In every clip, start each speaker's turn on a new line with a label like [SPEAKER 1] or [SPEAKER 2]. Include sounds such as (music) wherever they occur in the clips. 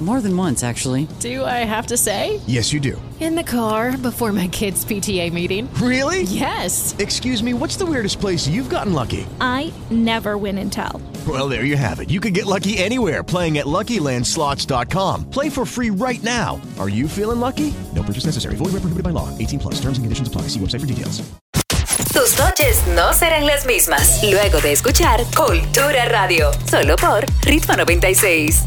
[SPEAKER 1] More than once, actually.
[SPEAKER 2] Do I have to say?
[SPEAKER 3] Yes, you do.
[SPEAKER 4] In the car before my kids' PTA meeting.
[SPEAKER 3] Really?
[SPEAKER 4] Yes.
[SPEAKER 3] Excuse me, what's the weirdest place you've gotten lucky?
[SPEAKER 5] I never win and tell.
[SPEAKER 3] Well, there you have it. You can get lucky anywhere playing at LuckyLandSlots.com. Play for free right now. Are you feeling lucky? No purchase necessary. Void where prohibited by law. 18 plus. Terms and conditions apply. See website for details.
[SPEAKER 6] Tus noches no serán las mismas luego de escuchar Cultura Radio, solo por Ritmo 96.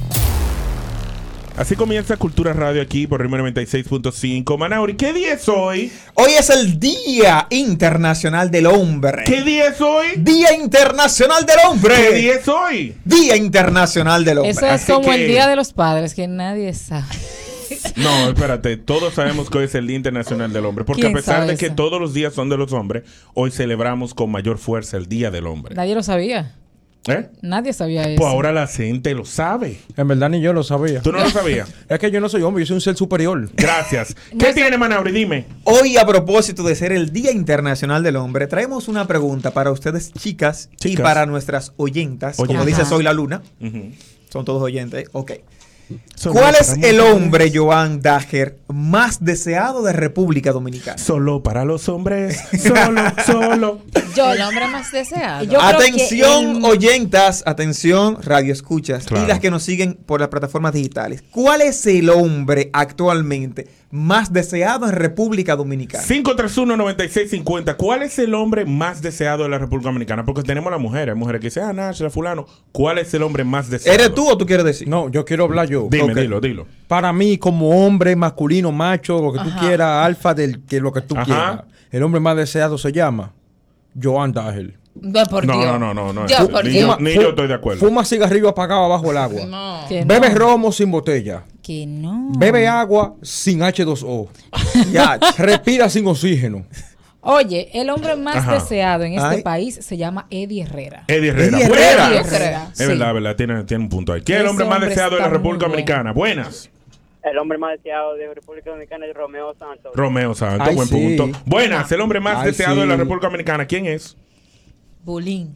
[SPEAKER 7] Así comienza Cultura Radio aquí por Ritmo 96.5. Manauri, ¿qué día es hoy?
[SPEAKER 8] Hoy es el Día Internacional del Hombre.
[SPEAKER 7] ¿Qué día es hoy?
[SPEAKER 8] Día Internacional del Hombre.
[SPEAKER 7] ¿Qué día es hoy?
[SPEAKER 8] Día Internacional del Hombre.
[SPEAKER 2] Eso es
[SPEAKER 7] Así
[SPEAKER 2] como
[SPEAKER 7] que-
[SPEAKER 2] el Día de los Padres, que nadie
[SPEAKER 7] (laughs)
[SPEAKER 2] sabe.
[SPEAKER 7] No, espérate. Todos sabemos que hoy es el Día Internacional del Hombre. Porque a
[SPEAKER 2] ¿Quién
[SPEAKER 7] pesar
[SPEAKER 2] sabe
[SPEAKER 7] de que
[SPEAKER 2] eso?
[SPEAKER 7] todos los días son de los hombres, hoy celebramos con mayor fuerza el Día del Hombre.
[SPEAKER 2] Nadie lo sabía.
[SPEAKER 7] ¿Eh?
[SPEAKER 2] Nadie sabía eso.
[SPEAKER 7] Pues ahora la gente lo sabe.
[SPEAKER 9] En verdad ni yo lo sabía.
[SPEAKER 7] ¿Tú no lo sabías?
[SPEAKER 9] Es que yo no soy hombre, yo soy un ser superior.
[SPEAKER 7] Gracias. (laughs)
[SPEAKER 2] No
[SPEAKER 7] ¿Qué
[SPEAKER 2] sé-
[SPEAKER 7] tiene Manauri? Dime.
[SPEAKER 8] Hoy, a propósito de ser el Día Internacional del Hombre, traemos una pregunta para ustedes, chicas, y
[SPEAKER 7] Chicas.
[SPEAKER 8] para nuestras oyentas. Como
[SPEAKER 7] Oyentas.
[SPEAKER 8] dice
[SPEAKER 2] Ajá.
[SPEAKER 8] Soy la Luna.
[SPEAKER 7] Ujú.
[SPEAKER 8] Son todos oyentes. Ok. ¿Cuál es el hombre, Joan Dager, más deseado de República Dominicana?
[SPEAKER 7] Solo para los
[SPEAKER 8] (laughs)
[SPEAKER 7] hombres. Solo, solo.
[SPEAKER 2] Yo, el hombre más deseado.
[SPEAKER 10] Yo- creo que
[SPEAKER 8] atención,
[SPEAKER 10] el-
[SPEAKER 8] oyentas, atención, radioescuchas
[SPEAKER 7] Claro.
[SPEAKER 8] y las que nos siguen por las plataformas digitales. ¿Cuál es el hombre actualmente más deseado en República Dominicana?
[SPEAKER 7] 531-9650. ¿Cuál es el hombre más deseado de la República Dominicana? Porque tenemos las mujeres. Hay mujeres que dicen, ah, Nash, fulano. ¿Cuál es el hombre más deseado?
[SPEAKER 8] ¿Eres tú o tú quieres decir?
[SPEAKER 9] No, yo quiero hablar yo.
[SPEAKER 7] Dime,
[SPEAKER 9] Ok.
[SPEAKER 7] dilo, dilo.
[SPEAKER 9] Para mí, como hombre masculino, macho, lo que tú quieras, alfa del que lo que tú
[SPEAKER 7] Ajá.
[SPEAKER 9] quieras, el hombre más deseado se llama Joan Dagel.
[SPEAKER 2] No, por
[SPEAKER 7] No,
[SPEAKER 2] Dios.
[SPEAKER 7] no, no, no, no.
[SPEAKER 2] Yo, por
[SPEAKER 7] Ni yo-
[SPEAKER 2] Dios.
[SPEAKER 7] ni yo estoy de acuerdo.
[SPEAKER 9] Fuma cigarrillo apagado abajo el agua.
[SPEAKER 2] Que no.
[SPEAKER 9] Bebe romo sin botella.
[SPEAKER 2] Que no.
[SPEAKER 9] Bebe agua sin
[SPEAKER 2] (laughs)
[SPEAKER 9] H2O.
[SPEAKER 8] Ya.
[SPEAKER 9] Respira sin oxígeno.
[SPEAKER 2] Oye, el hombre más
[SPEAKER 7] Ajá.
[SPEAKER 2] deseado en este
[SPEAKER 8] Ay.
[SPEAKER 2] país se llama Eddie Herrera.
[SPEAKER 7] Eddie Herrera.
[SPEAKER 8] Eddie
[SPEAKER 7] ¡Buenas!
[SPEAKER 2] Eddie Herrera,
[SPEAKER 7] Es
[SPEAKER 2] sí.
[SPEAKER 7] verdad, verdad. Tiene, tiene un punto ahí. ¿Quién es el
[SPEAKER 2] Ese
[SPEAKER 7] hombre más
[SPEAKER 2] hombre
[SPEAKER 7] deseado de la
[SPEAKER 2] está muy
[SPEAKER 7] República
[SPEAKER 2] bueno.
[SPEAKER 7] Dominicana? Buenas.
[SPEAKER 11] El hombre más deseado de República Dominicana es Romeo Santos.
[SPEAKER 7] Romeo Santos,
[SPEAKER 9] Ay,
[SPEAKER 7] buen
[SPEAKER 9] sí.
[SPEAKER 7] punto. Buenas, el hombre más
[SPEAKER 9] Ay,
[SPEAKER 7] deseado de
[SPEAKER 9] sí.
[SPEAKER 7] la República Dominicana. ¿Quién es?
[SPEAKER 2] Bulín.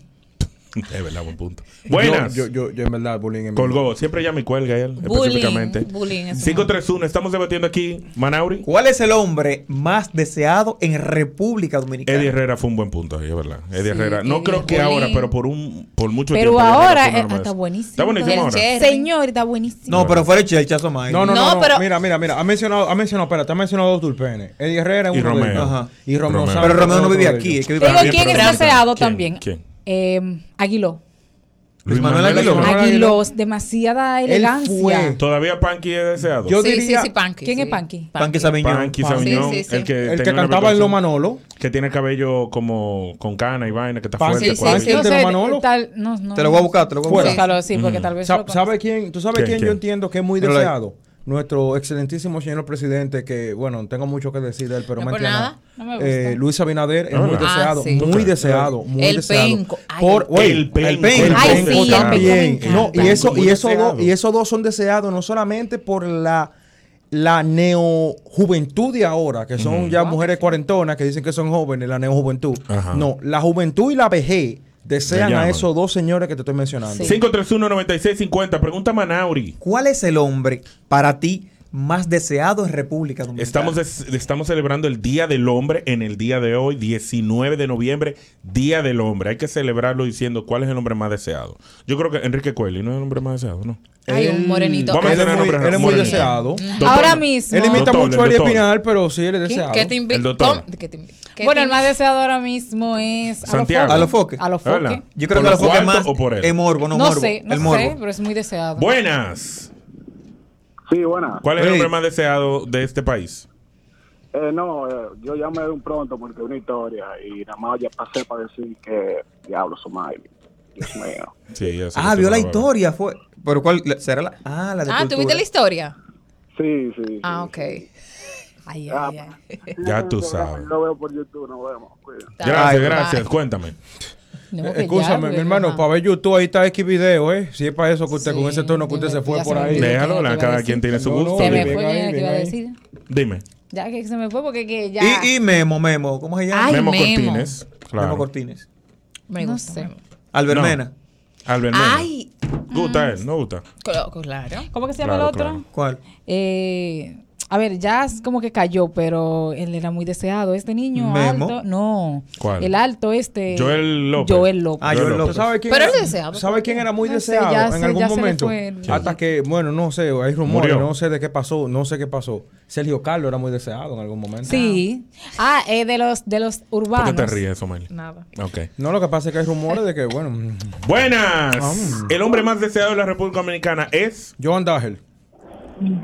[SPEAKER 7] Es verdad, buen punto. Buenas.
[SPEAKER 9] Yo, yo, yo, yo en verdad, bullying. en verdad.
[SPEAKER 7] Colgó, siempre llama y cuelga él,
[SPEAKER 2] Bullying,
[SPEAKER 7] específicamente.
[SPEAKER 2] bullying, es un-
[SPEAKER 7] 531, estamos debatiendo aquí, Manauri.
[SPEAKER 8] ¿Cuál es el hombre más deseado en República Dominicana?
[SPEAKER 7] Eddie Herrera fue un buen punto ahí, es verdad. Eddie
[SPEAKER 2] Sí,
[SPEAKER 7] Herrera. No
[SPEAKER 2] Eddie
[SPEAKER 7] creo que
[SPEAKER 2] Bullyn.
[SPEAKER 7] ahora, pero por un por mucho
[SPEAKER 2] Pero
[SPEAKER 7] tiempo. Eddie Herrera
[SPEAKER 2] ahora
[SPEAKER 7] fue
[SPEAKER 2] eh,
[SPEAKER 7] uno de los
[SPEAKER 2] está
[SPEAKER 7] más-
[SPEAKER 2] buenísimo.
[SPEAKER 7] Está buenísimo ahora.
[SPEAKER 4] Señor, está buenísimo.
[SPEAKER 8] No, pero fuera el chelchazo más.
[SPEAKER 9] No, no, no,
[SPEAKER 2] No,
[SPEAKER 9] no.
[SPEAKER 2] pero-
[SPEAKER 9] Mira, mira, mira. Ha mencionado, ha mencionado, espérate, ha mencionado dos tulpenes. Eddie Herrera es
[SPEAKER 7] Y
[SPEAKER 9] uno de
[SPEAKER 7] Romeo.
[SPEAKER 9] ellos.
[SPEAKER 8] Ajá.
[SPEAKER 9] Y Romeo,
[SPEAKER 7] Romeo.
[SPEAKER 9] Santos.
[SPEAKER 8] Pero Romeo no
[SPEAKER 9] Otro
[SPEAKER 8] vivía
[SPEAKER 9] de
[SPEAKER 8] aquí,
[SPEAKER 9] ellos.
[SPEAKER 8] es que vive
[SPEAKER 2] Te digo,
[SPEAKER 8] aquí.
[SPEAKER 2] ¿quién es
[SPEAKER 7] pero-
[SPEAKER 2] deseado
[SPEAKER 7] ¿Quién?
[SPEAKER 2] también?
[SPEAKER 7] ¿Quién?
[SPEAKER 2] Eh, Aguiló.
[SPEAKER 7] Luis
[SPEAKER 8] Manuel Aguiló.
[SPEAKER 9] Manuel
[SPEAKER 2] Aguiló, demasiada elegancia.
[SPEAKER 9] fue.
[SPEAKER 7] Todavía Panky es deseado.
[SPEAKER 9] Yo
[SPEAKER 1] sí,
[SPEAKER 9] diría
[SPEAKER 1] sí, sí, Panky.
[SPEAKER 2] ¿Quién
[SPEAKER 1] sí.
[SPEAKER 2] es Panky?
[SPEAKER 8] Panque Sabiñón.
[SPEAKER 7] Panky
[SPEAKER 9] Pan-
[SPEAKER 7] Sabiñón,
[SPEAKER 1] Sí, sí, sí.
[SPEAKER 7] el que,
[SPEAKER 9] el que
[SPEAKER 7] tenía una
[SPEAKER 9] cantaba en Lo
[SPEAKER 7] habitación-
[SPEAKER 9] Manolo.
[SPEAKER 7] Que tiene el cabello como con cana y vaina, que está
[SPEAKER 9] Pan-
[SPEAKER 7] fuerte. pues.
[SPEAKER 9] sí, sí,
[SPEAKER 7] cuadrito.
[SPEAKER 9] sí. ¿El de los Manolo?
[SPEAKER 2] tal- no, no,
[SPEAKER 8] Te lo voy a buscar, te lo voy a
[SPEAKER 9] Fuera. Mm.
[SPEAKER 8] buscar.
[SPEAKER 2] Búscalo, sí, porque tal vez.
[SPEAKER 9] Sa-
[SPEAKER 2] lo
[SPEAKER 9] ¿Sabe
[SPEAKER 2] conoces.
[SPEAKER 9] quién? ¿Tú sabes
[SPEAKER 7] ¿Quién,
[SPEAKER 9] quién, yo
[SPEAKER 7] quién?
[SPEAKER 9] entiendo que es muy
[SPEAKER 8] Pero la-
[SPEAKER 9] deseado? Nuestro excelentísimo señor presidente, que bueno, tengo mucho que decir de él, pero
[SPEAKER 1] No
[SPEAKER 9] me
[SPEAKER 1] por
[SPEAKER 9] entiendo.
[SPEAKER 1] nada.
[SPEAKER 2] No me gusta.
[SPEAKER 9] Eh, Luis Abinader es
[SPEAKER 7] Ah,
[SPEAKER 9] muy
[SPEAKER 7] ¿verdad?
[SPEAKER 9] deseado,
[SPEAKER 1] Ah, sí.
[SPEAKER 9] muy deseado, muy
[SPEAKER 1] El
[SPEAKER 9] deseado.
[SPEAKER 1] penco. Ay,
[SPEAKER 9] Por,
[SPEAKER 1] el
[SPEAKER 9] oye,
[SPEAKER 7] El penco.
[SPEAKER 8] el penco.
[SPEAKER 9] el
[SPEAKER 2] Ay, sí,
[SPEAKER 9] penco
[SPEAKER 2] el penco me
[SPEAKER 9] también.
[SPEAKER 2] encanta.
[SPEAKER 9] No, y
[SPEAKER 2] El
[SPEAKER 9] eso,
[SPEAKER 7] penco
[SPEAKER 9] y
[SPEAKER 7] muy
[SPEAKER 9] esos
[SPEAKER 7] deseado.
[SPEAKER 9] dos, y esos dos son deseados no solamente por la la neojuventud de ahora, que son ya mujeres cuarentonas que dicen que son jóvenes, la neojuventud.
[SPEAKER 7] Ajá.
[SPEAKER 9] No, la juventud y la vejez desean
[SPEAKER 7] Le llaman.
[SPEAKER 9] a esos dos señores que te estoy mencionando.
[SPEAKER 2] Sí.
[SPEAKER 7] 531-9650, pregunta Manauri.
[SPEAKER 8] ¿Cuál es el hombre para ti más deseado en República Dominicana?
[SPEAKER 7] Estamos, es- estamos celebrando el Día del Hombre en el día de hoy, 19 de noviembre, Día del Hombre. Hay que celebrarlo diciendo cuál es el hombre más deseado. Yo creo que Enrique Cuelli no es el hombre más deseado, ¿no?
[SPEAKER 1] Hay un morenito.
[SPEAKER 7] Vamos a
[SPEAKER 9] Él es
[SPEAKER 7] mencionar
[SPEAKER 9] muy,
[SPEAKER 7] nombres
[SPEAKER 9] él es muy
[SPEAKER 7] morenos.
[SPEAKER 9] deseado.
[SPEAKER 7] Doctor-
[SPEAKER 2] Ahora mismo.
[SPEAKER 9] Él imita
[SPEAKER 7] Doctor,
[SPEAKER 9] mucho a
[SPEAKER 7] el
[SPEAKER 9] Ariel
[SPEAKER 7] doctor.
[SPEAKER 9] Espinal, pero sí, él es deseado.
[SPEAKER 1] ¿Qué te
[SPEAKER 7] El
[SPEAKER 1] invita?
[SPEAKER 7] doctor.
[SPEAKER 2] Bueno, el más deseado ahora mismo es.
[SPEAKER 7] Santiago.
[SPEAKER 8] A los foques.
[SPEAKER 2] A los
[SPEAKER 7] ¿Verdad?
[SPEAKER 2] foques.
[SPEAKER 8] Yo creo
[SPEAKER 7] ¿Por
[SPEAKER 8] que
[SPEAKER 7] los
[SPEAKER 8] lo foques
[SPEAKER 7] cuartos
[SPEAKER 8] más
[SPEAKER 7] o por él?
[SPEAKER 8] es morbo, no,
[SPEAKER 2] No
[SPEAKER 8] morbo.
[SPEAKER 2] sé,
[SPEAKER 8] el
[SPEAKER 2] no
[SPEAKER 8] morbo.
[SPEAKER 2] sé, pero es muy deseado.
[SPEAKER 7] Buenas.
[SPEAKER 11] Sí, buena.
[SPEAKER 7] ¿Cuál es el
[SPEAKER 8] Ey.
[SPEAKER 7] hombre más deseado de este país?
[SPEAKER 12] Eh, no, eh, yo llamé de un pronto porque una historia y nada más ya pasé para decir que diablo, Somali.
[SPEAKER 7] (laughs)
[SPEAKER 12] Dios mío.
[SPEAKER 7] Sí, ya sé
[SPEAKER 8] Ah,
[SPEAKER 7] que
[SPEAKER 8] vio
[SPEAKER 7] tú no vas a
[SPEAKER 8] la
[SPEAKER 7] ver.
[SPEAKER 8] historia, fue. ¿Pero cuál? la- ¿Será la.? Ah, la de.
[SPEAKER 2] Ah, ¿tuviste la historia?
[SPEAKER 12] Sí, sí.
[SPEAKER 2] Ah, ok. Ay, ay, ay.
[SPEAKER 10] (laughs)
[SPEAKER 7] Ya tú sabes.
[SPEAKER 12] Lo veo por YouTube, nos vemos. Cuida.
[SPEAKER 7] Gracias,
[SPEAKER 9] Ay,
[SPEAKER 7] gracias.
[SPEAKER 9] bye.
[SPEAKER 7] Cuéntame.
[SPEAKER 2] No,
[SPEAKER 9] Eh,
[SPEAKER 2] que ya,
[SPEAKER 9] Escúchame, mi
[SPEAKER 2] güey,
[SPEAKER 9] hermano,
[SPEAKER 2] ajá.
[SPEAKER 9] para ver YouTube ahí está X video, ¿eh? Si es para eso que usted, con ese tono que usted se fue por ahí.
[SPEAKER 7] Déjalo, la- cada quien tiene su
[SPEAKER 9] No, no,
[SPEAKER 7] gusto.
[SPEAKER 2] Se me
[SPEAKER 7] dime.
[SPEAKER 2] fue, ya era que iba a
[SPEAKER 9] ahí.
[SPEAKER 2] decir.
[SPEAKER 7] Dime.
[SPEAKER 2] Ya que se me fue porque que ya.
[SPEAKER 8] Y, y Memo, Memo. ¿Cómo se llama?
[SPEAKER 2] Ay, Memo Memo. Cortines,
[SPEAKER 7] claro.
[SPEAKER 8] Memo Cortines.
[SPEAKER 2] Me gusta.
[SPEAKER 8] Albert
[SPEAKER 7] No.
[SPEAKER 8] Mena.
[SPEAKER 7] Albert Mena.
[SPEAKER 2] Ay.
[SPEAKER 7] Gusta él, no gusta.
[SPEAKER 2] Claro. ¿Cómo que se llama
[SPEAKER 7] Claro,
[SPEAKER 2] el otro?
[SPEAKER 7] claro.
[SPEAKER 8] ¿Cuál?
[SPEAKER 2] Eh, a ver, Jazz como que cayó, pero él era muy deseado. Este niño
[SPEAKER 9] ¿Memo?
[SPEAKER 2] alto. No.
[SPEAKER 9] ¿Cuál?
[SPEAKER 2] El alto este.
[SPEAKER 9] Joel López.
[SPEAKER 2] Joel López.
[SPEAKER 9] Ah, Joel López. ¿Sabe quién
[SPEAKER 2] Pero
[SPEAKER 9] era-
[SPEAKER 2] él deseado.
[SPEAKER 9] ¿Sabe quién era muy
[SPEAKER 2] No sé,
[SPEAKER 9] deseado
[SPEAKER 2] ya
[SPEAKER 9] en
[SPEAKER 2] se-
[SPEAKER 9] algún
[SPEAKER 2] ya se le
[SPEAKER 9] momento?
[SPEAKER 2] fue el-
[SPEAKER 9] Hasta que, bueno, no sé, hay rumores,
[SPEAKER 7] Murió.
[SPEAKER 9] no sé de qué pasó, no sé qué pasó. Sergio Carlos era muy deseado en algún momento.
[SPEAKER 2] Sí. Ah, eh, de los de los
[SPEAKER 9] ¿Por
[SPEAKER 2] urbanos.
[SPEAKER 9] qué te
[SPEAKER 7] ríes, Somalia?
[SPEAKER 2] Nada.
[SPEAKER 7] Ok.
[SPEAKER 9] No, lo que pasa es que hay rumores de que, bueno,
[SPEAKER 7] Buenas. El hombre más deseado de la República Dominicana es.
[SPEAKER 9] Joan Dagel.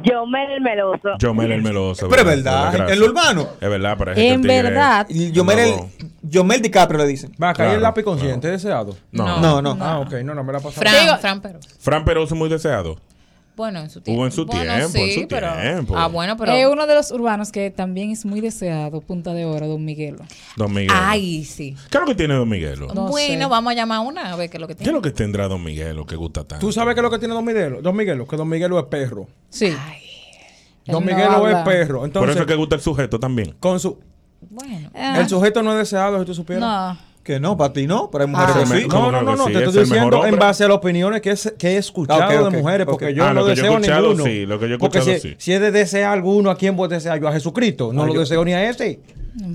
[SPEAKER 13] Yomel el meloso.
[SPEAKER 7] Jomel el meloso.
[SPEAKER 8] Pero es
[SPEAKER 7] ¿verdad?
[SPEAKER 8] verdad,
[SPEAKER 7] Gracias.
[SPEAKER 8] el urbano.
[SPEAKER 7] Es verdad, para
[SPEAKER 8] En verdad. Y Yomel el- Yomel DiCaprio le dicen.
[SPEAKER 9] Va, cae
[SPEAKER 7] Claro,
[SPEAKER 9] el lápiz consciente deseado.
[SPEAKER 7] No.
[SPEAKER 8] No, no.
[SPEAKER 9] Ah, ok, no, no me la pasaba.
[SPEAKER 2] Fran, Fran, pero.
[SPEAKER 7] Fran Peroso muy deseado.
[SPEAKER 2] Bueno, en su
[SPEAKER 7] Hubo en su tiempo, en su tiempo.
[SPEAKER 10] Ah,
[SPEAKER 2] Es uno de los urbanos que también es muy deseado, Punta de Oro, Don Miguelo.
[SPEAKER 7] Don Miguel.
[SPEAKER 10] Ay, sí.
[SPEAKER 7] ¿Qué es lo que tiene Don Miguel?
[SPEAKER 10] bueno, vamos a llamar a una a ver qué es lo que
[SPEAKER 7] ¿Qué es
[SPEAKER 10] tiene.
[SPEAKER 7] lo que tendrá Don Miguel que gusta tanto?
[SPEAKER 9] ¿Tú sabes qué es lo que tiene Don Miguelo? Don Miguelo, que Don Miguelo es perro.
[SPEAKER 2] Sí.
[SPEAKER 7] Ah.
[SPEAKER 9] Don
[SPEAKER 2] Él no
[SPEAKER 9] Miguelo es
[SPEAKER 2] habla.
[SPEAKER 9] perro.
[SPEAKER 7] Por eso
[SPEAKER 9] Entonces,
[SPEAKER 7] es que gusta el sujeto también.
[SPEAKER 9] con su.
[SPEAKER 2] Bueno.
[SPEAKER 7] Eh.
[SPEAKER 9] El sujeto no es deseado, si tú supieras.
[SPEAKER 2] Ah, No.
[SPEAKER 8] Que no, para ti no, pero hay mujeres
[SPEAKER 9] Ah.
[SPEAKER 8] que sí.
[SPEAKER 9] No, no, no, no, te estoy diciendo en base a las opiniones que, es- que he escuchado
[SPEAKER 8] Ah, ok, ok,
[SPEAKER 9] de mujeres,
[SPEAKER 8] ok.
[SPEAKER 9] porque yo
[SPEAKER 8] Ah, lo
[SPEAKER 9] no
[SPEAKER 8] que yo he
[SPEAKER 9] deseo
[SPEAKER 8] escuchado,
[SPEAKER 9] ninguno.
[SPEAKER 8] sí, lo que yo he
[SPEAKER 9] Porque
[SPEAKER 8] escuchado,
[SPEAKER 9] si,
[SPEAKER 8] sí.
[SPEAKER 9] si es de desear alguno, ¿a quién voy a desear? Yo a Jesucristo, no
[SPEAKER 8] Ah,
[SPEAKER 9] lo
[SPEAKER 8] yo-
[SPEAKER 9] deseo ni a ese.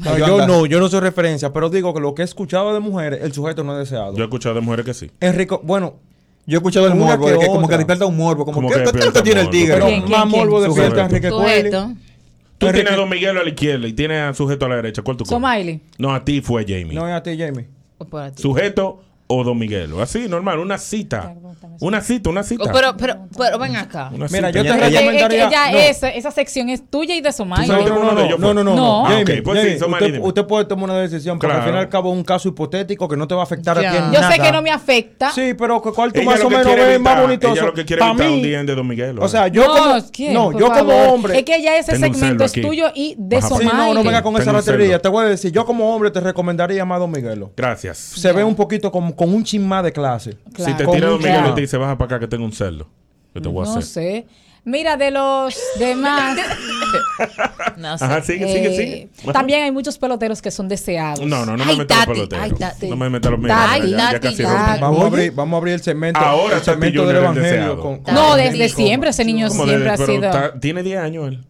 [SPEAKER 9] O sea,
[SPEAKER 8] Ah, yo
[SPEAKER 9] yo
[SPEAKER 8] anda-
[SPEAKER 9] no, yo no soy referencia, pero digo que lo que he escuchado de mujeres, el sujeto no es deseado.
[SPEAKER 7] Yo he escuchado de mujeres que sí.
[SPEAKER 9] Enrico, bueno,
[SPEAKER 8] Yo he escuchado el
[SPEAKER 9] Una
[SPEAKER 8] morbo,
[SPEAKER 9] que
[SPEAKER 8] de que como que
[SPEAKER 9] otra.
[SPEAKER 8] despierta un morbo, como,
[SPEAKER 7] Como
[SPEAKER 8] que
[SPEAKER 7] que
[SPEAKER 8] ¿qué tanto
[SPEAKER 7] despierta
[SPEAKER 8] tiene el
[SPEAKER 7] morbo.
[SPEAKER 8] tigre?
[SPEAKER 7] Pero ¿Quién,
[SPEAKER 9] más morbo despierta
[SPEAKER 7] Sujeto.
[SPEAKER 9] Enrique Cuello.
[SPEAKER 7] Tú tienes a Don Miguel a la izquierda y tienes a sujeto a la derecha. ¿Cuál tú coges?
[SPEAKER 2] Somaili.
[SPEAKER 7] No, a ti fue Jamie.
[SPEAKER 9] No es a ti, Jamie.
[SPEAKER 7] Pues, ¿Sujeto o Don Miguel? Así, normal, una cita. Una cita, una cita.
[SPEAKER 10] Oh, pero, pero, pero ven acá.
[SPEAKER 7] Una
[SPEAKER 9] Mira,
[SPEAKER 7] cita.
[SPEAKER 9] yo te
[SPEAKER 2] Ella,
[SPEAKER 9] recomendaría-
[SPEAKER 2] ella-
[SPEAKER 9] no.
[SPEAKER 2] esa, esa sección es tuya y de Somalia.
[SPEAKER 9] No,
[SPEAKER 7] que uno
[SPEAKER 9] no,
[SPEAKER 7] de
[SPEAKER 9] no,
[SPEAKER 7] ellos
[SPEAKER 9] no,
[SPEAKER 7] fue?
[SPEAKER 9] no, no,
[SPEAKER 7] No.
[SPEAKER 9] no.
[SPEAKER 7] Ah,
[SPEAKER 9] Jamie,
[SPEAKER 7] ok, pues sí,
[SPEAKER 9] Jamie,
[SPEAKER 7] Somali,
[SPEAKER 9] usted,
[SPEAKER 7] dime.
[SPEAKER 9] usted puede tomar una decisión, porque
[SPEAKER 7] Claro.
[SPEAKER 9] al fin y al cabo es un caso hipotético que no te va a afectar a ti en
[SPEAKER 2] Yo
[SPEAKER 9] nada.
[SPEAKER 2] sé que no me afecta.
[SPEAKER 9] Sí, pero cu- cuál tú
[SPEAKER 7] Ella
[SPEAKER 9] más
[SPEAKER 7] lo
[SPEAKER 9] o
[SPEAKER 7] que
[SPEAKER 9] menos
[SPEAKER 7] quiere
[SPEAKER 9] ves
[SPEAKER 7] evitar-
[SPEAKER 9] más bonito.
[SPEAKER 7] ella lo que quiere
[SPEAKER 9] Pa'
[SPEAKER 7] evitar
[SPEAKER 9] mí,
[SPEAKER 7] un día es de Don Miguel.
[SPEAKER 9] O sea, yo como
[SPEAKER 2] ¿quién?
[SPEAKER 9] no,
[SPEAKER 2] Por
[SPEAKER 9] yo como
[SPEAKER 2] favor.
[SPEAKER 9] hombre.
[SPEAKER 2] Es que ya ese
[SPEAKER 7] Tengo un
[SPEAKER 2] segmento
[SPEAKER 7] celo
[SPEAKER 2] es
[SPEAKER 7] aquí.
[SPEAKER 2] tuyo y de
[SPEAKER 7] Baja
[SPEAKER 9] Sí,
[SPEAKER 2] Somalia.
[SPEAKER 9] no, no venga con
[SPEAKER 7] Tengo
[SPEAKER 9] esa
[SPEAKER 7] un celo.
[SPEAKER 9] ratería. Te voy a decir, yo como hombre te recomendaría más Don Miguelo.
[SPEAKER 7] Gracias.
[SPEAKER 9] Se ve un poquito con, con un chin más de clase.
[SPEAKER 7] Si te
[SPEAKER 9] Con
[SPEAKER 7] tira
[SPEAKER 9] un
[SPEAKER 7] Don Miguel
[SPEAKER 9] chin.
[SPEAKER 7] y te dice, baja para acá que tengo un cerdo. Yo te voy a
[SPEAKER 2] No
[SPEAKER 7] hacer.
[SPEAKER 2] sé. Mira, de los
[SPEAKER 7] (laughs)
[SPEAKER 2] demás.
[SPEAKER 10] No
[SPEAKER 7] Ajá, sigue, sigue,
[SPEAKER 2] eh,
[SPEAKER 7] sigue. Ajá.
[SPEAKER 2] También hay muchos peloteros que son deseados.
[SPEAKER 7] No, no, no me metas los peloteros. No me metas los míos.
[SPEAKER 2] Tati,
[SPEAKER 7] Ya- ya
[SPEAKER 2] Tati,
[SPEAKER 7] casi
[SPEAKER 2] Tati.
[SPEAKER 7] rompo.
[SPEAKER 9] Vamos a abrir, vamos a abrir el segmento.
[SPEAKER 7] Ahora
[SPEAKER 9] el
[SPEAKER 7] Tati
[SPEAKER 9] segmento
[SPEAKER 7] Junior
[SPEAKER 9] del
[SPEAKER 7] es
[SPEAKER 9] evangelio.
[SPEAKER 7] Este deseado.
[SPEAKER 9] con- con-
[SPEAKER 2] No, desde siempre ese niño
[SPEAKER 7] Como
[SPEAKER 2] siempre
[SPEAKER 7] desde-
[SPEAKER 2] ha
[SPEAKER 7] pero
[SPEAKER 2] sido.
[SPEAKER 7] ta- tiene 10 años él.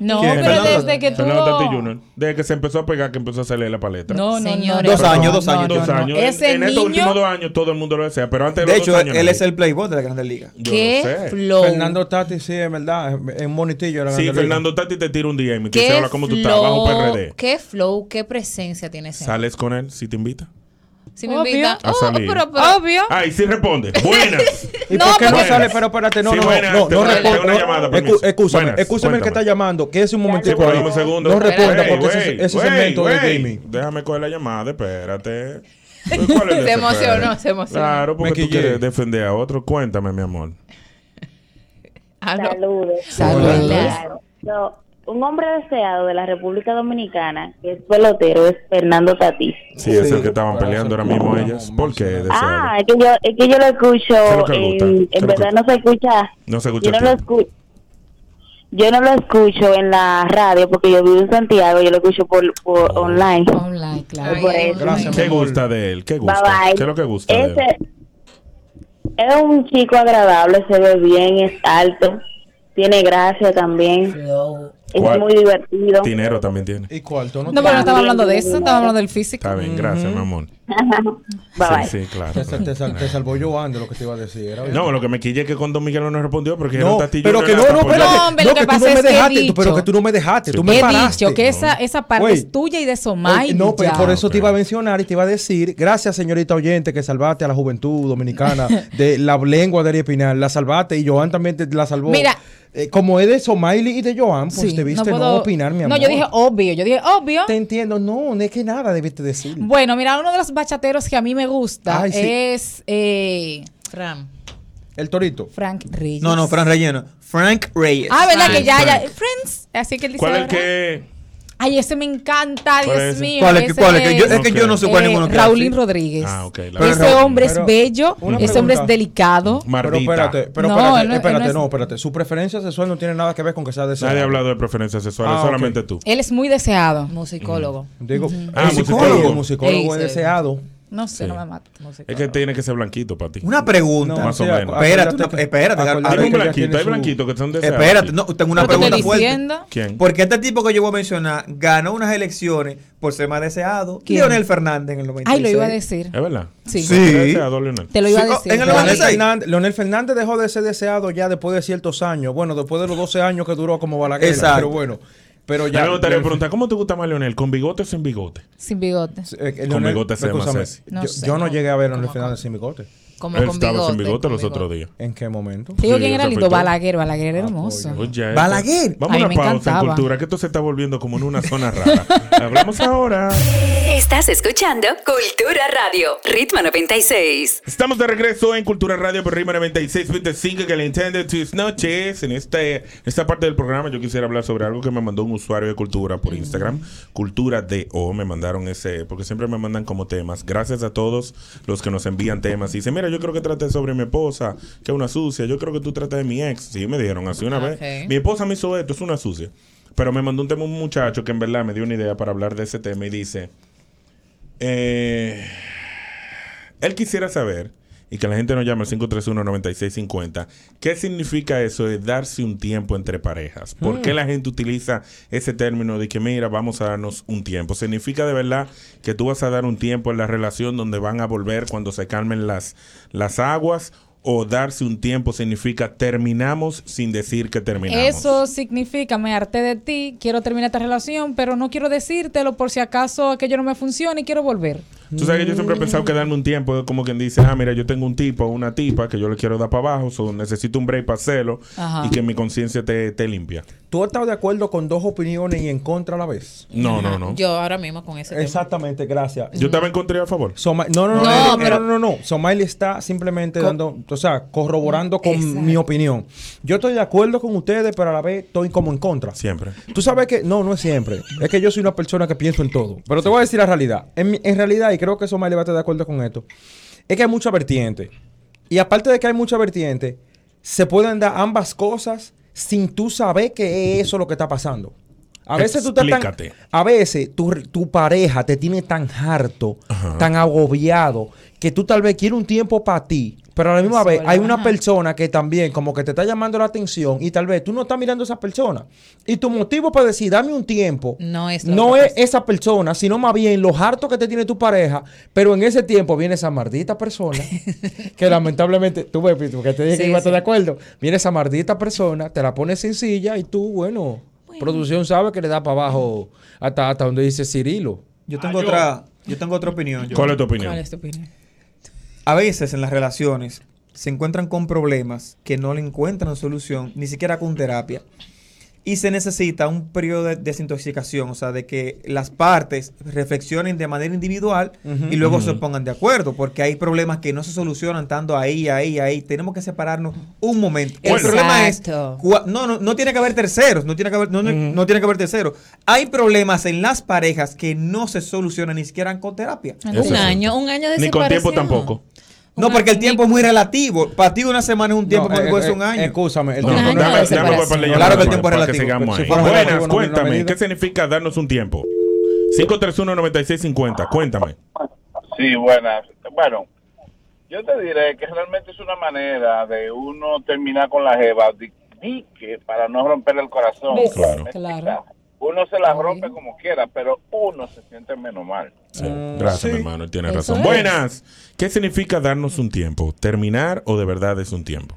[SPEAKER 2] No,
[SPEAKER 7] ¿Quién?
[SPEAKER 2] pero
[SPEAKER 7] Fernando-
[SPEAKER 2] desde que tú
[SPEAKER 7] Fernando Tati
[SPEAKER 2] lo...
[SPEAKER 7] Junior. Desde que se empezó a pegar, que empezó a hacerle la paleta.
[SPEAKER 2] No, no, no,
[SPEAKER 8] Señores. Dos años, dos años,
[SPEAKER 7] Dos
[SPEAKER 8] no, no.
[SPEAKER 7] años.
[SPEAKER 2] Ese
[SPEAKER 7] en en estos
[SPEAKER 2] niño-
[SPEAKER 7] últimos dos años todo el mundo lo desea, pero antes
[SPEAKER 8] De
[SPEAKER 7] los dos
[SPEAKER 8] hecho,
[SPEAKER 7] años,
[SPEAKER 8] él
[SPEAKER 7] no.
[SPEAKER 8] es el playboy de la Grandes Ligas.
[SPEAKER 7] Yo
[SPEAKER 10] ¿Qué
[SPEAKER 7] no sé.
[SPEAKER 10] flow?
[SPEAKER 9] Fernando Tati, sí, es verdad. En monitillo era
[SPEAKER 7] Sí,
[SPEAKER 9] grande
[SPEAKER 7] Fernando Tati te tira un día y me dice,
[SPEAKER 10] ¿Qué
[SPEAKER 7] ahora cómo tú estás, bajo
[SPEAKER 10] flow,
[SPEAKER 7] PRD.
[SPEAKER 10] qué flow, qué presencia tiene ese.
[SPEAKER 7] ¿Sales con él si te invita?
[SPEAKER 10] Si me
[SPEAKER 2] Obvio.
[SPEAKER 10] invita,
[SPEAKER 7] A
[SPEAKER 10] oh,
[SPEAKER 7] salir.
[SPEAKER 10] pero, pero-
[SPEAKER 7] Ah, y sí responde.
[SPEAKER 10] (laughs)
[SPEAKER 7] Buenas.
[SPEAKER 9] ¿Y
[SPEAKER 10] No,
[SPEAKER 9] por qué no
[SPEAKER 7] porque-
[SPEAKER 9] sale? Pero espérate, no,
[SPEAKER 7] Sí,
[SPEAKER 9] no,
[SPEAKER 7] buenas,
[SPEAKER 9] no,
[SPEAKER 7] te
[SPEAKER 9] no
[SPEAKER 7] voy a hacer
[SPEAKER 9] respondo.
[SPEAKER 7] una llamada,
[SPEAKER 9] Escu-
[SPEAKER 7] permiso.
[SPEAKER 9] Escúchame,
[SPEAKER 7] Buenas,
[SPEAKER 9] escúchame el que
[SPEAKER 7] cuéntame.
[SPEAKER 9] está llamando, que es un
[SPEAKER 7] Sí,
[SPEAKER 9] momentico
[SPEAKER 7] pero
[SPEAKER 9] ahí.
[SPEAKER 7] dame un segundo.
[SPEAKER 9] No responda
[SPEAKER 7] Ey,
[SPEAKER 9] porque ese-
[SPEAKER 7] wey,
[SPEAKER 9] ese es
[SPEAKER 7] wey,
[SPEAKER 9] segmento de
[SPEAKER 7] wey.
[SPEAKER 9] Jimmy.
[SPEAKER 7] Déjame coger la llamada,
[SPEAKER 10] (laughs)
[SPEAKER 7] espérate. Pero ¿cuál es el
[SPEAKER 10] Se emocionó,
[SPEAKER 7] desespero?
[SPEAKER 10] se emocionó.
[SPEAKER 7] Claro, porque
[SPEAKER 9] Me
[SPEAKER 7] tú
[SPEAKER 9] quillé.
[SPEAKER 7] quieres defender a otro. Cuéntame, mi amor.
[SPEAKER 10] ah, no.
[SPEAKER 13] Claro. So, un hombre deseado de la República Dominicana que es pelotero es Fernando Tatís.
[SPEAKER 7] Sí, es el que estaban peleando ahora mismo ellas. ¿Por qué? Deseo?
[SPEAKER 13] Ah, es que yo, es que yo lo
[SPEAKER 7] ¿Qué es lo
[SPEAKER 13] escucho.
[SPEAKER 7] que le gusta?
[SPEAKER 13] En,
[SPEAKER 7] ¿Qué es
[SPEAKER 13] en
[SPEAKER 7] lo
[SPEAKER 13] verdad
[SPEAKER 7] que-
[SPEAKER 13] no se escucha.
[SPEAKER 7] No se escucha
[SPEAKER 13] Yo no,
[SPEAKER 7] aquí.
[SPEAKER 13] lo escu- yo no lo escucho en la radio porque yo vivo en Santiago. Yo lo escucho por, por online.
[SPEAKER 2] Online, claro.
[SPEAKER 13] Por eso.
[SPEAKER 7] ¿Qué Oh. gusta de él? ¿Qué
[SPEAKER 13] Bye,
[SPEAKER 7] gusta?
[SPEAKER 13] bye.
[SPEAKER 7] ¿Qué es lo que gusta de él?
[SPEAKER 13] Ese- es un chico agradable, se ve bien, es alto, tiene gracia también, es
[SPEAKER 7] ¿Cuál?
[SPEAKER 13] muy divertido.
[SPEAKER 7] Dinero también tiene.
[SPEAKER 9] ¿Y cuál?
[SPEAKER 2] No, pero no estaba hablando de eso, estaba hablando del físico.
[SPEAKER 7] Está bien, gracias, mi amor.
[SPEAKER 9] bye.
[SPEAKER 7] Sí, sí, claro.
[SPEAKER 9] Te, sal- te sal- te salvó Joan de lo que te iba a decir. era-
[SPEAKER 7] No, lo que me quillé es que cuando Miguel no pues, respondió porque
[SPEAKER 9] No,
[SPEAKER 7] dijeron Tati Junior
[SPEAKER 9] pero que
[SPEAKER 7] era
[SPEAKER 9] no, no,
[SPEAKER 7] tapón.
[SPEAKER 9] espérate.
[SPEAKER 2] No, hombre, lo
[SPEAKER 9] No,
[SPEAKER 2] que
[SPEAKER 9] que tú
[SPEAKER 2] pasa
[SPEAKER 9] no me
[SPEAKER 2] es que he
[SPEAKER 9] dejaste,
[SPEAKER 2] dicho.
[SPEAKER 9] pero que tú no me dejaste, tú me
[SPEAKER 2] He
[SPEAKER 9] paraste.
[SPEAKER 2] dicho que esa, esa parte
[SPEAKER 9] Güey.
[SPEAKER 2] es tuya y de Somalia.
[SPEAKER 9] Oye, No, pero por eso te iba a mencionar y te iba a decir, gracias señorita oyente que salvaste a la juventud dominicana de la lengua de Ariel Pinal, la salvaste y Joan también te la salvó.
[SPEAKER 2] Mira,
[SPEAKER 9] eh, como es de Somaili y de Joan, pues
[SPEAKER 2] Sí,
[SPEAKER 9] debiste no,
[SPEAKER 2] puedo-
[SPEAKER 9] opinar, mi
[SPEAKER 2] No,
[SPEAKER 9] amor.
[SPEAKER 2] yo dije obvio, yo dije obvio.
[SPEAKER 9] Te entiendo, no, no es que nada debiste decir.
[SPEAKER 2] Bueno, mira, uno de los bachateros que a mí me gusta
[SPEAKER 9] Ay, sí.
[SPEAKER 2] es eh,
[SPEAKER 9] El torito.
[SPEAKER 2] Frank Reyes.
[SPEAKER 8] No, no, Frank Reyes. no. Frank Reyes.
[SPEAKER 2] Ah, ¿verdad? que ya, ya.
[SPEAKER 8] Frank.
[SPEAKER 2] Friends. Así que él dice.
[SPEAKER 8] ¿Cuál es el
[SPEAKER 2] ahora.
[SPEAKER 7] que-
[SPEAKER 2] Ay, ese me encanta,
[SPEAKER 8] ¿Cuál
[SPEAKER 2] Dios
[SPEAKER 8] es ese?
[SPEAKER 2] mío.
[SPEAKER 8] ¿Cuál es que-
[SPEAKER 2] ese Eh,
[SPEAKER 8] cuál es que yo- es que yo no sé cuál es ninguno que
[SPEAKER 2] Raulín
[SPEAKER 8] hace.
[SPEAKER 2] Rodríguez.
[SPEAKER 8] Ah, ok, la
[SPEAKER 2] ese
[SPEAKER 8] verdad.
[SPEAKER 2] hombre
[SPEAKER 8] Pero-
[SPEAKER 2] es bello,
[SPEAKER 8] una
[SPEAKER 2] ese hombre es
[SPEAKER 8] pregunta.
[SPEAKER 2] delicado.
[SPEAKER 9] Pero
[SPEAKER 7] Mardita.
[SPEAKER 9] espérate, pero
[SPEAKER 2] No,
[SPEAKER 9] espérate,
[SPEAKER 2] él no- él
[SPEAKER 9] espérate,
[SPEAKER 2] no es-
[SPEAKER 9] no, espérate. Su preferencia sexual no tiene nada que ver con que sea de
[SPEAKER 7] Nadie ha hablado de preferencias sexuales,
[SPEAKER 9] Ah, ok.
[SPEAKER 7] solamente tú.
[SPEAKER 2] Él es muy deseado.
[SPEAKER 10] Musicólogo.
[SPEAKER 8] Mm.
[SPEAKER 9] Digo,
[SPEAKER 7] Ah,
[SPEAKER 9] el psicólogo,
[SPEAKER 7] musicólogo.
[SPEAKER 9] el musicólogo
[SPEAKER 2] Ey,
[SPEAKER 9] es
[SPEAKER 2] sí.
[SPEAKER 9] deseado.
[SPEAKER 2] No
[SPEAKER 7] Sí.
[SPEAKER 2] sé, no me mata.
[SPEAKER 7] Es que tiene que ser blanquito para ti.
[SPEAKER 8] Una pregunta.
[SPEAKER 7] Más o
[SPEAKER 8] Sí,
[SPEAKER 7] menos.
[SPEAKER 8] Espérate, una- espérate.
[SPEAKER 7] Dime un blanquito, hay blanquitos que son de esa
[SPEAKER 8] Espérate,
[SPEAKER 7] edad.
[SPEAKER 8] no, tengo una
[SPEAKER 7] Pero te
[SPEAKER 8] pregunta
[SPEAKER 7] estoy
[SPEAKER 8] fuerte.
[SPEAKER 7] diciendo. ¿Quién?
[SPEAKER 8] Porque este tipo que yo voy a mencionar ganó unas elecciones por ser más deseado.
[SPEAKER 2] ¿Quién?
[SPEAKER 8] Leonel Fernández en el 96.
[SPEAKER 2] Ay, lo iba a decir.
[SPEAKER 7] ¿Es verdad?
[SPEAKER 2] Sí.
[SPEAKER 7] Deseado, Leonel.
[SPEAKER 2] Te lo iba a
[SPEAKER 8] Sí, oh,
[SPEAKER 2] decir.
[SPEAKER 8] en el
[SPEAKER 2] Pero-
[SPEAKER 9] Leonel Fernández, Leonel Fernández dejó de ser deseado ya después de ciertos años. Bueno, después de los 12 años que duró como Balaguer.
[SPEAKER 8] Exacto.
[SPEAKER 9] Pero bueno. Pero
[SPEAKER 7] Ya
[SPEAKER 9] ya.
[SPEAKER 7] me gustaría preguntar, ¿cómo te gusta más Leonel? ¿Con bigote o sin bigote?
[SPEAKER 2] Sin bigote.
[SPEAKER 9] Eh, eh,
[SPEAKER 7] Con bigote se llama sexy.
[SPEAKER 9] yo,
[SPEAKER 2] No
[SPEAKER 9] yo
[SPEAKER 2] sé,
[SPEAKER 9] no llegué a ver a Leonel Fernández sin bigote.
[SPEAKER 10] Como
[SPEAKER 7] Él
[SPEAKER 10] con
[SPEAKER 7] estaba sin
[SPEAKER 10] bigote,
[SPEAKER 7] bigote
[SPEAKER 10] con
[SPEAKER 7] los otros
[SPEAKER 10] bigote.
[SPEAKER 7] días.
[SPEAKER 9] ¿En qué momento?
[SPEAKER 2] Te digo
[SPEAKER 7] Sí,
[SPEAKER 2] quién
[SPEAKER 7] yo
[SPEAKER 2] era
[SPEAKER 7] te
[SPEAKER 2] lindo.
[SPEAKER 7] afectó.
[SPEAKER 2] Balaguer, Balaguer era hermoso.
[SPEAKER 7] Oye, esto-
[SPEAKER 8] Balaguer.
[SPEAKER 7] Vamos
[SPEAKER 2] Ay,
[SPEAKER 7] a
[SPEAKER 2] me
[SPEAKER 7] una pausa en
[SPEAKER 2] encantaba.
[SPEAKER 7] cultura, que esto se está volviendo como en una zona rara. Hablamos ahora.
[SPEAKER 6] Estás escuchando Cultura Radio, Ritmo 96.
[SPEAKER 7] Estamos de regreso en Cultura Radio por Rima 96.5 que le entiende tus noches. En este, en esta parte del programa yo quisiera hablar sobre algo que me mandó un usuario de Cultura por Instagram. Cultura DO me mandaron ese, porque siempre me mandan como temas. Gracias a todos los que nos envían temas. Y dicen, mira, yo creo que traté sobre mi esposa, que es una sucia. Yo creo que tú tratas de mi ex. Sí, me dijeron así una vez.
[SPEAKER 10] Ok.
[SPEAKER 7] Mi esposa me hizo esto, es una sucia. Pero me mandó un tema un muchacho que en verdad me dio una idea para hablar de ese tema y dice... Eh, él quisiera saber, y que la gente nos llame al 531-9650, ¿qué significa eso de darse un tiempo entre parejas? ¿Por
[SPEAKER 14] Mm.
[SPEAKER 7] qué la gente utiliza ese término de que, mira, vamos a darnos un tiempo? ¿Significa de verdad que tú vas a dar un tiempo en la relación donde van a volver cuando se calmen las, las aguas? ¿O darse un tiempo significa terminamos sin decir que terminamos?
[SPEAKER 2] Eso significa, me harté de ti, quiero terminar esta relación, pero no quiero decírtelo por si acaso aquello no me funciona y quiero volver.
[SPEAKER 7] Tú sabes que yo siempre he
[SPEAKER 2] Mm.
[SPEAKER 7] pensado que darme un tiempo es como quien dice, ah, mira, yo tengo un tipo o una tipa que yo le quiero dar para abajo, so necesito un break para hacerlo
[SPEAKER 9] Ajá.
[SPEAKER 7] y que mi conciencia te, te limpia.
[SPEAKER 9] ¿Tú has estado de acuerdo con dos opiniones y en contra a la vez?
[SPEAKER 7] No, no, no.
[SPEAKER 10] Yo ahora mismo con ese tema.
[SPEAKER 9] Exactamente, gracias.
[SPEAKER 7] Yo estaba en contra y a favor.
[SPEAKER 9] Soma- no, no, no,
[SPEAKER 10] No,
[SPEAKER 9] no, no,
[SPEAKER 10] pero-
[SPEAKER 9] no, no, no. Somaili está simplemente dando, o sea, corroborando con mi opinión. Yo estoy de acuerdo con ustedes, pero a la vez estoy como en contra.
[SPEAKER 7] Siempre.
[SPEAKER 9] Tú sabes que, no, no es siempre. Es que yo soy una persona que pienso en todo. Pero te voy a decir la realidad. En, mi- en realidad, y creo que Somaili va a estar de acuerdo con esto, es que hay mucha vertiente. Y aparte de que hay mucha vertiente, se pueden dar ambas cosas sin tú saber que es eso lo que está pasando. A veces tú estás tan,
[SPEAKER 7] Explícate.
[SPEAKER 9] a veces tu, tu pareja te tiene tan harto, tan agobiado, que tú tal vez quieres un tiempo para ti, pero a la misma vez hay una persona que también como que te está llamando la atención y tal vez tú no estás mirando a esa persona. Y tu motivo para decir, dame un tiempo,
[SPEAKER 10] No es la
[SPEAKER 9] no
[SPEAKER 10] otra
[SPEAKER 9] es esa persona, sino más bien lo harto que te tiene tu pareja, pero en ese tiempo viene esa maldita
[SPEAKER 10] (laughs)
[SPEAKER 9] persona que lamentablemente, tú ves, Pitu, que te dije que
[SPEAKER 10] Sí,
[SPEAKER 9] iba a estar
[SPEAKER 10] sí.
[SPEAKER 9] de acuerdo, viene esa maldita persona, te la pone sencilla y tú, bueno, producción sabe que le da para abajo hasta, hasta donde dice Cirilo.
[SPEAKER 8] Yo tengo otra, yo tengo otra opinión. yo.
[SPEAKER 7] ¿Cuál es tu opinión? ¿Cuál
[SPEAKER 10] es tu opinión?
[SPEAKER 8] A veces en las relaciones se encuentran con problemas que no le encuentran solución, ni siquiera con terapia. Y se necesita un periodo de desintoxicación, o sea, de que las partes reflexionen de manera individual
[SPEAKER 9] Ujú.
[SPEAKER 8] y luego se
[SPEAKER 9] Ujú.
[SPEAKER 8] pongan de acuerdo, porque hay problemas que no se solucionan tanto ahí, ahí, ahí. Tenemos que separarnos un momento. El
[SPEAKER 10] Bueno.
[SPEAKER 8] problema es,
[SPEAKER 10] Exacto.
[SPEAKER 8] cua- no, no, no tiene que haber terceros, no tiene que haber, no, no- no tiene que haber terceros. Hay problemas en las parejas que no se solucionan ni siquiera con terapia.
[SPEAKER 10] Un Eso sí. año, un año de
[SPEAKER 8] Ni con tiempo
[SPEAKER 10] separación.
[SPEAKER 8] tampoco. No, porque el tiempo es muy relativo. Para ti una semana es un tiempo, para mí puede ser un año.
[SPEAKER 9] eh, Escúchame, el
[SPEAKER 7] No,
[SPEAKER 9] tiempo
[SPEAKER 7] dame-
[SPEAKER 9] no
[SPEAKER 7] dame pues,
[SPEAKER 9] es
[SPEAKER 7] para
[SPEAKER 9] relativo.
[SPEAKER 7] pararle
[SPEAKER 9] Claro que el
[SPEAKER 7] llamada
[SPEAKER 9] tiempo es
[SPEAKER 7] para que
[SPEAKER 9] relativo.
[SPEAKER 7] sigamos
[SPEAKER 9] Si
[SPEAKER 7] ahí.
[SPEAKER 9] fuera relativo,
[SPEAKER 7] Buenas,
[SPEAKER 9] no, no, no, no,
[SPEAKER 7] cuéntame,
[SPEAKER 9] no,
[SPEAKER 7] ¿qué significa darnos un tiempo? 531-9650, cuéntame.
[SPEAKER 15] Sí, buenas. Bueno, yo te diré que realmente es una manera de uno terminar con la jeva di- di que para no romper el corazón.
[SPEAKER 2] ¿Ves?
[SPEAKER 15] Claro.
[SPEAKER 2] Claro.
[SPEAKER 15] Uno se la rompe como quiera, pero uno se siente menos mal.
[SPEAKER 7] Sí,
[SPEAKER 2] Ah,
[SPEAKER 7] Gracias, mi hermano, tienes
[SPEAKER 15] Eso
[SPEAKER 7] razón.
[SPEAKER 15] es.
[SPEAKER 7] Buenas, ¿qué significa darnos un tiempo? ¿Terminar o de verdad es un tiempo?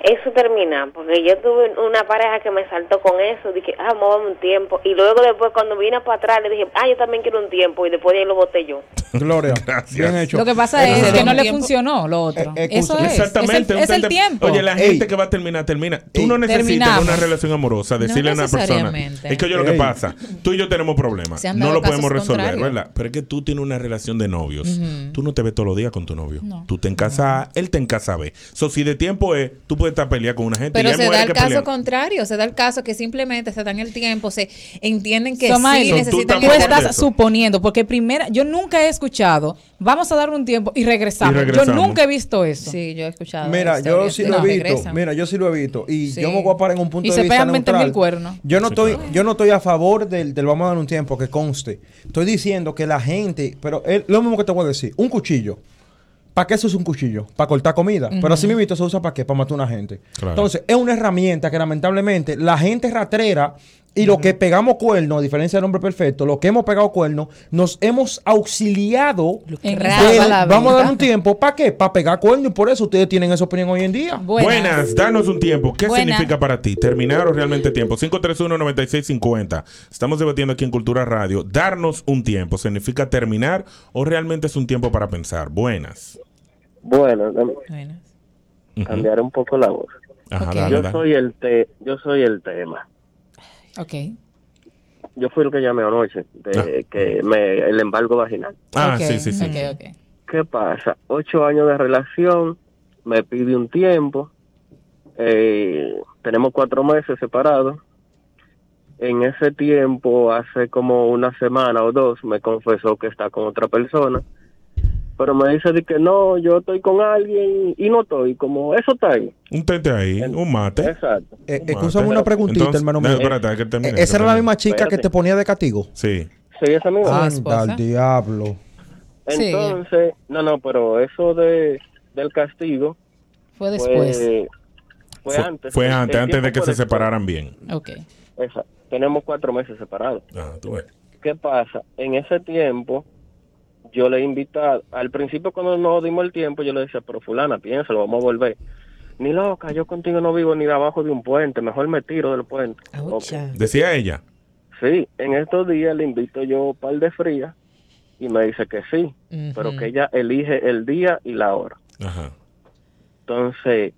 [SPEAKER 13] Eso termina, porque yo tuve una pareja que me saltó con eso, dije, ah, vamos a un tiempo. Y luego después cuando vine para atrás le dije, ah, yo también quiero un tiempo. Y después de ahí lo boté yo.
[SPEAKER 7] (laughs)
[SPEAKER 9] Gloria. Bien hecho.
[SPEAKER 2] Lo que pasa es
[SPEAKER 7] Ajá.
[SPEAKER 2] que no le funcionó lo otro. Eso es.
[SPEAKER 7] Exactamente.
[SPEAKER 2] Es el, es el
[SPEAKER 7] usted-
[SPEAKER 2] tiempo.
[SPEAKER 7] Oye, la gente que va a terminar, termina. Tú no necesitas
[SPEAKER 2] Terminamos.
[SPEAKER 7] una relación amorosa,
[SPEAKER 2] No
[SPEAKER 7] decirle a una persona.
[SPEAKER 2] necesariamente.
[SPEAKER 7] Es que oye lo que
[SPEAKER 9] Ey.
[SPEAKER 7] pasa. Tú y yo tenemos problemas.
[SPEAKER 9] Se han
[SPEAKER 7] No
[SPEAKER 9] dado
[SPEAKER 7] lo podemos
[SPEAKER 9] casos
[SPEAKER 7] resolver,
[SPEAKER 9] contrarios.
[SPEAKER 7] ¿verdad? Pero es que tú tienes una relación de novios.
[SPEAKER 9] Ujú.
[SPEAKER 7] Tú no te ves todos los días con tu novio.
[SPEAKER 10] No.
[SPEAKER 7] Tú te en casa A, él te en casa B. So, si de tiempo es, tú puedes estar peleando con una gente. y
[SPEAKER 10] Pero
[SPEAKER 7] hay
[SPEAKER 10] se da
[SPEAKER 7] mujeres
[SPEAKER 10] el
[SPEAKER 7] que
[SPEAKER 10] caso
[SPEAKER 7] pelean.
[SPEAKER 10] contrario, se da el caso que simplemente se dan el tiempo, se entienden que
[SPEAKER 2] Somael,
[SPEAKER 10] sí necesitan
[SPEAKER 2] tú
[SPEAKER 10] estar-
[SPEAKER 2] estás suponiendo, porque primera, yo nunca he escuchado, vamos a dar un tiempo y regresamos.
[SPEAKER 9] Y regresamos.
[SPEAKER 2] Yo nunca he visto eso.
[SPEAKER 10] Sí, yo he escuchado.
[SPEAKER 9] Mira, yo sí lo he visto. Mira, yo sí lo he visto. Y
[SPEAKER 2] Sí.
[SPEAKER 9] yo me voy a parar en un punto
[SPEAKER 2] Y
[SPEAKER 9] de
[SPEAKER 2] se
[SPEAKER 9] vista
[SPEAKER 2] pegan 20.000
[SPEAKER 9] neutral.
[SPEAKER 2] cuernos.
[SPEAKER 9] Yo no estoy, yo no estoy a favor del, del vamos a dar un tiempo que conste. Estoy diciendo que la gente, pero es lo mismo que te voy a decir, un cuchillo. ¿Para qué se usa un cuchillo? Para cortar comida.
[SPEAKER 8] Ujú.
[SPEAKER 9] Pero así mismo se usa para qué? Para matar a una gente.
[SPEAKER 8] Claro.
[SPEAKER 9] Entonces, es una herramienta que lamentablemente la gente es ratrera y lo que pegamos cuernos, a diferencia del hombre perfecto, lo que hemos pegado cuernos, nos hemos auxiliado.
[SPEAKER 2] que
[SPEAKER 9] del-
[SPEAKER 2] rapa la
[SPEAKER 9] vamos a dar
[SPEAKER 2] vida.
[SPEAKER 9] un tiempo. ¿Para qué? Para pegar cuernos y por eso ustedes tienen esa opinión hoy en día.
[SPEAKER 7] Buenas. danos un tiempo. ¿Qué
[SPEAKER 9] Buenas.
[SPEAKER 7] significa para ti terminar o realmente tiempo? 531-9650. Estamos debatiendo aquí en Cultura Radio. Darnos un tiempo. ¿Significa terminar o realmente es un tiempo para pensar? Buenas.
[SPEAKER 16] Bueno, dame-
[SPEAKER 7] Ujú.
[SPEAKER 16] cambiar un poco la voz.
[SPEAKER 7] Ajá, dale,
[SPEAKER 16] yo
[SPEAKER 7] dale.
[SPEAKER 16] soy el te, yo soy el tema.
[SPEAKER 2] Ok.
[SPEAKER 16] Yo fui el que llamé anoche de que me el embargo vaginal.
[SPEAKER 7] Ah, sí, sí, sí.
[SPEAKER 16] ¿Qué pasa? Ocho años de relación, me pide un tiempo, eh, tenemos cuatro meses separados. En ese tiempo, hace como una semana o dos, me confesó que está con otra persona, pero me dice de que no, yo estoy con alguien y no estoy, como eso está ahí.
[SPEAKER 7] Un tente ahí, un mate.
[SPEAKER 16] Exacto.
[SPEAKER 9] Eh, Escúchame una preguntita,
[SPEAKER 7] Entonces,
[SPEAKER 9] hermano
[SPEAKER 7] no,
[SPEAKER 9] mío.
[SPEAKER 7] espérate, que termine,
[SPEAKER 9] Eh,
[SPEAKER 7] que
[SPEAKER 9] esa era la
[SPEAKER 7] termine.
[SPEAKER 9] misma chica que te
[SPEAKER 16] Espérate. Ah,
[SPEAKER 9] ponía de castigo.
[SPEAKER 7] Sí.
[SPEAKER 16] Sí, esa misma.
[SPEAKER 9] Anda al diablo.
[SPEAKER 2] Sí.
[SPEAKER 16] Entonces, no, no, pero eso de del castigo
[SPEAKER 2] Fue después.
[SPEAKER 16] Fue, fue
[SPEAKER 7] Fue
[SPEAKER 16] antes.
[SPEAKER 7] fue
[SPEAKER 16] El
[SPEAKER 7] antes,
[SPEAKER 16] tiempo
[SPEAKER 7] antes de que
[SPEAKER 16] fue
[SPEAKER 7] se
[SPEAKER 16] después.
[SPEAKER 7] separaran bien.
[SPEAKER 2] Ok.
[SPEAKER 16] Exacto. Tenemos cuatro meses separados.
[SPEAKER 7] Ah, tú ves.
[SPEAKER 16] ¿Qué pasa? En ese tiempo, yo le invitaba, al principio cuando nos dimos el tiempo, yo le decía, pero fulana, piénsalo, vamos a volver. Ni loca, yo contigo no vivo ni debajo de un puente, mejor me tiro del puente. Ok.
[SPEAKER 7] Decía ella.
[SPEAKER 16] Sí, en estos días le invito yo par de frías y me dice que sí, pero que ella elige el día y la hora.
[SPEAKER 7] Ajá.
[SPEAKER 16] Entonces,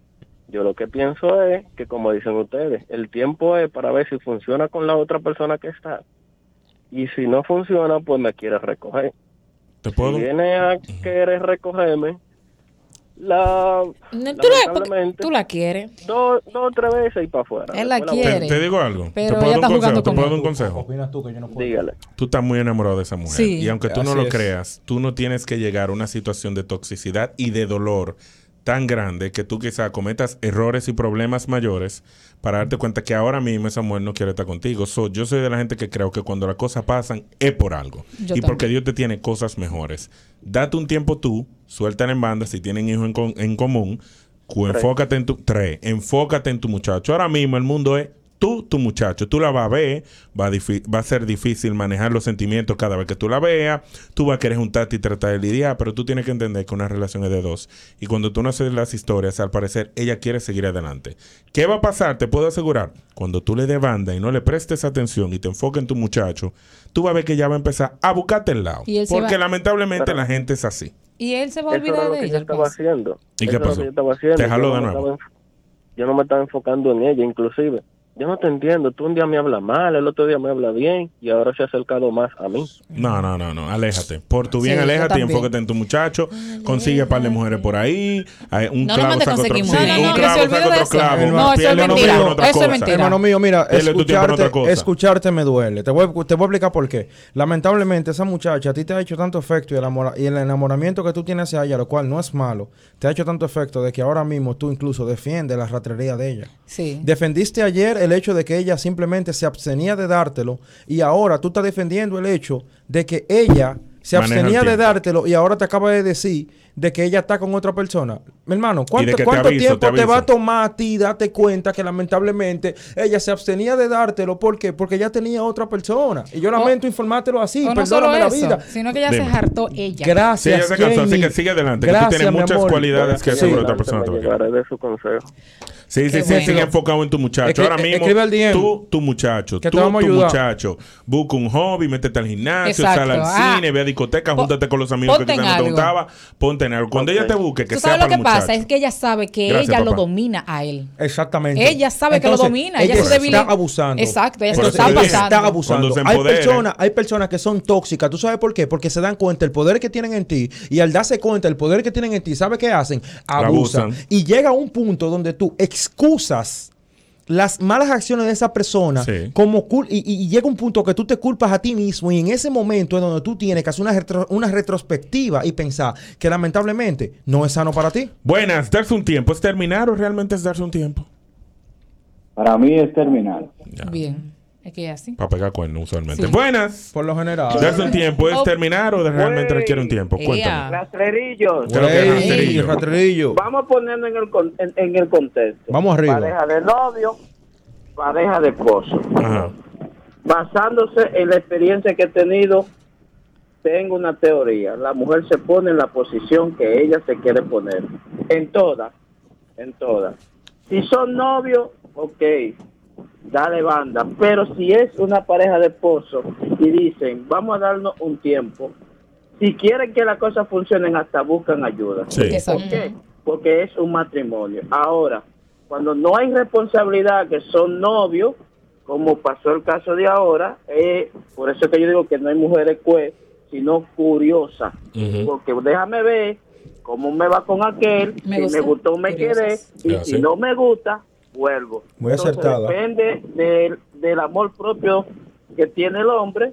[SPEAKER 16] yo lo que pienso es que, como dicen ustedes, el tiempo es para ver si funciona con la otra persona que está. Y si no funciona, pues me quiere recoger.
[SPEAKER 7] ¿Te puedo?
[SPEAKER 16] Si viene a querer recogerme, la,
[SPEAKER 10] No, tú, la, porque
[SPEAKER 16] lamentablemente,
[SPEAKER 10] tú la quieres.
[SPEAKER 16] dos dos o tres veces y para afuera.
[SPEAKER 10] Él la
[SPEAKER 16] Después
[SPEAKER 7] Te, te digo algo. te
[SPEAKER 10] Pero
[SPEAKER 7] puedo
[SPEAKER 10] ella
[SPEAKER 7] dar
[SPEAKER 10] está
[SPEAKER 7] un consejo.
[SPEAKER 10] jugando
[SPEAKER 7] Te puedo dar un consejo.
[SPEAKER 10] con él.
[SPEAKER 9] tú que yo no puedo?
[SPEAKER 16] Dígale.
[SPEAKER 7] Tú estás muy enamorado de esa mujer.
[SPEAKER 9] Sí.
[SPEAKER 7] Y aunque tú no
[SPEAKER 9] Así
[SPEAKER 7] lo
[SPEAKER 9] es.
[SPEAKER 7] creas, tú no tienes que llegar a una situación de toxicidad y de dolor tan grande que tú quizá cometas errores y problemas mayores para darte cuenta que ahora mismo esa mujer no quiere estar contigo. So, yo soy de la gente que creo que cuando las cosas pasan es por algo.
[SPEAKER 9] Yo
[SPEAKER 7] y porque
[SPEAKER 9] también.
[SPEAKER 7] Dios te tiene cosas mejores. Date un tiempo tú, suéltala en banda si tienen hijos en, con- en común. cu-
[SPEAKER 9] Tres.
[SPEAKER 7] Enfócate en tu... Tres. Enfócate en tu muchacho. Ahora mismo el mundo es tú, tu muchacho. Tú la vas a ver. Va a, difi- va a ser difícil manejar los sentimientos cada vez que tú la veas. Tú vas a querer juntarte y tratar de lidiar. Pero tú tienes que entender que una relación es de dos. Y cuando tú no haces las historias, al parecer, ella quiere seguir adelante. ¿Qué va a pasar? Te puedo asegurar. Cuando tú le des banda y no le prestes atención y te enfoques en tu muchacho, tú vas a ver que ella va a empezar a buscarte el lado.
[SPEAKER 2] Y él se
[SPEAKER 7] Porque
[SPEAKER 2] va-
[SPEAKER 7] lamentablemente la gente es así.
[SPEAKER 2] Y él se va a
[SPEAKER 16] Eso era
[SPEAKER 2] olvidar
[SPEAKER 16] lo
[SPEAKER 2] de
[SPEAKER 16] que yo
[SPEAKER 10] (laughs)
[SPEAKER 2] ella.
[SPEAKER 16] estaba haciendo.
[SPEAKER 7] ¿Y
[SPEAKER 16] Eso
[SPEAKER 7] qué
[SPEAKER 16] era lo
[SPEAKER 7] pasó?
[SPEAKER 16] que yo estaba haciendo.
[SPEAKER 7] Te jaló
[SPEAKER 16] Yo no
[SPEAKER 7] de
[SPEAKER 16] me
[SPEAKER 7] nuevo.
[SPEAKER 16] estaba enf- Yo no me estaba enfocando en ella, inclusive. Yo no te entiendo. Tú un día me hablas mal, el otro día me habla bien y ahora se ha acercado más a mí.
[SPEAKER 7] No, no, no, no, aléjate. Por tu bien,
[SPEAKER 16] Sí, yo
[SPEAKER 7] aléjate y
[SPEAKER 16] también.
[SPEAKER 7] enfócate en tu muchacho. Consigue un par de mujeres por ahí. Hay Un
[SPEAKER 10] No lo
[SPEAKER 7] clavo
[SPEAKER 10] mandes
[SPEAKER 7] saca
[SPEAKER 10] con
[SPEAKER 7] otro,
[SPEAKER 10] seguimos.
[SPEAKER 7] sí,
[SPEAKER 10] No, no,
[SPEAKER 7] un
[SPEAKER 10] no, que
[SPEAKER 7] clavo
[SPEAKER 10] se olvide
[SPEAKER 7] saca
[SPEAKER 10] de
[SPEAKER 7] otro
[SPEAKER 10] eso.
[SPEAKER 7] clavo.
[SPEAKER 10] No, eso es
[SPEAKER 7] Pierde tu
[SPEAKER 10] mentira.
[SPEAKER 7] tiempo en otra
[SPEAKER 10] Eso es
[SPEAKER 7] cosa.
[SPEAKER 10] mentira.
[SPEAKER 9] Hermano mío, mira,
[SPEAKER 7] Pierde tu tiempo en otra
[SPEAKER 9] escucharte,
[SPEAKER 7] cosa.
[SPEAKER 9] escucharte me duele. Te voy, te voy a explicar por qué. Lamentablemente, esa muchacha a ti te ha hecho tanto efecto y el, amor- y el enamoramiento que tú tienes hacia ella, lo cual no es malo, te ha hecho tanto efecto de que ahora mismo tú incluso defiendes la ratrería de ella.
[SPEAKER 2] Sí.
[SPEAKER 9] Defendiste ayer el hecho de que ella simplemente se abstenía de dártelo y ahora tú estás defendiendo el hecho de que ella
[SPEAKER 7] Maneja
[SPEAKER 9] se
[SPEAKER 7] el
[SPEAKER 9] abstenía de
[SPEAKER 7] tiempo.
[SPEAKER 9] dártelo y ahora te acaba de decir de que ella está con otra persona. Mi hermano,
[SPEAKER 7] de
[SPEAKER 9] ¿cuánto,
[SPEAKER 7] que te
[SPEAKER 9] cuánto
[SPEAKER 7] aviso,
[SPEAKER 9] tiempo
[SPEAKER 7] te
[SPEAKER 9] te, va
[SPEAKER 7] aviso.
[SPEAKER 9] a tomar a ti date cuenta que lamentablemente ella se abstenía de dártelo? ¿Por qué? Porque ya tenía otra persona. Y yo lamento informártelo así,
[SPEAKER 2] O no solo
[SPEAKER 9] perdóname la
[SPEAKER 2] eso,
[SPEAKER 9] vida.
[SPEAKER 2] sino que ya
[SPEAKER 9] Dime.
[SPEAKER 2] se hartó ella.
[SPEAKER 9] Gracias.
[SPEAKER 7] Sí, ya se cansó, así
[SPEAKER 9] Jenny.
[SPEAKER 7] que sigue adelante. que tú
[SPEAKER 9] Gracias,
[SPEAKER 7] tienes
[SPEAKER 9] mi
[SPEAKER 7] muchas
[SPEAKER 9] amor.
[SPEAKER 7] cualidades que
[SPEAKER 9] Sí.
[SPEAKER 7] hacer por otra persona.
[SPEAKER 16] Me llevaré de su consejo.
[SPEAKER 7] Sí, sí,
[SPEAKER 9] Qué
[SPEAKER 7] sí,
[SPEAKER 9] bueno.
[SPEAKER 7] sigue enfocado en tu muchacho.
[SPEAKER 9] Escri-
[SPEAKER 7] Ahora mismo,
[SPEAKER 9] escribe al DM.
[SPEAKER 7] tú, tu muchacho,
[SPEAKER 9] Que
[SPEAKER 7] tú,
[SPEAKER 9] te vamos a
[SPEAKER 7] tu
[SPEAKER 9] ayudar.
[SPEAKER 7] muchacho. Busca un hobby, métete al gimnasio,
[SPEAKER 2] Exacto.
[SPEAKER 7] sal al
[SPEAKER 2] Ah.
[SPEAKER 7] cine, ve a discoteca, júntate con los amigos que
[SPEAKER 2] ponte
[SPEAKER 7] quizás
[SPEAKER 2] en
[SPEAKER 7] no te
[SPEAKER 2] algo.
[SPEAKER 7] gustaba. Ponte en algo. Cuando ella te busque, que
[SPEAKER 2] Tú
[SPEAKER 7] sea
[SPEAKER 2] sabes
[SPEAKER 7] para
[SPEAKER 2] lo que
[SPEAKER 7] el muchacho.
[SPEAKER 2] pasa, es que ella sabe que
[SPEAKER 7] Gracias,
[SPEAKER 2] ella lo
[SPEAKER 7] papá.
[SPEAKER 2] domina a él.
[SPEAKER 9] Exactamente.
[SPEAKER 2] Ella sabe que lo domina, ella es su debilidad.
[SPEAKER 9] está abusando.
[SPEAKER 2] Exacto, ella se lo
[SPEAKER 9] Entonces,
[SPEAKER 2] está
[SPEAKER 9] ella
[SPEAKER 2] pasando.
[SPEAKER 9] está abusando.
[SPEAKER 7] Cuando se
[SPEAKER 9] Hay
[SPEAKER 7] empodere.
[SPEAKER 9] personas, hay personas que son tóxicas. ¿Tú sabes por qué? Porque se dan cuenta el poder que tienen en ti. Y al darse cuenta el poder que tienen en ti, ¿sabe qué hacen? Abusan.
[SPEAKER 7] abusan.
[SPEAKER 9] Y llega un punto donde tú excusas las malas acciones de esa persona
[SPEAKER 7] Sí.
[SPEAKER 9] como cul- y, y- y llega un punto que tú te culpas a ti mismo y en ese momento es donde tú tienes que hacer una, retro- una retrospectiva y pensar que lamentablemente no es sano para ti.
[SPEAKER 7] Buenas, darse un tiempo. ¿Es terminar o realmente es darse un tiempo?
[SPEAKER 11] Para mí este es terminar.
[SPEAKER 2] Bien. Es que es así.
[SPEAKER 7] Para pegar cuernos usualmente.
[SPEAKER 2] Sí.
[SPEAKER 7] Buenas.
[SPEAKER 9] Por lo general.
[SPEAKER 7] Darse un tiempo, ¿eh? ¿es
[SPEAKER 2] Oh.
[SPEAKER 7] terminar o realmente requiere un tiempo?
[SPEAKER 2] Ea.
[SPEAKER 7] Cuéntame.
[SPEAKER 9] ah,
[SPEAKER 11] Rastrerillos.
[SPEAKER 7] Creo que es rastrerillo.
[SPEAKER 11] Vamos a ponerlo en el, con- en, en el contexto.
[SPEAKER 9] Vamos arriba.
[SPEAKER 11] Pareja de novio, pareja de esposo.
[SPEAKER 7] Ajá.
[SPEAKER 11] Basándose en la experiencia que he tenido, tengo una teoría. La mujer se pone en la posición que ella se quiere poner. En todas, en todas. Si son novios, ok, dale banda. Pero si es una pareja de esposo y dicen, vamos a darnos un tiempo, si quieren que las cosas funcionen, hasta buscan ayuda.
[SPEAKER 7] Sí.
[SPEAKER 11] ¿Por qué? Porque es un matrimonio. Ahora, cuando no hay responsabilidad, que son novios, como pasó el caso de ahora, eh, por eso es que yo digo que no hay mujeres cue, sino curiosas. Porque déjame ver cómo me va con aquel,
[SPEAKER 2] Me
[SPEAKER 11] si
[SPEAKER 2] gusta.
[SPEAKER 11] me gustó me
[SPEAKER 2] Curiosas.
[SPEAKER 11] quedé, y
[SPEAKER 9] Ya,
[SPEAKER 11] si
[SPEAKER 9] sí.
[SPEAKER 11] no me gusta, vuelvo.
[SPEAKER 9] Muy
[SPEAKER 11] Entonces,
[SPEAKER 9] acertada.
[SPEAKER 11] Depende del, del amor propio que tiene el hombre.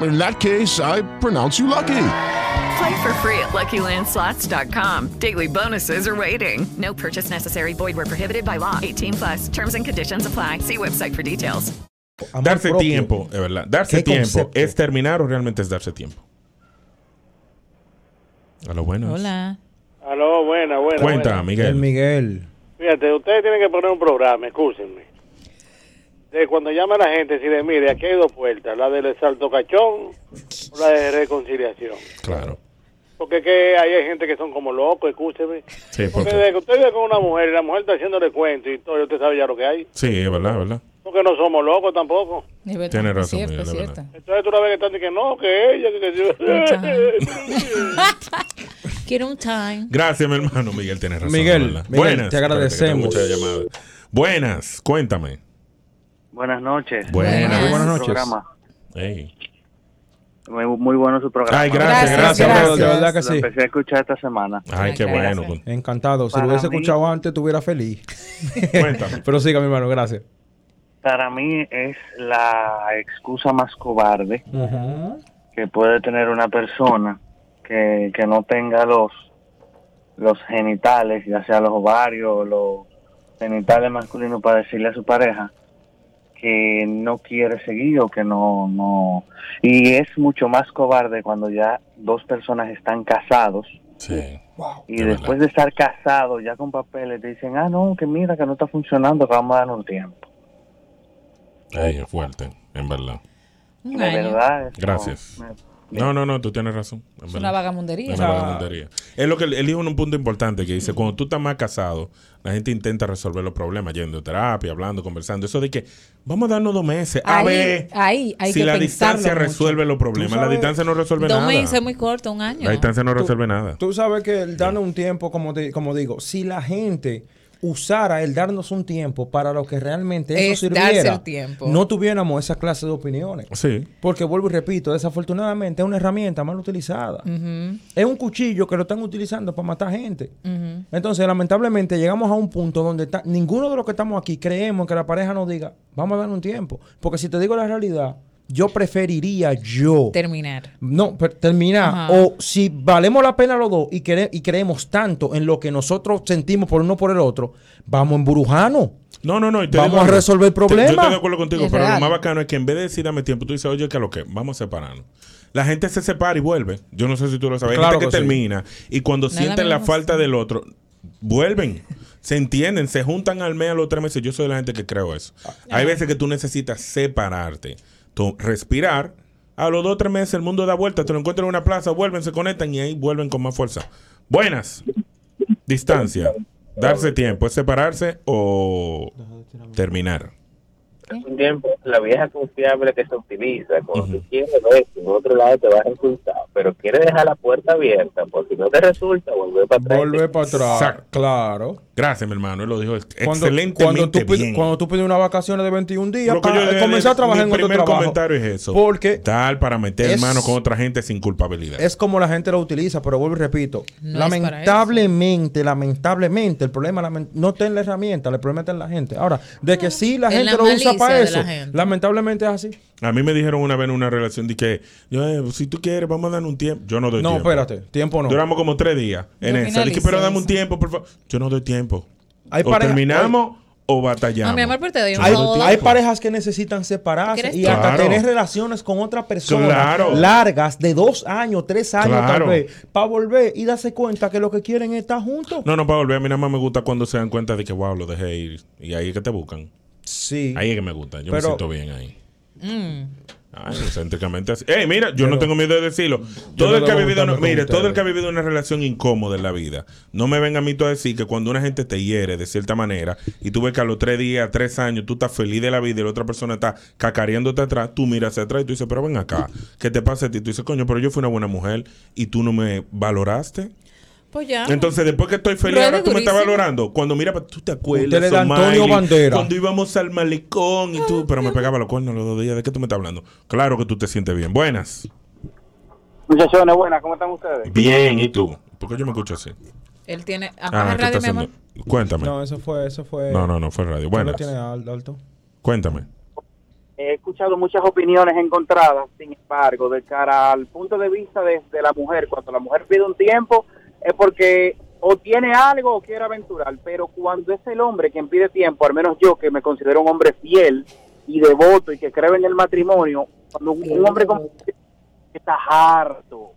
[SPEAKER 17] In that case, I pronounce you lucky.
[SPEAKER 1] Play for free at LuckyLandSlots.com. Daily bonuses are waiting. No purchase necessary. Void where prohibited by law. 18 plus. Terms and conditions apply. See website for details.
[SPEAKER 7] darse
[SPEAKER 9] propio.
[SPEAKER 7] tiempo, es verdad. Darse
[SPEAKER 9] Qué
[SPEAKER 7] tiempo.
[SPEAKER 9] concepto.
[SPEAKER 7] ¿Es terminar o realmente es darse tiempo? A lo bueno.
[SPEAKER 2] Hola.
[SPEAKER 18] Aló, buena, buena.
[SPEAKER 7] Cuenta,
[SPEAKER 18] buena.
[SPEAKER 9] El
[SPEAKER 7] Miguel.
[SPEAKER 9] Miguel.
[SPEAKER 18] Fíjate, ustedes tienen que poner un programa, escúchenme. De cuando llama a la gente, si le mire, aquí hay dos puertas, la del salto cachón o la de reconciliación.
[SPEAKER 7] Claro.
[SPEAKER 18] Porque es que ahí hay gente que son como locos, escúcheme.
[SPEAKER 7] Sí,
[SPEAKER 18] Porque
[SPEAKER 7] porque-
[SPEAKER 18] desde que usted vive con una mujer y la mujer está haciéndole cuento y todo, usted sabe ya lo que hay.
[SPEAKER 7] Sí, es verdad, es verdad.
[SPEAKER 18] Porque no somos locos tampoco.
[SPEAKER 2] Es
[SPEAKER 9] Pues,
[SPEAKER 7] verdad, Tienes es razón, cierto, Miguel, es es verdad.
[SPEAKER 18] Entonces tú la ves que están diciendo que no, que ella, que, que
[SPEAKER 7] Eh,
[SPEAKER 10] (laughs)
[SPEAKER 18] yo.
[SPEAKER 10] Quiero un time.
[SPEAKER 7] Gracias, mi hermano. Miguel, tienes razón.
[SPEAKER 9] Miguel,
[SPEAKER 7] es verdad.
[SPEAKER 9] Miguel,
[SPEAKER 7] Buenas. Espérate, que
[SPEAKER 9] te
[SPEAKER 7] tengo
[SPEAKER 9] agradecemos.
[SPEAKER 7] muchas llamadas. Buenas, cuéntame.
[SPEAKER 11] Buenas noches.
[SPEAKER 7] Buenas. Buenas noches.
[SPEAKER 11] Programa.
[SPEAKER 7] Ey.
[SPEAKER 11] Muy, muy bueno su programa.
[SPEAKER 7] Ay, gracias, Gracias, gracias,
[SPEAKER 9] gracias. brother, de verdad que sí.
[SPEAKER 11] Lo empecé a escuchar esta semana.
[SPEAKER 7] Ay, qué bueno.
[SPEAKER 9] Encantado. Si
[SPEAKER 11] Para
[SPEAKER 9] lo hubiese
[SPEAKER 11] mí-
[SPEAKER 9] escuchado antes, estuviera feliz.
[SPEAKER 7] (laughs) Cuéntame.
[SPEAKER 9] (laughs) Pero siga, mi hermano, gracias.
[SPEAKER 11] Para mí es la excusa más cobarde que puede tener una persona que, que no tenga los, los genitales, ya sea los ovarios o los genitales masculinos, para decirle a su pareja que no quiere seguir o que no, no. Y es mucho más cobarde cuando ya dos personas están casados
[SPEAKER 7] Sí.
[SPEAKER 11] y después de estar casado ya con papeles te dicen, ah, no, que mira, que no está funcionando, que vamos a darnos un tiempo.
[SPEAKER 7] Ey, es fuerte, en verdad.
[SPEAKER 11] De verdad. eso
[SPEAKER 7] Gracias.
[SPEAKER 11] me-
[SPEAKER 7] No, no, no, tú tienes razón. en
[SPEAKER 2] Es
[SPEAKER 7] verdad.
[SPEAKER 2] una vagamundería.
[SPEAKER 7] Es una vagamundería. Es lo que él dijo en un punto importante que dice, cuando tú estás más casado, la gente intenta resolver los problemas yendo a terapia, hablando, conversando. Eso de que vamos a darnos dos meses. A
[SPEAKER 2] Ahí,
[SPEAKER 7] ver.
[SPEAKER 2] ahí hay
[SPEAKER 7] si
[SPEAKER 2] que
[SPEAKER 7] la
[SPEAKER 2] pensarlo
[SPEAKER 7] distancia
[SPEAKER 2] mucho.
[SPEAKER 7] resuelve los problemas.
[SPEAKER 9] Tú
[SPEAKER 7] La
[SPEAKER 9] sabes-
[SPEAKER 7] distancia no resuelve
[SPEAKER 9] Dos
[SPEAKER 7] nada.
[SPEAKER 9] meses,
[SPEAKER 10] Es muy corto, un año.
[SPEAKER 7] La distancia no
[SPEAKER 9] Tú-
[SPEAKER 7] resuelve nada.
[SPEAKER 9] Tú sabes que el darnos un tiempo, como, te- como digo, si la gente usara el darnos un tiempo para lo que realmente eso
[SPEAKER 10] Es darse
[SPEAKER 9] sirviera,
[SPEAKER 10] el tiempo.
[SPEAKER 9] no tuviéramos esa clase de opiniones.
[SPEAKER 7] Sí.
[SPEAKER 9] Porque vuelvo y repito, desafortunadamente es una herramienta mal utilizada.
[SPEAKER 10] Ujú,
[SPEAKER 9] Es un cuchillo que lo están utilizando para matar gente.
[SPEAKER 10] ujú.
[SPEAKER 9] Entonces, lamentablemente, llegamos a un punto donde ta- ninguno de los que estamos aquí creemos que la pareja nos diga, vamos a dar un tiempo. Porque si te digo la realidad, yo preferiría
[SPEAKER 7] Oh.
[SPEAKER 9] yo.
[SPEAKER 10] Terminar.
[SPEAKER 9] No, pero terminar.
[SPEAKER 10] Ajá.
[SPEAKER 9] O si valemos la pena los dos y, quere- y creemos tanto en lo que nosotros sentimos por uno por el otro, vamos a embrujarnos.
[SPEAKER 7] No, no, no. y te
[SPEAKER 9] Vamos
[SPEAKER 7] digo
[SPEAKER 9] a
[SPEAKER 7] algo.
[SPEAKER 9] resolver el
[SPEAKER 7] Te- Yo
[SPEAKER 9] problema.
[SPEAKER 7] estoy de acuerdo contigo,
[SPEAKER 9] Es
[SPEAKER 7] pero
[SPEAKER 9] real.
[SPEAKER 7] lo más bacano es que en vez de decir dame tiempo, tú dices, oye, que lo que, vamos a separarnos. La gente se separa y vuelve. Yo no sé si tú lo sabes. Hay
[SPEAKER 9] Claro
[SPEAKER 7] gente que,
[SPEAKER 9] que sí.
[SPEAKER 7] termina y cuando
[SPEAKER 9] Nada
[SPEAKER 7] sienten la
[SPEAKER 9] menos.
[SPEAKER 7] falta del otro, vuelven. Se entienden, se juntan al mes a los tres meses. Yo soy de la gente que creo eso. Hay veces que tú necesitas separarte, to- respirar. A los dos o tres meses el mundo da vuelta, te lo encuentran en una plaza, vuelven, se conectan y ahí vuelven con más fuerza. Buenas. Distancia. Darse tiempo. ¿Es separarse o terminar?
[SPEAKER 18] Es un tiempo, la vieja confiable que se utiliza, cuando tú quieres ver si en otro lado te va a resultar, pero quiere dejar la puerta abierta, porque si no te resulta, volver para atrás.
[SPEAKER 9] Volver para atrás.
[SPEAKER 7] Exacto.
[SPEAKER 9] Claro.
[SPEAKER 7] Gracias, mi hermano. Él lo dijo ex-
[SPEAKER 9] Cuando,
[SPEAKER 7] excelentemente
[SPEAKER 9] cuando tú pides,
[SPEAKER 7] bien.
[SPEAKER 9] cuando tú pides una vacaciones de 21 días,
[SPEAKER 7] Lo que
[SPEAKER 9] pa-
[SPEAKER 7] yo-
[SPEAKER 9] comenzar a trabajar
[SPEAKER 7] mi
[SPEAKER 9] en otro
[SPEAKER 7] primer
[SPEAKER 9] trabajo.
[SPEAKER 7] comentario es eso.
[SPEAKER 9] Porque
[SPEAKER 7] Tal para meter
[SPEAKER 9] es-
[SPEAKER 7] mano con otra gente sin culpabilidad.
[SPEAKER 9] Es como la gente lo utiliza, pero vuelvo y repito.
[SPEAKER 7] No
[SPEAKER 9] lamentablemente, lamentablemente, el problema lamen- no está en la herramienta, el problema está en la gente. Ahora, de que sí, la
[SPEAKER 10] En
[SPEAKER 9] gente
[SPEAKER 10] la
[SPEAKER 9] lo usa
[SPEAKER 10] malicia
[SPEAKER 9] para
[SPEAKER 10] de
[SPEAKER 9] eso.
[SPEAKER 10] la gente.
[SPEAKER 9] Lamentablemente es así.
[SPEAKER 7] A mí me dijeron una vez en una relación de que, yo, eh, si tú quieres, vamos a dar un tiempo. Yo no doy
[SPEAKER 9] No,
[SPEAKER 7] tiempo.
[SPEAKER 9] espérate, tiempo no.
[SPEAKER 7] Duramos como tres días en
[SPEAKER 9] Yo
[SPEAKER 7] esa. Dije,
[SPEAKER 9] finalicé
[SPEAKER 7] pero dame
[SPEAKER 9] eso.
[SPEAKER 7] un tiempo, por favor. Yo no doy tiempo.
[SPEAKER 9] Hay
[SPEAKER 7] o
[SPEAKER 9] pareja-
[SPEAKER 7] terminamos o
[SPEAKER 10] No,
[SPEAKER 7] batallamos.
[SPEAKER 10] mi amor, pero te doy un
[SPEAKER 9] Hay,
[SPEAKER 10] favor.
[SPEAKER 9] hay parejas que necesitan separarse
[SPEAKER 10] ¿Crees
[SPEAKER 9] y
[SPEAKER 10] tú?
[SPEAKER 9] hasta
[SPEAKER 7] Claro.
[SPEAKER 9] tener relaciones con otra persona
[SPEAKER 7] Claro.
[SPEAKER 9] largas de dos años, tres años
[SPEAKER 7] Claro.
[SPEAKER 9] tal vez, para volver y darse cuenta que lo que quieren es estar juntos.
[SPEAKER 7] No, no, para volver, a mí nada más me gusta cuando se dan cuenta de que, wow, lo dejé ir. Y ahí es que te buscan.
[SPEAKER 9] Sí.
[SPEAKER 7] Ahí es que me gusta. Yo me
[SPEAKER 9] Pero-
[SPEAKER 7] siento bien ahí.
[SPEAKER 10] Mm.
[SPEAKER 7] Ay, excéntricamente Ah, así. Ey, mira, yo no tengo miedo de decirlo. Todo
[SPEAKER 9] no
[SPEAKER 7] el que ha
[SPEAKER 9] debo
[SPEAKER 7] vivido, una,
[SPEAKER 9] juntarme con
[SPEAKER 7] mire, todo el
[SPEAKER 9] ustedes.
[SPEAKER 7] que ha vivido una relación incómoda en la vida, no me venga a mí tú a decir que cuando una gente te hiere de cierta manera y tú ves que a los tres días, tres años, tú estás feliz de la vida y la otra persona está cacareándote atrás, tú miras hacia atrás y tú dices, pero ven acá, ¿qué te pasa a ti? Tú dices, coño, pero yo fui una buena mujer y tú no me valoraste.
[SPEAKER 10] Pues
[SPEAKER 2] Ah.
[SPEAKER 10] ya.
[SPEAKER 7] Entonces, después que estoy feliz,
[SPEAKER 10] Rueda
[SPEAKER 7] ahora tú me estás
[SPEAKER 10] durísimo.
[SPEAKER 7] valorando. Cuando mira, pa- tú te acuerdas.
[SPEAKER 9] Usted le da
[SPEAKER 7] O'Malley,
[SPEAKER 9] Antonio Bandera.
[SPEAKER 7] Cuando íbamos al malecón y tú, pero me pegaba los cuernos los dos días. ¿De qué tú me estás hablando? Claro que tú te sientes bien. Buenas.
[SPEAKER 19] Muchachones, buenas, ¿cómo están ustedes?
[SPEAKER 7] Bien, ¿y tú? ¿Por qué yo me escucho así?
[SPEAKER 10] Él tiene.
[SPEAKER 7] Ah,
[SPEAKER 10] Apaga
[SPEAKER 7] ¿qué
[SPEAKER 10] radio,
[SPEAKER 7] estás
[SPEAKER 10] mi amor.
[SPEAKER 7] haciendo? Cuéntame.
[SPEAKER 9] No, eso fue, eso fue.
[SPEAKER 7] No, no, no, fue radio.
[SPEAKER 9] Tú
[SPEAKER 7] Buenas.
[SPEAKER 9] lo tienes al- alto.
[SPEAKER 7] Cuéntame.
[SPEAKER 19] He escuchado muchas opiniones encontradas, sin embargo, de cara al punto de vista de, de la mujer. Cuando la mujer pide un tiempo es porque o tiene algo o quiere aventurar, pero cuando es el hombre quien pide tiempo, al menos yo que me considero un hombre fiel y devoto y que creo en el matrimonio, cuando un, un hombre como está harto,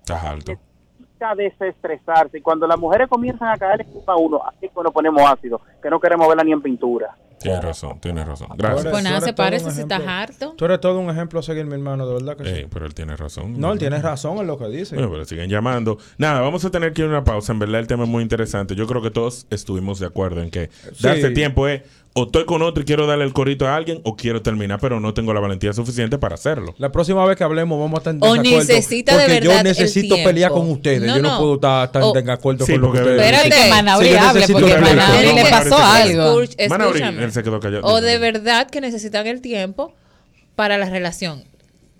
[SPEAKER 7] Estás alto.
[SPEAKER 19] necesita desestresarse y cuando las mujeres comienzan a caer en culpa a uno, así es que nos ponemos ácido, que no queremos verla ni en pintura.
[SPEAKER 7] Tienes razón, tienes razón. Gracias.
[SPEAKER 10] Pues nada,
[SPEAKER 9] Sobre
[SPEAKER 10] sepárese
[SPEAKER 9] Oh. todo un
[SPEAKER 10] si estás
[SPEAKER 9] ejemplo.
[SPEAKER 10] harto.
[SPEAKER 9] Tú eres todo un ejemplo a seguir, mi hermano, de verdad que sí.
[SPEAKER 7] Ey, pero él tiene razón.
[SPEAKER 9] No, él tiene razón en lo que dice.
[SPEAKER 7] Bueno, pero siguen llamando. Nada, vamos a tener que ir a una pausa. En verdad, el tema es muy interesante. Yo creo que todos estuvimos de acuerdo en que
[SPEAKER 9] Sí.
[SPEAKER 7] darse tiempo es o estoy con otro y quiero darle el corito a alguien o quiero terminar, pero no tengo la valentía suficiente para hacerlo.
[SPEAKER 9] La próxima vez que hablemos vamos a estar en
[SPEAKER 10] O
[SPEAKER 9] desacuerdo.
[SPEAKER 10] necesita de
[SPEAKER 9] porque
[SPEAKER 10] verdad
[SPEAKER 9] yo
[SPEAKER 10] el
[SPEAKER 9] necesito
[SPEAKER 10] tiempo.
[SPEAKER 9] pelear con ustedes.
[SPEAKER 10] No,
[SPEAKER 9] yo no,
[SPEAKER 10] no.
[SPEAKER 9] puedo estar estar
[SPEAKER 10] O-
[SPEAKER 9] en acuerdo
[SPEAKER 7] Sí,
[SPEAKER 9] con lo que
[SPEAKER 7] porque-
[SPEAKER 9] ustedes
[SPEAKER 10] Espérate.
[SPEAKER 9] dicen.
[SPEAKER 10] Que Manauri
[SPEAKER 9] yo
[SPEAKER 10] hable,
[SPEAKER 9] necesito
[SPEAKER 10] porque
[SPEAKER 9] pelear con
[SPEAKER 10] Manauri
[SPEAKER 9] ustedes.
[SPEAKER 10] le pasó algo. Escuch-
[SPEAKER 7] Manauri,
[SPEAKER 10] escúchame.
[SPEAKER 7] él se quedó callado.
[SPEAKER 10] O de verdad que necesitan el tiempo para la relación.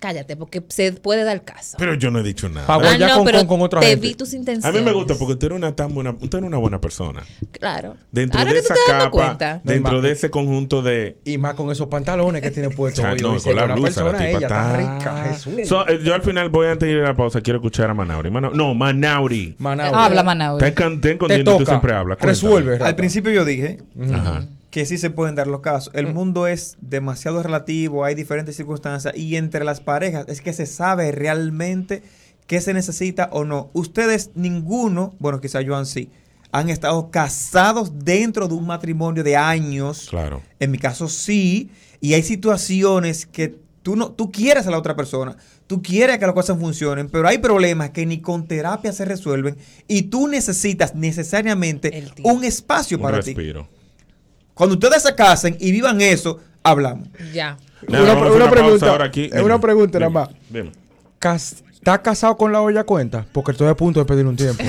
[SPEAKER 10] Cállate, porque se puede dar caso.
[SPEAKER 7] Pero yo no he dicho nada.
[SPEAKER 10] Pavo, Ah, ya no, con- pero con- con otra te gente. vi tus intenciones.
[SPEAKER 7] A mí me gusta porque tú eres una tan buena, tú eres una buena persona.
[SPEAKER 10] Claro.
[SPEAKER 7] Dentro
[SPEAKER 10] Ahora
[SPEAKER 7] de
[SPEAKER 10] que
[SPEAKER 7] esa
[SPEAKER 10] tú te das
[SPEAKER 7] capa,
[SPEAKER 10] cuenta.
[SPEAKER 7] dentro
[SPEAKER 9] Normal.
[SPEAKER 7] de ese conjunto de
[SPEAKER 9] Y más con esos pantalones que tiene
[SPEAKER 7] (laughs)
[SPEAKER 9] puesto.
[SPEAKER 7] Ah,
[SPEAKER 9] hoy.
[SPEAKER 7] no,
[SPEAKER 9] Dice,
[SPEAKER 7] con la
[SPEAKER 9] una
[SPEAKER 7] blusa, la
[SPEAKER 9] persona,
[SPEAKER 7] tipa
[SPEAKER 9] ella está
[SPEAKER 7] está-
[SPEAKER 9] rica, Jesús.
[SPEAKER 7] So, eh, yo al final voy antes de ir a la pausa. Quiero escuchar a Manauri. Mana- no, Manauri.
[SPEAKER 9] Manauri.
[SPEAKER 2] Habla, Manauri.
[SPEAKER 7] Está en- está en contienda y tú siempre hablas. Cuéntame.
[SPEAKER 8] Al principio yo dije
[SPEAKER 7] Ajá.
[SPEAKER 8] que sí se pueden dar los casos. El mundo es demasiado relativo, hay diferentes circunstancias y entre las parejas es que se sabe realmente qué se necesita o no. Ustedes ninguno, bueno, quizá Joan sí, han estado casados dentro de un matrimonio de años.
[SPEAKER 7] Claro.
[SPEAKER 8] En mi caso sí, y hay situaciones que tú no tú quieres a la otra persona, tú quieres que las cosas funcionen, pero hay problemas que ni con terapia se resuelven y tú necesitas necesariamente un espacio
[SPEAKER 7] Un
[SPEAKER 8] para ti.
[SPEAKER 7] respiro.
[SPEAKER 8] Cuando ustedes se casen y vivan eso, hablamos.
[SPEAKER 10] Ya.
[SPEAKER 7] Nada,
[SPEAKER 9] una,
[SPEAKER 7] vamos a
[SPEAKER 9] una
[SPEAKER 7] una pausa
[SPEAKER 9] pregunta.
[SPEAKER 7] ahora aquí.
[SPEAKER 9] eh,
[SPEAKER 7] Dime,
[SPEAKER 9] una pregunta nada
[SPEAKER 7] dime,
[SPEAKER 9] más.
[SPEAKER 7] dime. (laughs)
[SPEAKER 9] Cas- ¿Estás casado con la olla cuenta? Porque estoy a punto de pedir un tiempo.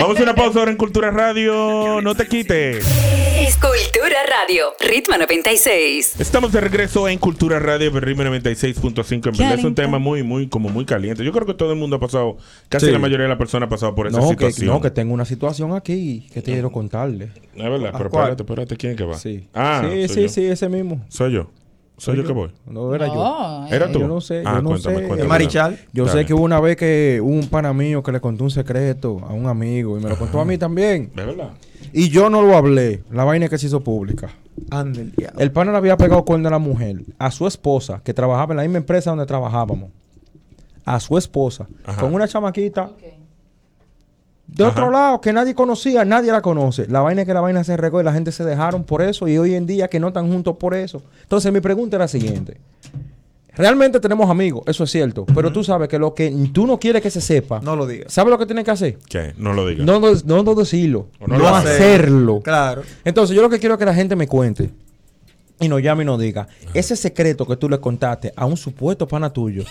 [SPEAKER 7] Vamos a una pausa ahora en Cultura Radio. No te quites.
[SPEAKER 6] Escultura Radio, Ritmo 96.
[SPEAKER 7] Estamos de regreso en Cultura Radio Berrime 96.5. En verdad es un
[SPEAKER 6] Caliente.
[SPEAKER 7] tema muy, muy, como muy caliente. Yo creo que todo el mundo ha pasado, casi
[SPEAKER 9] Sí.
[SPEAKER 7] la mayoría de las personas ha pasado por esa
[SPEAKER 9] No que,
[SPEAKER 7] situación.
[SPEAKER 9] no, que tengo una situación aquí que te quiero contarle.
[SPEAKER 7] Es verdad,
[SPEAKER 9] ¿A
[SPEAKER 7] pero
[SPEAKER 9] Ah, cuál?
[SPEAKER 7] espérate, espérate, ¿quién es que va?
[SPEAKER 9] Sí.
[SPEAKER 7] Ah, soy
[SPEAKER 9] sí, sí,
[SPEAKER 7] yo.
[SPEAKER 9] sí, ese mismo.
[SPEAKER 7] Soy yo. Soy yo que voy.
[SPEAKER 9] No, era
[SPEAKER 7] No,
[SPEAKER 9] yo.
[SPEAKER 7] ¿Era tú?
[SPEAKER 9] Yo no sé.
[SPEAKER 7] Ah,
[SPEAKER 9] yo no
[SPEAKER 7] cuéntame,
[SPEAKER 9] sé.
[SPEAKER 7] cuéntame.
[SPEAKER 9] Yo
[SPEAKER 7] Dale.
[SPEAKER 9] sé que hubo una vez que hubo un pana mío que le contó un secreto a un amigo y me lo contó a mí también.
[SPEAKER 7] ¿De verdad?
[SPEAKER 9] Y yo no lo hablé. La vaina que se hizo pública.
[SPEAKER 8] Ándale.
[SPEAKER 9] El pana le había pegado con a la mujer, a su esposa, que trabajaba en la misma empresa donde trabajábamos. A su esposa. Con una chamaquita. De otro lado, que nadie conocía, nadie la conoce. La vaina es que la vaina se regó y la gente se dejaron por eso y hoy en día que no están juntos por eso. Entonces mi pregunta es la siguiente. Realmente tenemos amigos, eso es cierto, pero tú sabes que lo que tú no quieres que se sepa, no
[SPEAKER 8] lo digas.
[SPEAKER 9] ¿Sabes lo que tienes que hacer?
[SPEAKER 7] ¿Qué? No lo digas.
[SPEAKER 9] No, no, no, no decirlo,
[SPEAKER 7] O
[SPEAKER 9] no,
[SPEAKER 7] no lo haces.
[SPEAKER 9] hacerlo.
[SPEAKER 8] Claro.
[SPEAKER 9] Entonces, yo lo que quiero es que la gente me cuente y nos llame y nos diga, ese secreto que tú le contaste a un supuesto pana tuyo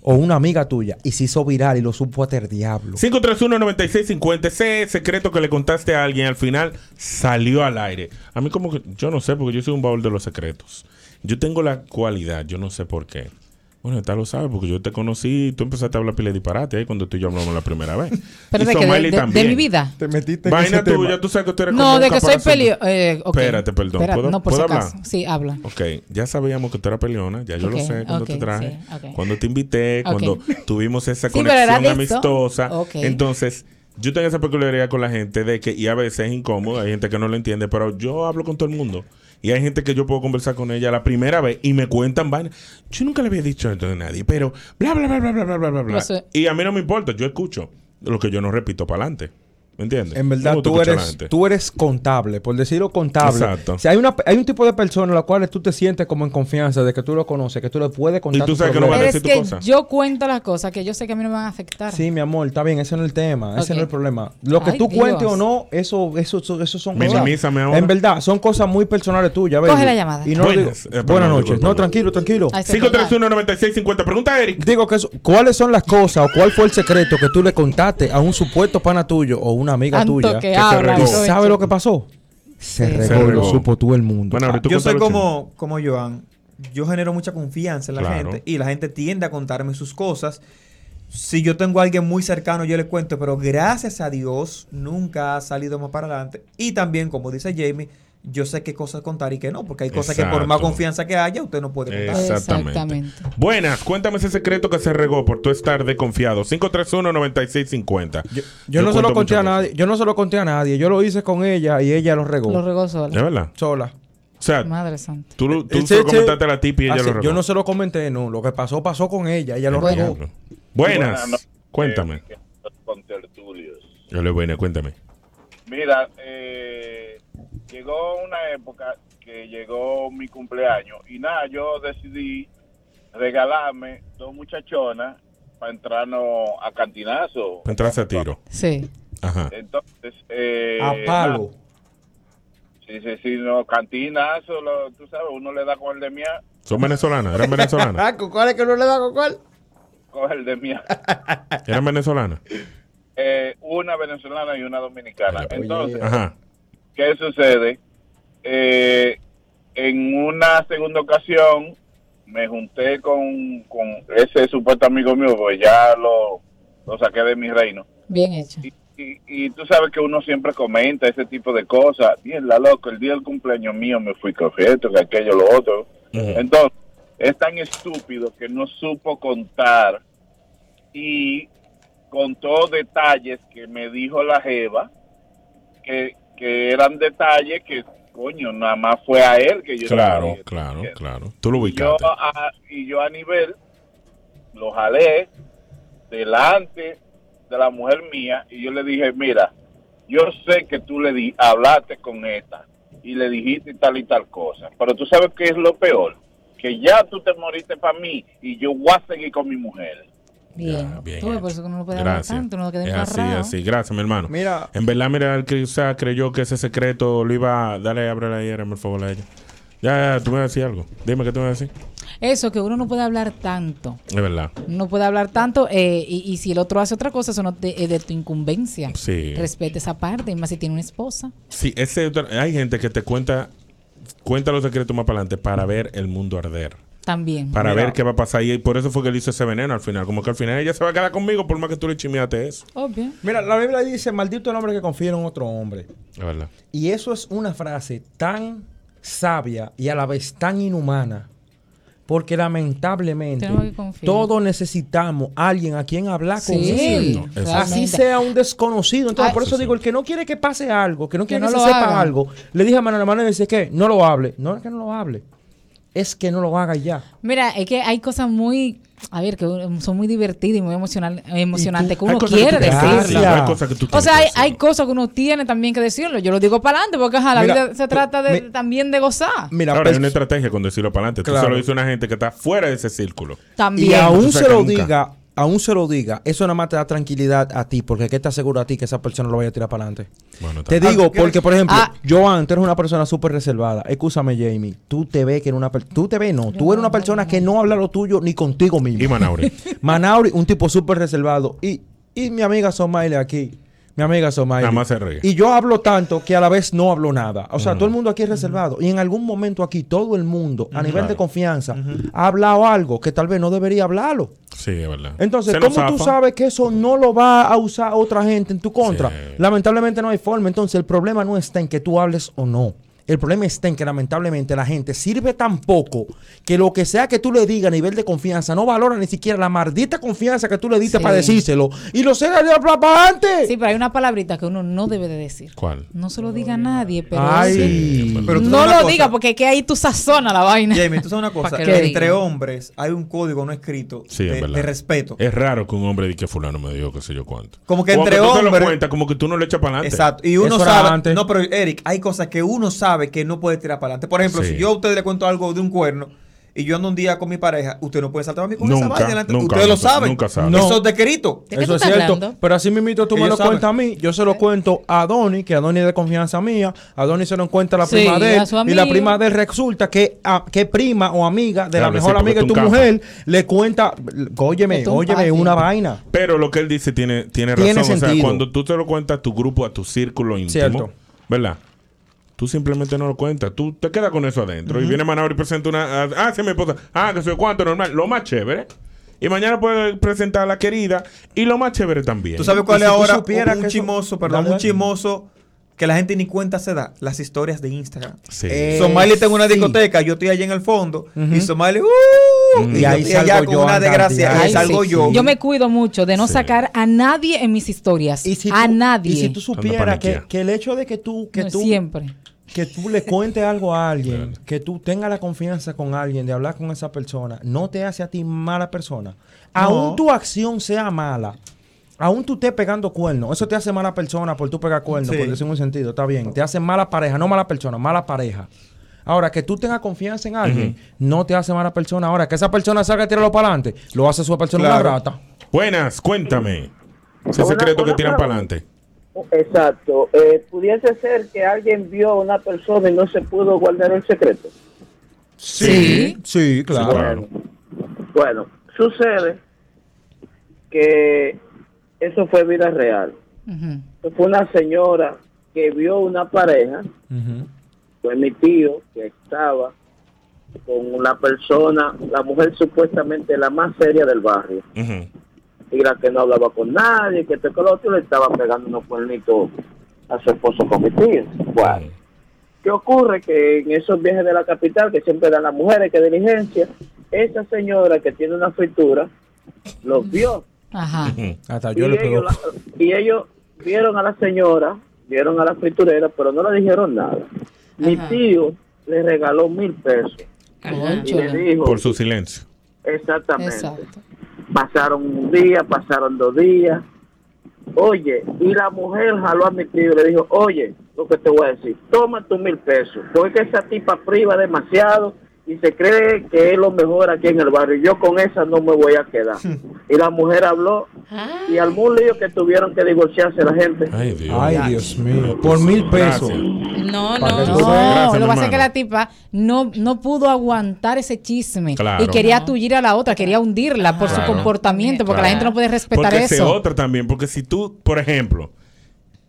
[SPEAKER 9] o una amiga tuya y se hizo viral y lo supo hasta el diablo.
[SPEAKER 7] 531-9650. Ese secreto que le contaste a alguien al final salió al aire. A mí como que, yo no sé, porque yo soy un baúl de los secretos. Yo tengo la cualidad, yo no sé por qué. Bueno, tal lo sabe, porque yo te conocí y tú empezaste a hablar pile de disparate ahí cuando tú y yo hablamos la primera vez.
[SPEAKER 2] Pero
[SPEAKER 7] Y
[SPEAKER 2] de, que, de,
[SPEAKER 7] Somaili
[SPEAKER 2] de- de
[SPEAKER 7] también.
[SPEAKER 2] mi vida.
[SPEAKER 9] Te metiste
[SPEAKER 7] Vaina tuya, tú sabes que tú eres como
[SPEAKER 2] No,
[SPEAKER 7] un
[SPEAKER 2] de que soy
[SPEAKER 7] caparazón.
[SPEAKER 2] pelio. eh, ok.
[SPEAKER 7] Espérate, perdón.
[SPEAKER 2] Espera,
[SPEAKER 7] ¿Puedo-
[SPEAKER 2] no, por
[SPEAKER 7] puedo
[SPEAKER 2] si acaso.
[SPEAKER 7] hablar?
[SPEAKER 2] Sí, habla.
[SPEAKER 7] Ok, ya sabíamos que tú eras peleona, ya yo
[SPEAKER 2] Ok,
[SPEAKER 7] lo sé cuando
[SPEAKER 2] ok,
[SPEAKER 7] te traje,
[SPEAKER 2] sí, ok.
[SPEAKER 7] cuando te invité,
[SPEAKER 2] Ok.
[SPEAKER 7] cuando tuvimos esa
[SPEAKER 2] (laughs) Sí, pero era
[SPEAKER 7] conexión
[SPEAKER 2] de eso.
[SPEAKER 7] amistosa.
[SPEAKER 2] Ok.
[SPEAKER 7] Entonces, yo tengo esa peculiaridad con la gente de que, y a veces es incómodo, hay gente que no lo entiende, pero yo hablo con todo el mundo. Y hay gente que yo puedo conversar con ella la primera vez y me cuentan vainas. Yo nunca le había dicho esto a nadie, pero bla, bla, bla, bla, bla, bla, bla, bla, bla.
[SPEAKER 9] Lo sé.
[SPEAKER 7] Y a mí no me importa, yo escucho lo que yo no repito para adelante. ¿Me entiendes?
[SPEAKER 9] En
[SPEAKER 7] Me
[SPEAKER 9] verdad,
[SPEAKER 7] gusta
[SPEAKER 9] tú
[SPEAKER 7] escuchar a la
[SPEAKER 9] eres,
[SPEAKER 7] gente.
[SPEAKER 9] tú eres contable, por decirlo contable.
[SPEAKER 7] Exacto.
[SPEAKER 9] Si hay, una, hay un tipo de persona a la cual tú te sientes como en confianza de que tú lo conoces, que tú le puedes contar.
[SPEAKER 7] tú
[SPEAKER 9] tus
[SPEAKER 7] sabes que no va a
[SPEAKER 9] problemas.
[SPEAKER 2] Es que yo cuento las cosas que yo sé que a mí no me van a afectar.
[SPEAKER 9] Sí, mi amor, está bien, ese no es el tema, ese
[SPEAKER 2] Ok.
[SPEAKER 9] no es el problema. Lo que
[SPEAKER 2] Ay,
[SPEAKER 9] tú
[SPEAKER 2] Dios.
[SPEAKER 9] cuentes o no, eso, eso, eso, eso son
[SPEAKER 7] Minimízame
[SPEAKER 9] cosas.
[SPEAKER 7] ahora.
[SPEAKER 9] En verdad, son cosas muy personales tuyas.
[SPEAKER 2] Coge
[SPEAKER 9] baby.
[SPEAKER 2] la llamada.
[SPEAKER 9] Y no lo
[SPEAKER 7] Buenas.
[SPEAKER 9] digo-
[SPEAKER 7] Eh, perdón,
[SPEAKER 9] Buenas
[SPEAKER 7] digo,
[SPEAKER 9] noches. No,
[SPEAKER 7] perdón.
[SPEAKER 9] tranquilo, tranquilo.
[SPEAKER 2] Ay, se
[SPEAKER 7] 531-9650. Pregunta a Eric.
[SPEAKER 9] Digo que eso- ¿cuáles son las cosas o cuál fue el secreto que tú le contaste a un supuesto pana tuyo o una amiga
[SPEAKER 2] Tanto
[SPEAKER 9] tuya?
[SPEAKER 2] que habla,
[SPEAKER 9] ¿Y
[SPEAKER 2] aprovecha.
[SPEAKER 9] sabe lo que pasó? Se
[SPEAKER 8] Sí.
[SPEAKER 9] regó,
[SPEAKER 8] Se
[SPEAKER 9] lo
[SPEAKER 8] regó.
[SPEAKER 9] supo todo el mundo.
[SPEAKER 8] yo soy como, como Joan. Yo genero mucha confianza en la
[SPEAKER 9] Claro.
[SPEAKER 8] gente y la gente tiende a contarme sus cosas. Si yo tengo a alguien muy cercano, yo le cuento, pero gracias a Dios nunca ha salido más para adelante. Y también, como dice Jamie, yo sé qué cosas contar y qué no, porque hay cosas que por más
[SPEAKER 7] Exacto.
[SPEAKER 8] confianza que haya, usted no puede contar.
[SPEAKER 7] Exactamente. Exactamente. Buenas, cuéntame ese secreto que se regó por tu estar desconfiado. 531-9650. Yo,
[SPEAKER 9] Yo no se
[SPEAKER 7] cuento
[SPEAKER 9] lo conté a
[SPEAKER 7] muchas
[SPEAKER 9] nadie. Yo no se lo conté a nadie. Yo lo hice con ella y ella lo regó.
[SPEAKER 2] Lo regó sola.
[SPEAKER 7] ¿De verdad?
[SPEAKER 9] Sola.
[SPEAKER 7] O sea,
[SPEAKER 2] Madre santa.
[SPEAKER 7] tú, lo- tú
[SPEAKER 9] Eh,
[SPEAKER 7] se lo
[SPEAKER 9] sí, Ah, sí.
[SPEAKER 7] comentaste a la tipa y ella
[SPEAKER 9] Así,
[SPEAKER 7] lo regó.
[SPEAKER 9] Yo no se lo comenté, no. Lo que pasó, pasó con ella. Ella lo
[SPEAKER 7] Bueno.
[SPEAKER 9] regó.
[SPEAKER 7] Buenas,
[SPEAKER 15] Buenas, no.
[SPEAKER 7] cuéntame.
[SPEAKER 15] Con tertulios.
[SPEAKER 7] Yo le buena, cuéntame.
[SPEAKER 15] Mira, eh, llegó una época que llegó mi cumpleaños y nada, yo decidí regalarme dos muchachonas para entrarnos a cantinazo.
[SPEAKER 7] Entraste a tiro.
[SPEAKER 2] Sí.
[SPEAKER 7] Ajá.
[SPEAKER 15] Entonces, eh,
[SPEAKER 9] A palo.
[SPEAKER 15] nada, Sí, sí, sí, no, cantinazo, lo- tú sabes, uno le da con el de mía,
[SPEAKER 7] Son venezolanas, eran
[SPEAKER 2] (laughs)
[SPEAKER 7] venezolanas.
[SPEAKER 9] Ah, ¿Con cuál es que no le da con cuál?
[SPEAKER 15] con el de
[SPEAKER 9] (laughs)
[SPEAKER 15] mía.
[SPEAKER 7] Eran venezolanas.
[SPEAKER 15] Eh, una venezolana y una dominicana. Entonces,
[SPEAKER 7] pues, Ajá.
[SPEAKER 15] ¿qué sucede? Eh, en una segunda ocasión me junté con, con ese supuesto amigo mío, porque ya lo, lo saqué de mi reino.
[SPEAKER 2] Bien hecho.
[SPEAKER 15] Y, y tú sabes que uno siempre comenta ese tipo de cosas. Bien, la loco, el día del cumpleaños mío me fui con esto, que aquello, lo otro.
[SPEAKER 7] Eh.
[SPEAKER 15] Entonces, es tan estúpido que no supo contar y contó detalles que me dijo la Jeva que, que eran detalles que, coño, nada más fue a él que yo
[SPEAKER 7] Claro, claro, claro. Tú lo
[SPEAKER 15] yo
[SPEAKER 7] ubicaste.
[SPEAKER 15] a, y yo a nivel lo jalé delante de la mujer mía y yo le dije, mira, yo sé que tú le di, hablaste con esta y le dijiste tal y tal cosa, pero tú sabes qué es lo peor, que ya tú te moriste para mí y yo voy a seguir con mi mujer.
[SPEAKER 2] Bien.
[SPEAKER 7] bien
[SPEAKER 2] Tú ves, por eso que uno no puede hablar
[SPEAKER 7] Gracias.
[SPEAKER 2] tanto, uno queda
[SPEAKER 7] Es así,
[SPEAKER 2] embarrado.
[SPEAKER 7] así. Gracias, mi hermano.
[SPEAKER 9] Mira.
[SPEAKER 7] En verdad, mira, el que, o sea, creyó que ese secreto lo iba a... Dale, ábrela ahí, por favor, a ella. Ya, ya, tú me vas a decir algo. Dime qué tú me vas a decir.
[SPEAKER 2] Eso, que uno no puede hablar tanto.
[SPEAKER 7] Es verdad.
[SPEAKER 2] No puede hablar tanto eh, y, y si el otro hace otra cosa, eso no te- es de tu incumbencia.
[SPEAKER 7] Sí.
[SPEAKER 2] Respeta esa parte, y más si tiene una esposa.
[SPEAKER 7] Sí, ese otro- hay gente que te cuenta cuenta los secretos más para adelante para ver el mundo arder.
[SPEAKER 2] También.
[SPEAKER 7] Para ver qué va a pasar. Y por eso fue que le hizo ese veneno al final. Como que al final ella se va a quedar conmigo por más que tú le chimeaste eso.
[SPEAKER 2] Obvio.
[SPEAKER 9] Mira, la Biblia dice, maldito el hombre que confía en otro hombre.
[SPEAKER 7] Es verdad.
[SPEAKER 9] Y eso es una frase tan sabia y a la vez tan inhumana. Porque lamentablemente
[SPEAKER 2] Tenemos que confiar.
[SPEAKER 9] todos necesitamos a alguien a quien hablar con
[SPEAKER 2] Sí,
[SPEAKER 9] él.
[SPEAKER 2] Es cierto,
[SPEAKER 9] Así
[SPEAKER 2] realmente.
[SPEAKER 9] sea un desconocido. Entonces,
[SPEAKER 2] Ay.
[SPEAKER 9] por eso digo, el que no quiere que pase algo, que no
[SPEAKER 2] Que
[SPEAKER 9] quiere que,
[SPEAKER 2] no lo
[SPEAKER 9] se sepa
[SPEAKER 2] haga.
[SPEAKER 9] algo, le dije a Manuel, Manuel dice que no lo hable. No es que no lo hable. Es que no lo haga y ya.
[SPEAKER 2] Mira, es que hay cosas muy, a ver, que uno- son muy divertidas y muy emocional, emocionantes que
[SPEAKER 7] Hay
[SPEAKER 2] uno
[SPEAKER 7] cosas que
[SPEAKER 2] quiere
[SPEAKER 7] tú tienes que
[SPEAKER 2] decirlo.
[SPEAKER 7] decirlo, hay cosas que tú
[SPEAKER 2] O
[SPEAKER 7] tienes
[SPEAKER 2] sea,
[SPEAKER 7] que
[SPEAKER 2] hay, hay cosas que uno tiene también que decirlo. Yo lo digo para adelante porque ajá, la
[SPEAKER 7] Mira,
[SPEAKER 2] vida se trata de,
[SPEAKER 7] mi-
[SPEAKER 2] también de gozar.
[SPEAKER 9] Mira, pues,
[SPEAKER 7] Ahora hay una estrategia con decirlo para adelante. Tú
[SPEAKER 9] Claro.
[SPEAKER 7] se lo dice una gente que está fuera de ese círculo.
[SPEAKER 9] Y aún
[SPEAKER 7] O sea,
[SPEAKER 9] se
[SPEAKER 7] que
[SPEAKER 9] lo
[SPEAKER 7] nunca.
[SPEAKER 9] diga, aún se lo diga, eso nada más te da tranquilidad a ti, porque ¿qué te asegura a ti que esa persona lo vaya a tirar para adelante? te
[SPEAKER 7] también.
[SPEAKER 9] digo,
[SPEAKER 7] Ah, ¿qué-
[SPEAKER 9] porque por ejemplo,
[SPEAKER 7] Ah.
[SPEAKER 9] Joan, tú eres una persona súper reservada. Escúchame, Jamie, tú te ves que eres una persona, tú te ves, no, tú eres una persona que no habla lo tuyo ni contigo mismo. Y
[SPEAKER 7] Manauri.
[SPEAKER 9] (laughs) Manauri, un tipo súper reservado. Y, y mi amiga Somaile aquí. Mi amiga Somaile.
[SPEAKER 7] Nada más se ríe.
[SPEAKER 9] Y yo hablo tanto que a la vez no hablo nada. O sea,
[SPEAKER 7] Mm.
[SPEAKER 9] todo el mundo aquí es reservado. Y en algún momento aquí, todo el mundo, a
[SPEAKER 7] Ujú.
[SPEAKER 9] nivel de
[SPEAKER 7] Mm, Claro.
[SPEAKER 9] confianza, ha hablado algo que tal vez no debería hablarlo.
[SPEAKER 7] Sí, es verdad.
[SPEAKER 9] Entonces,
[SPEAKER 7] Se nos
[SPEAKER 9] ¿cómo tú
[SPEAKER 7] zafa.
[SPEAKER 9] sabes que eso no lo va a usar otra gente en tu contra? Lamentablemente no hay forma. Entonces, el problema no está en que tú hables o no. El problema está en que lamentablemente la gente sirve tan poco que lo que sea que tú le digas a nivel de confianza no valora ni siquiera la maldita confianza que tú le diste
[SPEAKER 2] Sí.
[SPEAKER 9] para decírselo. Y lo sea de para adelante.
[SPEAKER 2] Sí, pero hay una palabrita que uno no debe de decir.
[SPEAKER 7] ¿Cuál?
[SPEAKER 2] No se lo diga a nadie, pero
[SPEAKER 9] Ay.
[SPEAKER 8] Pero tú
[SPEAKER 2] no
[SPEAKER 8] sabes
[SPEAKER 2] lo
[SPEAKER 8] una cosa.
[SPEAKER 2] diga porque es que ahí tú sazonas la vaina.
[SPEAKER 8] Jamie, tú sabes una
[SPEAKER 2] (laughs) Pa'
[SPEAKER 8] cosa,
[SPEAKER 2] que
[SPEAKER 8] que
[SPEAKER 2] lo
[SPEAKER 8] entre
[SPEAKER 2] digan.
[SPEAKER 8] hombres hay un código no escrito
[SPEAKER 7] Sí, es
[SPEAKER 8] de,
[SPEAKER 7] verdad.
[SPEAKER 8] de respeto.
[SPEAKER 7] Es raro que un hombre diga que fulano me dijo que sé yo cuánto.
[SPEAKER 8] Como que
[SPEAKER 7] O aunque
[SPEAKER 8] entre
[SPEAKER 7] tú te lo
[SPEAKER 8] hombres-
[SPEAKER 7] cuentas, como que tú no le echas para adelante.
[SPEAKER 8] Exacto. Y uno sabe. No, pero Eric, hay cosas que uno sabe que no puede tirar para adelante. Por ejemplo,
[SPEAKER 7] Sí.
[SPEAKER 8] si yo a usted le cuento algo de un cuerno y yo ando un día con mi pareja, usted no puede saltar a mí con esa
[SPEAKER 9] Nunca,
[SPEAKER 8] vaina delante.
[SPEAKER 9] nunca,
[SPEAKER 8] Ustedes lo
[SPEAKER 9] nunca,
[SPEAKER 8] saben.
[SPEAKER 9] nunca saben.
[SPEAKER 8] Eso
[SPEAKER 9] No.
[SPEAKER 8] es de querito.
[SPEAKER 9] Eso es cierto. Pero así mismito tú me
[SPEAKER 8] Ellos
[SPEAKER 9] lo
[SPEAKER 8] saben.
[SPEAKER 9] cuentas a mí. Yo se lo cuento a Donny, que a Donny es de confianza mía. A Donny se lo encuentra la
[SPEAKER 8] Sí,
[SPEAKER 9] prima de él.
[SPEAKER 8] a su
[SPEAKER 9] Y la
[SPEAKER 8] amiga.
[SPEAKER 9] prima de él resulta que, a- que prima o amiga de la
[SPEAKER 7] Claro, sí,
[SPEAKER 9] mejor
[SPEAKER 7] porque
[SPEAKER 9] amiga de
[SPEAKER 7] tú
[SPEAKER 9] tu
[SPEAKER 7] un capo.
[SPEAKER 9] mujer le cuenta, óyeme,
[SPEAKER 7] Tú un
[SPEAKER 9] óyeme,
[SPEAKER 7] patio.
[SPEAKER 9] una vaina.
[SPEAKER 7] Pero lo que él dice tiene, tiene,
[SPEAKER 9] Tiene
[SPEAKER 7] razón. O sea,
[SPEAKER 9] sentido.
[SPEAKER 7] cuando tú te lo cuentas a tu grupo, a tu círculo íntimo,
[SPEAKER 9] Cierto.
[SPEAKER 7] ¿verdad? Tú simplemente no lo cuentas. Tú te quedas con eso adentro. Y
[SPEAKER 9] Ujú.
[SPEAKER 7] viene Manauri y presenta una. ah, Ah, sí, mi esposa. Ah, que soy cuánto, normal. Lo más chévere. Y mañana puede presentar a la querida. Y lo más chévere también.
[SPEAKER 8] ¿Tú sabes cuál
[SPEAKER 7] Y
[SPEAKER 8] es
[SPEAKER 7] si tú
[SPEAKER 8] ahora
[SPEAKER 7] supieras
[SPEAKER 8] un,
[SPEAKER 7] que eso-
[SPEAKER 8] chimoso, perdón,
[SPEAKER 7] Dale,
[SPEAKER 8] un
[SPEAKER 7] dale.
[SPEAKER 8] chimoso que la gente ni cuenta se da? Las historias de Instagram.
[SPEAKER 7] Sí.
[SPEAKER 9] Eh,
[SPEAKER 8] Somali está en una
[SPEAKER 9] sí.
[SPEAKER 8] discoteca, yo estoy allá en el fondo
[SPEAKER 9] Ujú.
[SPEAKER 8] y Somali, ¡uh!
[SPEAKER 9] Mm.
[SPEAKER 8] Y, yo
[SPEAKER 9] ahí
[SPEAKER 8] estoy allá
[SPEAKER 9] salgo
[SPEAKER 8] con
[SPEAKER 9] yo
[SPEAKER 8] una
[SPEAKER 9] andando,
[SPEAKER 8] desgracia,
[SPEAKER 9] ahí
[SPEAKER 8] ahí salgo
[SPEAKER 9] sí,
[SPEAKER 8] yo.
[SPEAKER 9] sí.
[SPEAKER 2] Yo me cuido mucho de no sacar a nadie en mis historias. a nadie.
[SPEAKER 9] Y si tú supieras que, que el hecho de que tú, que
[SPEAKER 2] No,
[SPEAKER 9] tú
[SPEAKER 2] siempre.
[SPEAKER 9] que tú le cuentes algo a alguien, que tú tengas la confianza con alguien de hablar con esa persona, no te hace a ti mala persona. Aún tu acción sea mala, aún tú estés pegando cuernos, eso te hace mala persona por tú pegar cuernos,
[SPEAKER 8] Sí.
[SPEAKER 9] por decirlo en un sentido, está bien. Te hace mala pareja, no mala persona, mala pareja. Ahora, que tú tengas confianza en alguien, no te hace mala persona. Ahora, que esa persona salga a tirarlo para adelante, lo hace su persona
[SPEAKER 7] Claro.
[SPEAKER 9] una rata.
[SPEAKER 7] Buenas, cuéntame. Ese
[SPEAKER 11] Una-
[SPEAKER 7] secreto que
[SPEAKER 11] una
[SPEAKER 7] tiran
[SPEAKER 11] pregunta.
[SPEAKER 7] para adelante.
[SPEAKER 11] Exacto. Eh, pudiese ser que alguien vio a una persona y no se pudo guardar el secreto.
[SPEAKER 9] Sí, sí, claro.
[SPEAKER 11] Bueno, sucede que eso fue vida real. Fue una señora que vio una pareja, fue mi tío que estaba con una persona, la mujer supuestamente la más seria del barrio. y la que no hablaba con nadie, que este que lo otro le estaba pegando unos cuernitos a su esposo con mi tío. Bueno, ¿qué ocurre? Que en esos viajes de la capital, que siempre dan las mujeres, que diligencia, esa señora que tiene una fritura, los vio.
[SPEAKER 9] (laughs)
[SPEAKER 2] Ajá. Ah,
[SPEAKER 9] Hasta
[SPEAKER 11] Y
[SPEAKER 9] yo le pego.
[SPEAKER 11] ellos, la- y ellos vieron a la señora, vieron a la friturera, pero no le dijeron nada. Mi tío le regaló mil pesos. Y le dijo,
[SPEAKER 7] Por su silencio.
[SPEAKER 11] Exactamente. Pasaron un día, pasaron dos días. Oye, y la mujer jaló a mi tío y le dijo, oye, lo que te voy a decir, toma tus mil pesos, porque esa tipa
[SPEAKER 7] (laughs)
[SPEAKER 11] priva demasiado y se cree que es lo mejor aquí en el barrio. Yo con esa no me voy a quedar.
[SPEAKER 20] y la mujer habló y algún lío que tuvieron que divorciarse la gente.
[SPEAKER 7] Ay, Dios,
[SPEAKER 9] Ay, Dios mío. Por mil pesos.
[SPEAKER 2] No,
[SPEAKER 9] Para
[SPEAKER 2] no,
[SPEAKER 9] que
[SPEAKER 2] no.
[SPEAKER 9] tú veas. Gracias, mi
[SPEAKER 2] lo que pasa es
[SPEAKER 9] hermano.
[SPEAKER 2] que la tipa no, no pudo aguantar ese chisme
[SPEAKER 7] Claro.
[SPEAKER 2] y quería
[SPEAKER 7] No.
[SPEAKER 2] tullir a la otra, quería hundirla por
[SPEAKER 7] Claro.
[SPEAKER 2] su comportamiento, porque la
[SPEAKER 7] Claro.
[SPEAKER 2] gente no puede respetar
[SPEAKER 7] porque ese
[SPEAKER 2] eso.
[SPEAKER 7] otro también, porque si tú, por ejemplo,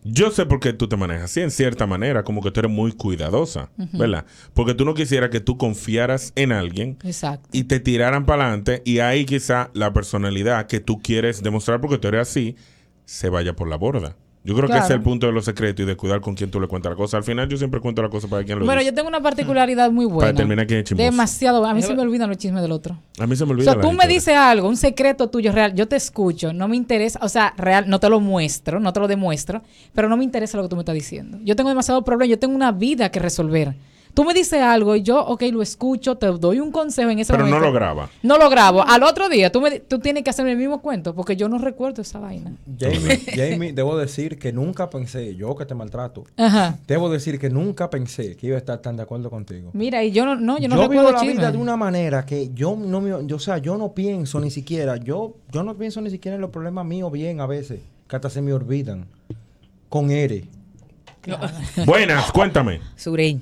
[SPEAKER 7] yo sé por qué tú te manejas así, en cierta manera, como que tú eres muy cuidadosa,
[SPEAKER 2] Ujú.
[SPEAKER 7] ¿verdad? Porque tú no quisieras que tú confiaras en alguien
[SPEAKER 2] Exacto.
[SPEAKER 7] y te tiraran para adelante y ahí quizá la personalidad que tú quieres demostrar porque tú eres así se vaya por la borda. Yo creo que
[SPEAKER 2] Claro.
[SPEAKER 7] ese es el punto de los secretos y de cuidar con quién tú le cuentas la cosa. Al final yo siempre cuento la cosa para quien lo
[SPEAKER 2] Bueno,
[SPEAKER 7] dice.
[SPEAKER 2] yo tengo una particularidad muy buena.
[SPEAKER 7] Para terminar quién es chismoso.
[SPEAKER 2] Demasiado. A mí se me olvidan los chismes del otro.
[SPEAKER 7] A mí se me
[SPEAKER 2] O
[SPEAKER 7] olvida.
[SPEAKER 2] sea,
[SPEAKER 7] la
[SPEAKER 2] tú me
[SPEAKER 7] historia.
[SPEAKER 2] dices algo, un secreto tuyo real, yo te escucho, no me interesa, o sea, real, no te lo muestro, no te lo demuestro, pero no me interesa lo que tú me estás diciendo. Yo tengo demasiado problema, yo tengo una vida que resolver. Tú me dices algo y yo, ok, lo escucho, te doy un consejo en ese
[SPEAKER 7] Pero
[SPEAKER 2] momento.
[SPEAKER 7] no lo graba.
[SPEAKER 2] No lo grabo. Al otro día, tú, me, di- tú tienes que hacerme el mismo cuento, porque yo no recuerdo esa vaina. (laughs)
[SPEAKER 9] Jamie, (laughs) Jamie, debo decir que nunca pensé, yo que te maltrato,
[SPEAKER 2] Ajá.
[SPEAKER 9] debo decir que nunca pensé que iba a estar tan de acuerdo contigo.
[SPEAKER 2] Mira, y yo no, no, yo no
[SPEAKER 9] yo vivo
[SPEAKER 2] recuerdo
[SPEAKER 9] la vida
[SPEAKER 2] chismes.
[SPEAKER 9] de una manera que yo no me, yo, o sea, yo no pienso ni siquiera, yo, yo no pienso ni siquiera en los problemas míos bien a veces, que hasta se me olvidan. Con Ere.
[SPEAKER 7] Buenas, cuéntame.
[SPEAKER 10] Sureño.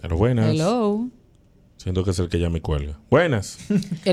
[SPEAKER 7] Pero buenas.
[SPEAKER 10] Hello.
[SPEAKER 7] Siento que es el que ya me cuelga. Buenas.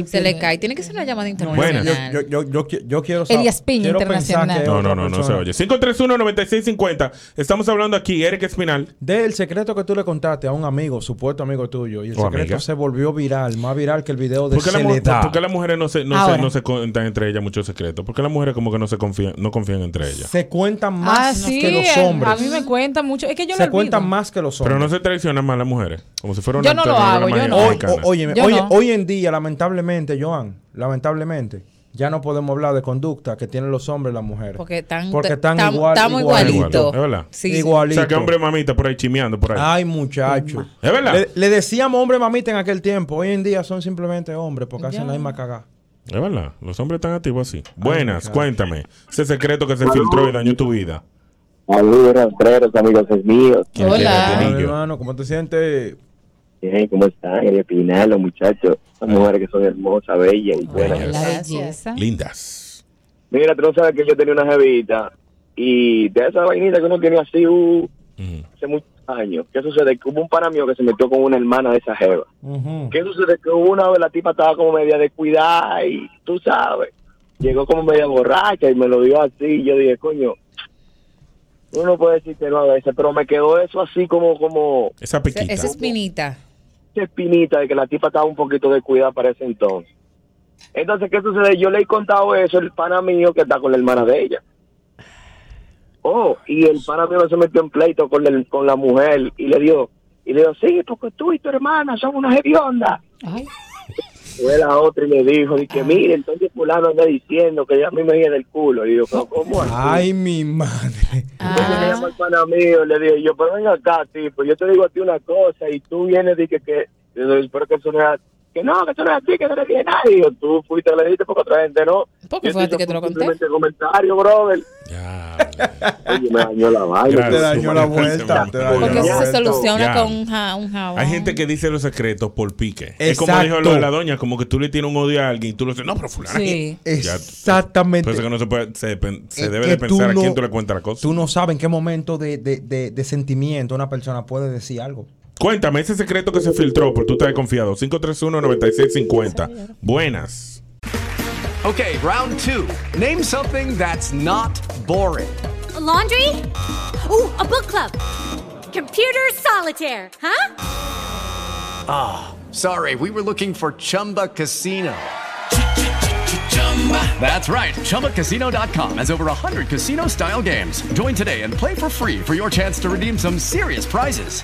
[SPEAKER 10] se le cae. Tiene que ser una llamada
[SPEAKER 7] Buenas.
[SPEAKER 10] internacional.
[SPEAKER 9] yo, yo, qui- yo quiero
[SPEAKER 10] Elías Piña
[SPEAKER 9] quiero pensar
[SPEAKER 10] Internacional.
[SPEAKER 9] que es
[SPEAKER 7] No, no,
[SPEAKER 9] otra
[SPEAKER 7] no, no se
[SPEAKER 9] persona.
[SPEAKER 7] oye. 531-9650. Estamos hablando aquí, Eric Espinal.
[SPEAKER 9] Del secreto que tú le contaste a un amigo, supuesto amigo tuyo, y el
[SPEAKER 7] O
[SPEAKER 9] secreto
[SPEAKER 7] amiga.
[SPEAKER 9] se volvió viral, más viral que el video de
[SPEAKER 7] ¿Por qué, la mu-
[SPEAKER 9] Celedad.
[SPEAKER 7] por qué las mujeres no se, no, se,
[SPEAKER 9] Ahora.
[SPEAKER 7] no se cuentan entre ellas muchos secretos? ¿Por qué las mujeres como que no se confían, no confían entre ellas?
[SPEAKER 9] Se cuentan
[SPEAKER 2] Ah,
[SPEAKER 9] más
[SPEAKER 2] sí,
[SPEAKER 9] que los
[SPEAKER 2] eh,
[SPEAKER 9] hombres.
[SPEAKER 2] a mí me cuentan mucho. Es que yo
[SPEAKER 9] se
[SPEAKER 2] no olvido.
[SPEAKER 9] cuentan más que los
[SPEAKER 7] Pero
[SPEAKER 9] hombres.
[SPEAKER 7] no se traicionan más las mujeres. Como si fuera una
[SPEAKER 2] Yo no lo
[SPEAKER 7] telenovela
[SPEAKER 2] hago, yo
[SPEAKER 7] maya-
[SPEAKER 2] no.
[SPEAKER 9] Hoy,
[SPEAKER 7] mexicana.
[SPEAKER 9] o- óyeme,
[SPEAKER 2] Yo
[SPEAKER 9] hoy,
[SPEAKER 2] no.
[SPEAKER 9] hoy en día, lamentablemente, Joan, lamentablemente, ya no podemos hablar de conducta que tienen los hombres y las mujeres.
[SPEAKER 10] Porque están
[SPEAKER 9] Porque están
[SPEAKER 10] tam-
[SPEAKER 9] igual,
[SPEAKER 10] estamos
[SPEAKER 9] igualito.
[SPEAKER 10] igualitos.
[SPEAKER 7] ¿Es verdad?
[SPEAKER 10] Sí, sí.
[SPEAKER 7] O sea, que hombre mamita por ahí chimeando por ahí.
[SPEAKER 9] Ay, muchacho.
[SPEAKER 7] ¿Es verdad?
[SPEAKER 9] Le, le decíamos hombre mamita en aquel tiempo. Hoy en día son simplemente hombres porque hacen
[SPEAKER 7] Ya.
[SPEAKER 9] la misma cagada.
[SPEAKER 7] Es verdad. Los hombres están activos así. Buenas,
[SPEAKER 9] muchacho.
[SPEAKER 7] cuéntame. Ese secreto que se filtró y dañó tu vida.
[SPEAKER 11] Saludos, rastreros, amigos míos.
[SPEAKER 7] ¿Quién Hola. quiere,
[SPEAKER 9] Ay,
[SPEAKER 7] Anillo?
[SPEAKER 9] hermano, ¿cómo te sientes?
[SPEAKER 11] Bien, ¿cómo están? El Pinal, los muchachos. Las mujeres que son hermosas, bellas y buenas.
[SPEAKER 2] belleza.
[SPEAKER 7] Lindas.
[SPEAKER 11] Mira, tú no sabes que yo tenía una jevita y de esa vainita que uno tiene así uh, hace muchos años. ¿Qué sucede? Que hubo un pana mío que se metió con una hermana de esa jeva. ¿Qué sucede? Que una vez la tipa estaba como media descuidada y tú sabes, llegó como media borracha y me lo dio así. Y yo dije, coño, uno no puede decir que no a veces, pero me quedó eso así como, como
[SPEAKER 7] Esa
[SPEAKER 10] Esa- Esa espinita.
[SPEAKER 11] esa espinita de que la tipa estaba un poquito descuidada para ese entonces. Entonces, ¿qué sucede? Yo le he contado eso al pana mío que está con la hermana de ella. Oh, y el pana mío se metió en pleito con, el- con la mujer y le dio, y le dijo, sí, porque tú y tu hermana son unas hediondas. Fue la otra y le dijo, y que mire, entonces fulano anda diciendo que ella a mí me viene del culo. Y yo, "¿Pero ¿cómo así?"
[SPEAKER 9] Ay, mi madre.
[SPEAKER 10] Ah.
[SPEAKER 11] Entonces le llamo al pana mío, le digo, yo, pero ven acá, tipo, yo te digo a ti una cosa y tú vienes y que, que, le digo, espero que eso no es que no, que eso no es así, que no le tiene nadie. Yo, tú fuiste, le dijiste porque otra gente no.
[SPEAKER 10] ¿Por qué
[SPEAKER 11] Yo
[SPEAKER 10] fue a ti
[SPEAKER 11] hice
[SPEAKER 10] que te lo conté?
[SPEAKER 11] simplemente comentario, brother. Ya. Oye, me dañó la vaina.
[SPEAKER 7] Gracias,
[SPEAKER 11] Te dañó la
[SPEAKER 7] Manuel,
[SPEAKER 11] vuelta,
[SPEAKER 7] Manuel.
[SPEAKER 11] te dañó
[SPEAKER 10] Porque eso se
[SPEAKER 7] Ya.
[SPEAKER 10] soluciona con un, ja- un jabón.
[SPEAKER 7] Hay gente que dice los secretos por pique. Es como dijo
[SPEAKER 9] Exacto.
[SPEAKER 7] lo de la doña, como que tú le tienes un odio a alguien y tú le dices, no, pero fulano.
[SPEAKER 9] Sí.
[SPEAKER 7] Exactamente. Por eso que no se, puede, se, depen- se
[SPEAKER 9] Es
[SPEAKER 7] debe
[SPEAKER 9] que
[SPEAKER 7] de
[SPEAKER 9] tú
[SPEAKER 7] pensar a
[SPEAKER 9] no-
[SPEAKER 7] quién tú le cuentas la cosa.
[SPEAKER 9] Tú no sabes en qué momento de, de- de- de sentimiento una persona puede decir algo.
[SPEAKER 7] Cuéntame ese secreto que se filtró por tú estás confiado. 531-9650. Buenas.
[SPEAKER 21] Okay, round two. Name something that's not boring.
[SPEAKER 22] A laundry? Ooh, a book club. Computer solitaire, huh?
[SPEAKER 21] Ah, sorry, we were looking for Chumba Casino. That's right, ChumbaCasino.com has over 100 casino style games. Join today and play for free for your chance to redeem some serious prizes.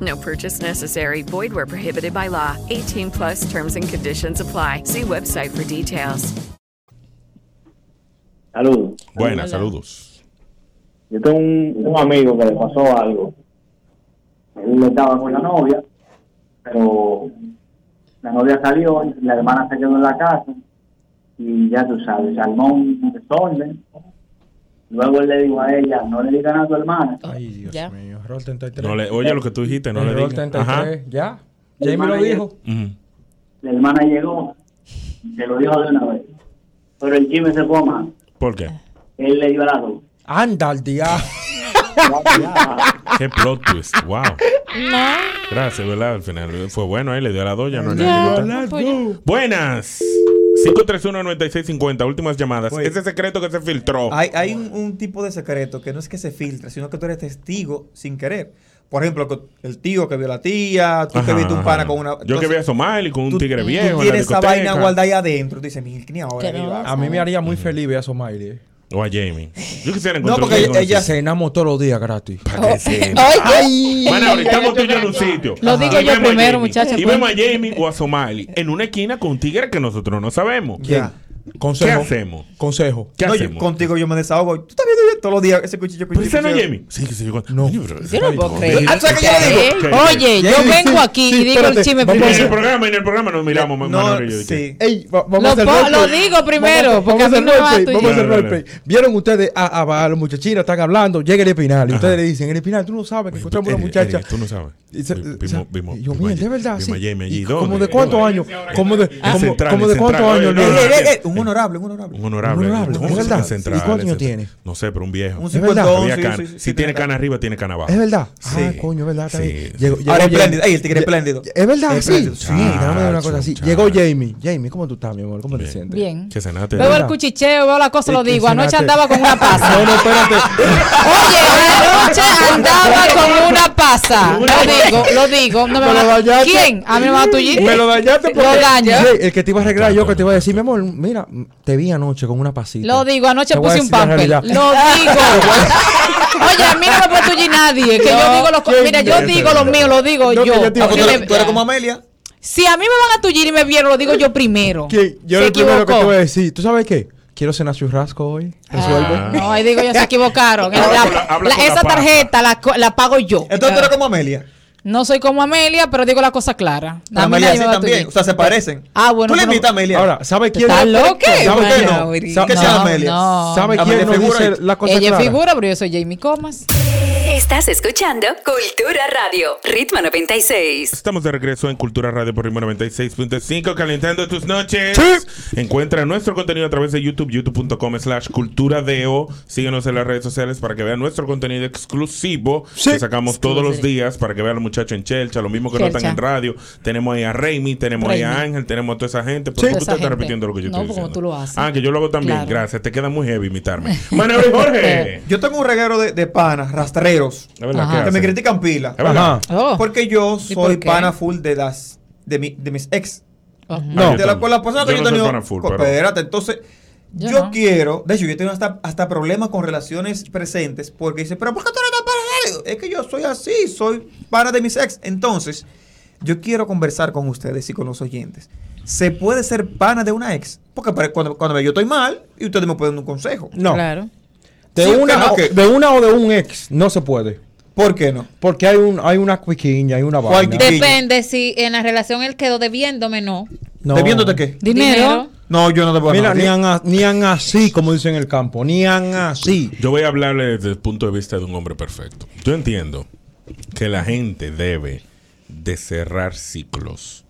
[SPEAKER 1] No purchase necessary. Void where prohibited by law. 18 plus terms and conditions apply. See website for details.
[SPEAKER 11] Saludos.
[SPEAKER 7] Buenas, saludos.
[SPEAKER 11] Yo tengo un, un amigo que le pasó algo. Él estaba con la novia, pero la novia salió, y la hermana se quedó en la casa y ya tú sabes, se armó un desorden. Luego él le dijo a ella, no le digan a tu hermana.
[SPEAKER 9] Ay, Dios mío. Rol 33.
[SPEAKER 7] No le- oye lo que tú dijiste, no
[SPEAKER 9] El
[SPEAKER 7] le
[SPEAKER 9] Rol
[SPEAKER 7] digas.
[SPEAKER 9] 33,
[SPEAKER 7] Ajá.
[SPEAKER 9] ya.
[SPEAKER 11] El
[SPEAKER 9] Jamie lo
[SPEAKER 11] manager-
[SPEAKER 9] dijo.
[SPEAKER 11] La hermana llegó, se lo dijo de una vez. Pero el chisme se fue más.
[SPEAKER 7] ¿Por qué?
[SPEAKER 11] Él le dio a la dos.
[SPEAKER 9] Anda al diablo.
[SPEAKER 7] Qué plot twist. Wow.
[SPEAKER 10] No.
[SPEAKER 7] Gracias, ¿verdad? Al final fue bueno, ahí le dio a la doya. No hay
[SPEAKER 10] Ya,
[SPEAKER 7] nada que
[SPEAKER 10] no,
[SPEAKER 7] contar.
[SPEAKER 10] pues ya.
[SPEAKER 7] Buenas. 531-9650, últimas llamadas.
[SPEAKER 8] Oye. Ah,
[SPEAKER 7] Ese secreto que se filtró.
[SPEAKER 8] Hay, hay un, un tipo de secreto que no es que se filtre, sino que tú eres testigo sin querer. Por ejemplo, que el tío que vio a la tía, tú que
[SPEAKER 7] Ajá,
[SPEAKER 8] viste un pana
[SPEAKER 7] ajá.
[SPEAKER 8] con una.
[SPEAKER 7] Yo que vi a Somali con un tigre viejo. en
[SPEAKER 8] Tú
[SPEAKER 7] la
[SPEAKER 8] tienes esa vaina
[SPEAKER 7] discoteca.
[SPEAKER 8] guardada ahí adentro. Tú dices, mi ni ahora. ni va".
[SPEAKER 9] A mí me haría muy feliz ver a Somaili. eh.
[SPEAKER 7] O a Jamie. Yo quisiera
[SPEAKER 9] No,
[SPEAKER 7] encontrar
[SPEAKER 9] porque
[SPEAKER 7] un
[SPEAKER 9] ella,
[SPEAKER 7] amigo
[SPEAKER 9] ella
[SPEAKER 7] así.
[SPEAKER 9] cenamos todos los días gratis.
[SPEAKER 7] Para que
[SPEAKER 8] (laughs)
[SPEAKER 7] se-
[SPEAKER 9] Oh. (laughs) Ay.
[SPEAKER 7] Bueno,
[SPEAKER 9] Ay,
[SPEAKER 7] ahorita
[SPEAKER 9] ay,
[SPEAKER 7] estamos tú y yo en un sitio.
[SPEAKER 9] Lo digo
[SPEAKER 7] Y
[SPEAKER 9] yo
[SPEAKER 7] vemos a
[SPEAKER 9] primero,
[SPEAKER 7] Jamie.
[SPEAKER 9] muchacha,
[SPEAKER 7] Y
[SPEAKER 9] pues.
[SPEAKER 7] vemos a Jamie o a Somali en una esquina con un tigre que nosotros no sabemos.
[SPEAKER 8] Ya.
[SPEAKER 7] ¿Qué
[SPEAKER 8] Consejo.
[SPEAKER 7] hacemos?
[SPEAKER 9] Consejo.
[SPEAKER 7] ¿Qué
[SPEAKER 8] No, yo-
[SPEAKER 7] hacemos?
[SPEAKER 8] contigo yo me desahogo. Tú estás viendo yo todos los días ese cuchillo.
[SPEAKER 7] ¿Pero ese no es
[SPEAKER 8] cuchillo.
[SPEAKER 7] Jamie? Sí, que se yo. No.
[SPEAKER 8] Yo no puedo creer. Ah, ¿sabes qué yo le digo?
[SPEAKER 7] Ok.
[SPEAKER 8] Oye, yo Jamie, vengo sí, aquí sí, y digo el espérate, chisme vamos primero. a
[SPEAKER 7] En
[SPEAKER 8] hacer-
[SPEAKER 7] el programa, en el programa nos miramos,
[SPEAKER 9] No,
[SPEAKER 7] Manolo y yo,
[SPEAKER 9] sí.
[SPEAKER 7] ¿qué?
[SPEAKER 9] Ey, va- vamos
[SPEAKER 2] Lo
[SPEAKER 9] a hacer
[SPEAKER 2] po-
[SPEAKER 9] roleplay.
[SPEAKER 2] lo digo
[SPEAKER 9] Vamos a-
[SPEAKER 2] primero,
[SPEAKER 9] vamos
[SPEAKER 2] porque
[SPEAKER 9] a hacer
[SPEAKER 2] así no vas
[SPEAKER 9] roleplay,
[SPEAKER 2] tú y
[SPEAKER 9] Vamos a
[SPEAKER 2] yo.
[SPEAKER 9] hacer
[SPEAKER 2] No, no, no.
[SPEAKER 9] roleplay. Vieron ustedes a, a, a los muchachinos, están hablando, llega el Espinal y ustedes le dicen, el Espinal, tú no sabes que encontramos una
[SPEAKER 7] Eric,
[SPEAKER 9] muchacha.
[SPEAKER 7] Eric, Eh, tú no sabes.
[SPEAKER 9] Y se-
[SPEAKER 7] Vi-
[SPEAKER 9] o sea,
[SPEAKER 7] Pues, Vimos, vimos.
[SPEAKER 9] Yo, mira, de verdad,
[SPEAKER 7] vimos
[SPEAKER 9] sí.
[SPEAKER 7] a Jamie allí.
[SPEAKER 9] ¿Y ¿Como
[SPEAKER 7] ¿Dónde?
[SPEAKER 9] de cuántos años? ¿Como de,
[SPEAKER 7] Ah,
[SPEAKER 9] como-
[SPEAKER 7] central,
[SPEAKER 9] como de cuántos
[SPEAKER 7] central. Eh,
[SPEAKER 9] años?
[SPEAKER 7] Oye,
[SPEAKER 9] no?
[SPEAKER 7] oye, oye, oye,
[SPEAKER 8] Un honorable, un honorable.
[SPEAKER 7] Un honorable.
[SPEAKER 8] Un honorable,
[SPEAKER 7] ¿Cómo
[SPEAKER 8] es
[SPEAKER 7] se
[SPEAKER 8] verdad.
[SPEAKER 7] llama? Central,
[SPEAKER 8] ¿Y cuántos años
[SPEAKER 7] etcétera.
[SPEAKER 8] tiene?
[SPEAKER 7] No sé, pero un viejo.
[SPEAKER 8] Un
[SPEAKER 7] Es
[SPEAKER 8] 52,
[SPEAKER 7] verdad. Había
[SPEAKER 8] sí,
[SPEAKER 7] cana.
[SPEAKER 8] sí, sí,
[SPEAKER 7] Si tiene cana arriba, tiene cana abajo.
[SPEAKER 9] Es verdad. Ah,
[SPEAKER 7] eh. Sí.
[SPEAKER 9] coño, es verdad. está
[SPEAKER 7] Sí,
[SPEAKER 9] bien.
[SPEAKER 7] sí.
[SPEAKER 9] Llegó-
[SPEAKER 7] Ahora
[SPEAKER 9] llegó
[SPEAKER 8] espléndido.
[SPEAKER 9] Jamie.
[SPEAKER 8] Ey, el tigre
[SPEAKER 9] Ye-
[SPEAKER 8] espléndido.
[SPEAKER 9] Es verdad,
[SPEAKER 8] El
[SPEAKER 9] sí.
[SPEAKER 8] espléndido.
[SPEAKER 9] Sí, dame una cosa así.
[SPEAKER 7] Chacho,
[SPEAKER 9] Llegó Jamie. Jamie, ¿cómo tú estás, mi amor? ¿Cómo te sientes?
[SPEAKER 2] Bien.
[SPEAKER 7] Que cenaste.
[SPEAKER 2] Veo el cuchicheo, veo la cosa, lo
[SPEAKER 9] Este,
[SPEAKER 2] digo. Anoche
[SPEAKER 9] cenaste.
[SPEAKER 2] andaba con una pasa.
[SPEAKER 9] No, no, espérate.
[SPEAKER 2] Anoche andaba con una pasa. Lo digo, lo digo. No me
[SPEAKER 9] Me lo
[SPEAKER 2] va-
[SPEAKER 9] dañaste.
[SPEAKER 2] ¿Quién? A mí me va a tullir.
[SPEAKER 9] Me lo dañaste
[SPEAKER 2] Lo daño.
[SPEAKER 9] Sí, el que te iba a arreglar yo, que te iba a decir, mi amor, mira, te vi anoche con una pasita.
[SPEAKER 2] Lo digo, anoche
[SPEAKER 9] Te voy a
[SPEAKER 2] puse un
[SPEAKER 9] decir la
[SPEAKER 2] pamper. Lo
[SPEAKER 9] realidad.
[SPEAKER 2] digo. Oye, a mí no me puede tullir nadie. Que yo
[SPEAKER 9] No,
[SPEAKER 2] digo los co-
[SPEAKER 9] ¿quién?
[SPEAKER 2] Mira, yo
[SPEAKER 9] Ese
[SPEAKER 2] digo
[SPEAKER 9] no.
[SPEAKER 2] lo mío, lo digo
[SPEAKER 9] No, que
[SPEAKER 2] yo.
[SPEAKER 9] yo te iba a
[SPEAKER 2] Porque
[SPEAKER 9] poner-
[SPEAKER 2] me-
[SPEAKER 8] Tú eres como Amelia.
[SPEAKER 2] Si a mí me van a tullir y me vieron, lo digo yo primero.
[SPEAKER 9] ¿Quién? Yo
[SPEAKER 2] Se
[SPEAKER 9] lo primero que
[SPEAKER 2] equivocó. Ah,
[SPEAKER 9] te voy a decir, ¿tú sabes qué? Quiero cenar churrasco hoy. Resuelve.
[SPEAKER 2] No, ahí digo yo, se
[SPEAKER 8] Ah,
[SPEAKER 2] equivocaron. La-
[SPEAKER 9] Habla con la-
[SPEAKER 2] la-
[SPEAKER 9] habla con la
[SPEAKER 2] esa
[SPEAKER 9] pasa.
[SPEAKER 2] tarjeta la, co- la pago yo.
[SPEAKER 8] Entonces tú eres como Amelia.
[SPEAKER 2] No soy como Amelia, pero digo la cosa clara.
[SPEAKER 8] Pero
[SPEAKER 2] A mí
[SPEAKER 8] Amelia
[SPEAKER 2] nadie
[SPEAKER 8] sí
[SPEAKER 2] me va a
[SPEAKER 8] también.
[SPEAKER 2] tullir.
[SPEAKER 8] O sea, se parecen.
[SPEAKER 2] Ah, bueno.
[SPEAKER 8] Tú le
[SPEAKER 2] pero-
[SPEAKER 8] invitas a Amelia.
[SPEAKER 9] Ahora, ¿sabe quién?
[SPEAKER 2] ¿Estás
[SPEAKER 9] no-
[SPEAKER 2] loca?
[SPEAKER 9] ¿Sabe quién
[SPEAKER 2] Mauri,
[SPEAKER 9] no? ¿Sabe
[SPEAKER 8] ¿Qué
[SPEAKER 9] no,
[SPEAKER 8] se llama Amelia?
[SPEAKER 2] no.
[SPEAKER 9] ¿Sabe
[SPEAKER 8] Amelia
[SPEAKER 9] quién no
[SPEAKER 8] figura
[SPEAKER 9] dice
[SPEAKER 8] y-
[SPEAKER 9] la cosa
[SPEAKER 2] Ella es
[SPEAKER 9] clara?
[SPEAKER 2] figura, pero yo soy Jamie Comas.
[SPEAKER 6] Estás escuchando Cultura Radio, Ritmo 96.
[SPEAKER 7] Estamos de regreso en Cultura Radio por Ritmo 96.5, calentando tus noches. Encuentra nuestro contenido a través de YouTube, youtube.com slash cultura DO. Síguenos en las redes sociales para que vean nuestro contenido exclusivo que sacamos todos los días para que vean a los muchachos en Chelcha, lo mismo que no
[SPEAKER 2] Chelcha.
[SPEAKER 7] están en radio. Tenemos ahí a Raimi, tenemos ahí a
[SPEAKER 2] Raimi.
[SPEAKER 7] Ángel, tenemos a toda esa gente.
[SPEAKER 2] Sí.
[SPEAKER 7] ¿Por qué tú
[SPEAKER 2] Toda esa
[SPEAKER 7] te estás
[SPEAKER 2] gente.
[SPEAKER 7] repitiendo lo que yo
[SPEAKER 2] No,
[SPEAKER 7] estoy
[SPEAKER 2] porque
[SPEAKER 7] diciendo?
[SPEAKER 2] tú lo haces.
[SPEAKER 7] Ah, que yo lo hago también.
[SPEAKER 2] Claro.
[SPEAKER 7] Gracias. Te queda muy heavy imitarme. Manuel y
[SPEAKER 8] (laughs)
[SPEAKER 7] Jorge.
[SPEAKER 8] Eh, Yo tengo un reguero de, de panas, rastreros.
[SPEAKER 7] Es verdad, ¿qué
[SPEAKER 8] Que me
[SPEAKER 7] hacen?
[SPEAKER 8] critican pila.
[SPEAKER 7] Es verdad.
[SPEAKER 8] Porque yo
[SPEAKER 9] ¿Y por
[SPEAKER 8] soy
[SPEAKER 9] qué?
[SPEAKER 8] pana full de las de, mi- de mis ex.
[SPEAKER 9] No.
[SPEAKER 8] De la, con la persona que
[SPEAKER 9] Ah, Yo
[SPEAKER 8] yo,
[SPEAKER 9] no soy
[SPEAKER 8] tenía.
[SPEAKER 9] pana full, pero-
[SPEAKER 8] Espérate, entonces. Yo,
[SPEAKER 9] Yo no.
[SPEAKER 8] quiero, de hecho, yo he tenido hasta, hasta problemas con relaciones presentes porque dice, pero ¿por qué tú eres tan pana de él?" Es que yo soy así, soy pana de mis ex. Entonces, yo quiero conversar con ustedes y con los oyentes. ¿Se puede ser pana de una ex? Porque para- cuando, cuando yo estoy mal y ustedes me pueden dar un consejo.
[SPEAKER 9] No.
[SPEAKER 2] Claro.
[SPEAKER 9] De,
[SPEAKER 8] Sí,
[SPEAKER 9] una,
[SPEAKER 8] que no,
[SPEAKER 9] o-
[SPEAKER 8] que-
[SPEAKER 9] de una o de un ex no se puede.
[SPEAKER 8] ¿Por qué no?
[SPEAKER 9] Porque hay, un, hay una cuiquiña, hay una vaina.
[SPEAKER 10] Depende si en la relación él quedó debiéndome, no.
[SPEAKER 9] No.
[SPEAKER 8] ¿Debiéndote qué?
[SPEAKER 10] Dinero.
[SPEAKER 8] No, yo no te puedo
[SPEAKER 9] Mira,
[SPEAKER 8] hablar.
[SPEAKER 9] ni han, a- ni han así, como dicen en el campo, ni han así.
[SPEAKER 7] Yo voy a hablarle desde el punto de vista de un hombre perfecto. Yo entiendo que la gente debe de cerrar ciclos.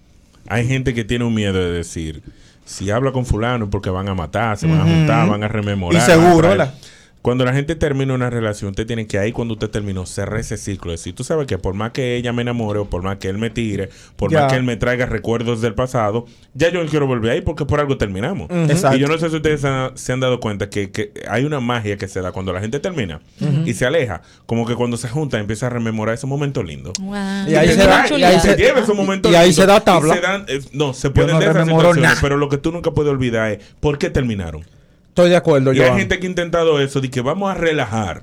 [SPEAKER 7] Hay gente que tiene un miedo de decir, si habla con fulano es porque van a matar, se van a
[SPEAKER 8] Ujú.
[SPEAKER 7] juntar, van a rememorar.
[SPEAKER 8] Y seguro,
[SPEAKER 7] van a traer.
[SPEAKER 8] ¿verdad?
[SPEAKER 7] Cuando la gente termina una relación, usted tiene que ahí cuando usted terminó cerrar ese ciclo. Es decir, tú sabes que por más que ella me enamore o por más que él me tire, por
[SPEAKER 8] Ya.
[SPEAKER 7] más que él me traiga recuerdos del pasado, ya yo no quiero volver ahí porque por algo terminamos.
[SPEAKER 8] Ujú. Exacto.
[SPEAKER 7] Y yo no sé si ustedes han- se han dado cuenta que, que hay una magia que se da cuando la gente termina
[SPEAKER 9] Ujú.
[SPEAKER 7] y se aleja. Como que cuando se junta empieza a rememorar esos momentos lindos.
[SPEAKER 9] Y ahí
[SPEAKER 7] Y
[SPEAKER 9] se
[SPEAKER 7] se
[SPEAKER 9] da-
[SPEAKER 7] trae,
[SPEAKER 9] y ahí
[SPEAKER 7] y se
[SPEAKER 9] se-
[SPEAKER 7] lleva esos momentos
[SPEAKER 9] y ahí
[SPEAKER 7] lindos.
[SPEAKER 9] se da tabla.
[SPEAKER 7] Y se dan, eh, no, se pueden
[SPEAKER 9] no
[SPEAKER 7] dar esas
[SPEAKER 9] rememoro
[SPEAKER 7] situaciones,
[SPEAKER 9] nada.
[SPEAKER 7] pero lo que tú nunca puedes olvidar es por qué terminaron.
[SPEAKER 9] Estoy de acuerdo,
[SPEAKER 7] Y hay
[SPEAKER 9] Joan.
[SPEAKER 7] gente que ha intentado eso, de que vamos a relajar.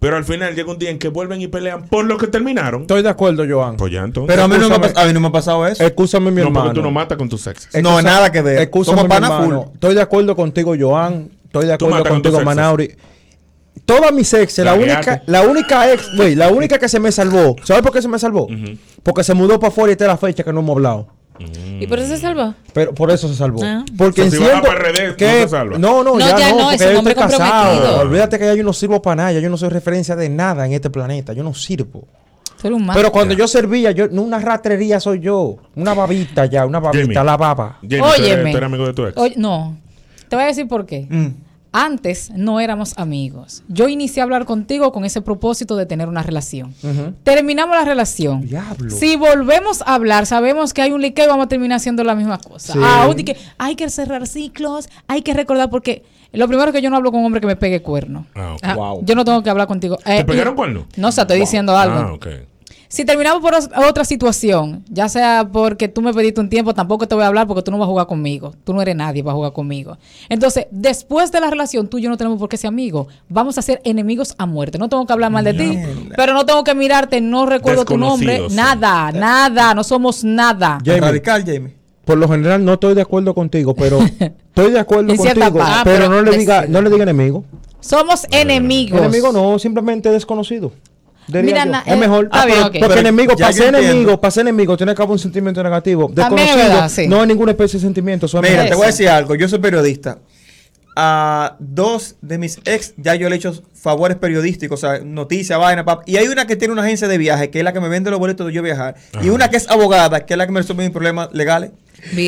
[SPEAKER 7] Pero al final llega un día en que vuelven y pelean por lo que terminaron.
[SPEAKER 9] Estoy de acuerdo, Joan.
[SPEAKER 7] Pues ya, entonces.
[SPEAKER 9] Pero a mí no me ha
[SPEAKER 7] Escúchame.
[SPEAKER 9] pas- a mí no me ha pasado eso. Excúsame, mi
[SPEAKER 7] No, porque
[SPEAKER 9] hermano.
[SPEAKER 7] tú no matas con tus exes.
[SPEAKER 9] Excusa- Excúsame,
[SPEAKER 7] Somos
[SPEAKER 9] mi
[SPEAKER 7] pana
[SPEAKER 9] hermano.
[SPEAKER 7] full.
[SPEAKER 9] Estoy de acuerdo contigo, Joan. Estoy de
[SPEAKER 7] Tú
[SPEAKER 9] acuerdo
[SPEAKER 7] matas con
[SPEAKER 9] contigo,
[SPEAKER 7] tus exes.
[SPEAKER 9] Manauri. Todas mis exes, la
[SPEAKER 7] Plagiaste.
[SPEAKER 9] única, la única ex, güey, la única que se me salvó. ¿Sabes por qué se me salvó? Porque se mudó para afuera y esta es la fecha que no hemos hablado.
[SPEAKER 10] ¿Y por eso se salvó?
[SPEAKER 9] Pero por eso se salvó.
[SPEAKER 10] Ah.
[SPEAKER 9] Porque
[SPEAKER 7] O sea,
[SPEAKER 9] en
[SPEAKER 7] si vas a
[SPEAKER 9] cierto-
[SPEAKER 7] PRD, no
[SPEAKER 9] que-
[SPEAKER 7] te salvas.
[SPEAKER 9] No, no,
[SPEAKER 10] No,
[SPEAKER 9] ya, no, porque
[SPEAKER 10] ya no, es
[SPEAKER 9] ya
[SPEAKER 10] un
[SPEAKER 9] yo estoy
[SPEAKER 10] hombre
[SPEAKER 9] casado.
[SPEAKER 10] comprometido.
[SPEAKER 9] Olvídate que ya yo no sirvo para nada, ya yo no soy referencia de nada en este planeta, yo no sirvo.
[SPEAKER 2] Tú eres un mal.
[SPEAKER 9] Pero cuando yo servía, yo no, una ratrería soy yo, una babita ya, una babita,
[SPEAKER 7] Jamie.
[SPEAKER 9] la baba.
[SPEAKER 7] Jamie, tú eres-
[SPEAKER 2] Óyeme.
[SPEAKER 7] tú eres amigo de tu ex.
[SPEAKER 2] Oye, no. Te voy a decir por qué. Antes no éramos amigos. Yo inicié a hablar contigo con ese propósito de tener una relación. Terminamos la relación. Si volvemos a hablar, sabemos que hay un liqueo y vamos a terminar haciendo la misma cosa.
[SPEAKER 10] Sí.
[SPEAKER 2] Aún di que hay que cerrar ciclos, hay que recordar porque lo primero es que yo no hablo con un hombre que me pegue cuerno.
[SPEAKER 7] Ah, ok.
[SPEAKER 2] Ah,
[SPEAKER 7] Wow.
[SPEAKER 2] Yo no tengo que hablar contigo. Eh,
[SPEAKER 7] ¿Te pegaron
[SPEAKER 2] y-
[SPEAKER 7] cuerno?
[SPEAKER 2] No, o sea, estoy diciendo algo.
[SPEAKER 7] Ah, ok.
[SPEAKER 2] Si terminamos por os- otra situación, ya sea porque tú me pediste un tiempo, tampoco te voy a hablar porque tú no vas a jugar conmigo. Tú no eres nadie para jugar conmigo. Entonces, después de la relación, tú y yo no tenemos por qué ser amigos. Vamos a ser enemigos a muerte. No tengo que hablar mal de ti, pero no tengo que mirarte, no recuerdo tu nombre,
[SPEAKER 9] Desconocidos, sí.
[SPEAKER 2] nada, nada, no somos nada.
[SPEAKER 9] Radical, Eh. Jamie. Por lo general no estoy de acuerdo contigo, pero estoy de acuerdo
[SPEAKER 2] En cierta
[SPEAKER 9] contigo,
[SPEAKER 2] parte. Ah,
[SPEAKER 9] pero
[SPEAKER 2] pero
[SPEAKER 9] no le
[SPEAKER 2] me
[SPEAKER 9] diga,
[SPEAKER 2] sirve.
[SPEAKER 9] no le diga enemigo.
[SPEAKER 2] Somos enemigos.
[SPEAKER 9] Enemigo no, simplemente desconocido. Diría
[SPEAKER 2] Mira,
[SPEAKER 9] yo.
[SPEAKER 2] na-
[SPEAKER 9] es
[SPEAKER 2] eh,
[SPEAKER 9] mejor.
[SPEAKER 2] está bien, ok.
[SPEAKER 9] Porque
[SPEAKER 2] Pero
[SPEAKER 9] enemigo,
[SPEAKER 2] ya
[SPEAKER 9] para
[SPEAKER 2] yo
[SPEAKER 9] ser
[SPEAKER 2] entiendo.
[SPEAKER 9] enemigo, para ser enemigo, tiene que haber un sentimiento negativo.
[SPEAKER 2] También es
[SPEAKER 9] Desconocido,
[SPEAKER 2] verdad, sí.
[SPEAKER 9] no hay ninguna especie de sentimiento. solamente-
[SPEAKER 8] Mira, te voy a decir algo. Yo soy periodista. A dos de mis ex ya yo le he hecho favores periodísticos, o sea, noticias, vaina, pap. Y hay una que tiene una agencia de viaje, que es la que me vende los boletos de yo viajar. Y una que es abogada, que es la que me resuelve mis problemas legales.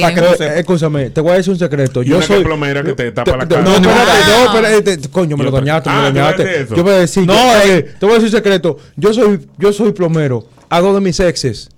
[SPEAKER 8] Para que tú
[SPEAKER 9] Eh,
[SPEAKER 8] sepas.
[SPEAKER 9] Escúchame, te voy a decir un secreto.
[SPEAKER 7] Y
[SPEAKER 9] Yo
[SPEAKER 7] una que
[SPEAKER 9] soy
[SPEAKER 7] plomera que te tapa la
[SPEAKER 9] No,
[SPEAKER 7] cara.
[SPEAKER 9] no, espérate,
[SPEAKER 7] Ah.
[SPEAKER 9] no, espérate, coño, me lo dañaste, me
[SPEAKER 7] Ah, ¿te
[SPEAKER 9] lo
[SPEAKER 7] voy a decir
[SPEAKER 9] dañaste.
[SPEAKER 7] eso?
[SPEAKER 9] Yo voy a decir,
[SPEAKER 7] No,
[SPEAKER 9] yo-
[SPEAKER 7] eh.
[SPEAKER 9] eh, te voy a decir un secreto. Yo soy, yo soy plomero. Hago de mis exes.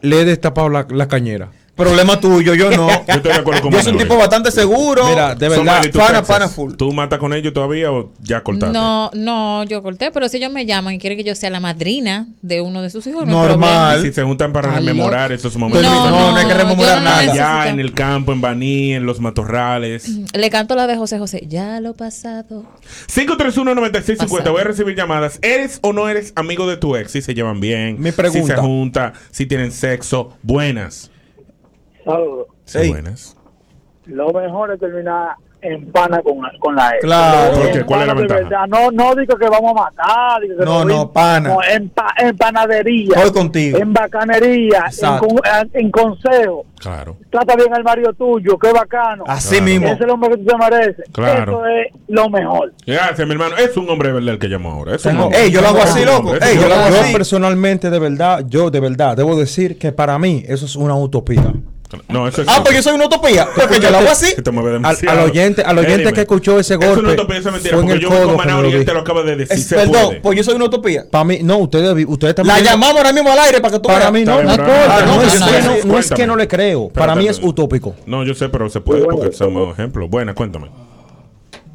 [SPEAKER 9] Le he destapado la, la cañera.
[SPEAKER 8] Problema tuyo, yo no.
[SPEAKER 7] Yo estoy de acuerdo con
[SPEAKER 8] (laughs) Yo soy un
[SPEAKER 7] Manuel.
[SPEAKER 8] tipo bastante seguro.
[SPEAKER 7] Mira, de
[SPEAKER 8] Somali,
[SPEAKER 7] verdad,
[SPEAKER 8] tú pana, pana full.
[SPEAKER 7] ¿Tú matas con ellos todavía o ya cortaste?
[SPEAKER 10] No, no, yo corté, pero si ellos me llaman y quieren que yo sea la madrina de uno de sus hijos, no hay
[SPEAKER 7] Normal.
[SPEAKER 10] problema.
[SPEAKER 7] si se juntan para
[SPEAKER 10] Aló.
[SPEAKER 7] rememorar esos momentos.
[SPEAKER 10] No, no, no hay que yo rememorar no nada. necesito.
[SPEAKER 7] Allá en el campo, en Baní, en los matorrales.
[SPEAKER 10] Le canto la de José José, ya lo pasado.
[SPEAKER 7] 531-9650. Voy a recibir llamadas. ¿Eres o no eres amigo de tu ex? Si se llevan bien. Si
[SPEAKER 9] pregunta.
[SPEAKER 7] se junta, si tienen sexo. Buenas.
[SPEAKER 11] Saludos.
[SPEAKER 7] Sí, buenas.
[SPEAKER 11] Lo mejor es terminar en pana con, con la ex.
[SPEAKER 7] Claro.
[SPEAKER 11] Pero
[SPEAKER 7] ¿Por qué?
[SPEAKER 11] en
[SPEAKER 7] ¿Cuál es la
[SPEAKER 11] pana de
[SPEAKER 7] ventaja?
[SPEAKER 11] verdad. No, no digo que vamos a matar. digo que
[SPEAKER 8] No, no,
[SPEAKER 11] digo-
[SPEAKER 8] pana.
[SPEAKER 11] no, en, pa- en panadería.
[SPEAKER 8] Estoy contigo.
[SPEAKER 11] En bacanería. En,
[SPEAKER 8] Exacto.
[SPEAKER 11] con- en consejo.
[SPEAKER 7] Claro.
[SPEAKER 11] Trata bien al marido tuyo. Qué bacano.
[SPEAKER 7] Así Claro. mismo.
[SPEAKER 11] Ese es el hombre que tú te mereces.
[SPEAKER 7] Claro.
[SPEAKER 11] Eso es lo mejor.
[SPEAKER 7] Gracias, mi hermano. Es un hombre de verdad el que llamó ahora. Es un
[SPEAKER 9] Tengo-
[SPEAKER 7] hombre.
[SPEAKER 9] Ey, yo lo hago
[SPEAKER 7] Es un
[SPEAKER 9] así,
[SPEAKER 7] hombre,
[SPEAKER 9] loco.
[SPEAKER 7] es un
[SPEAKER 9] Ey, yo lo hago
[SPEAKER 7] hombre.
[SPEAKER 9] así. personalmente, de verdad, yo de verdad, debo decir que para mí eso es una utopía.
[SPEAKER 7] No, eso es
[SPEAKER 8] Ah, pues yo soy una utopía. Porque yo lo hago así.
[SPEAKER 7] Se te mueve
[SPEAKER 9] Al,
[SPEAKER 7] demasiado.
[SPEAKER 9] al oyente, al
[SPEAKER 7] Eh,
[SPEAKER 9] oyente
[SPEAKER 7] dime.
[SPEAKER 9] que escuchó ese
[SPEAKER 7] Eso
[SPEAKER 9] golpe.
[SPEAKER 7] no te piensa mentira,
[SPEAKER 9] fue en
[SPEAKER 7] porque
[SPEAKER 9] el
[SPEAKER 7] yo vi
[SPEAKER 9] codo
[SPEAKER 7] con
[SPEAKER 9] que me
[SPEAKER 7] Manauri
[SPEAKER 9] lo
[SPEAKER 7] y él
[SPEAKER 9] di.
[SPEAKER 7] te lo acaba de decir.
[SPEAKER 9] Es-
[SPEAKER 7] se
[SPEAKER 9] perdón,
[SPEAKER 7] puede.
[SPEAKER 8] Pues yo soy una utopía.
[SPEAKER 9] Para mí, no, ustedes, ustedes están
[SPEAKER 8] La
[SPEAKER 9] viendo-
[SPEAKER 8] llamamos ahora mismo al aire para que tú
[SPEAKER 9] Para
[SPEAKER 8] veas.
[SPEAKER 9] mí no, no
[SPEAKER 8] Está bien,
[SPEAKER 9] importa.
[SPEAKER 8] bravo.
[SPEAKER 9] No,
[SPEAKER 8] Ah,
[SPEAKER 9] es,
[SPEAKER 8] no, yo
[SPEAKER 9] que no,
[SPEAKER 8] sé.
[SPEAKER 9] no es que
[SPEAKER 7] Cuéntame.
[SPEAKER 9] no le creo.
[SPEAKER 7] Espérate,
[SPEAKER 9] Para mí es
[SPEAKER 7] espérate.
[SPEAKER 9] utópico.
[SPEAKER 7] No, yo sé, pero se puede porque somos ejemplos. Buenas, cuéntame.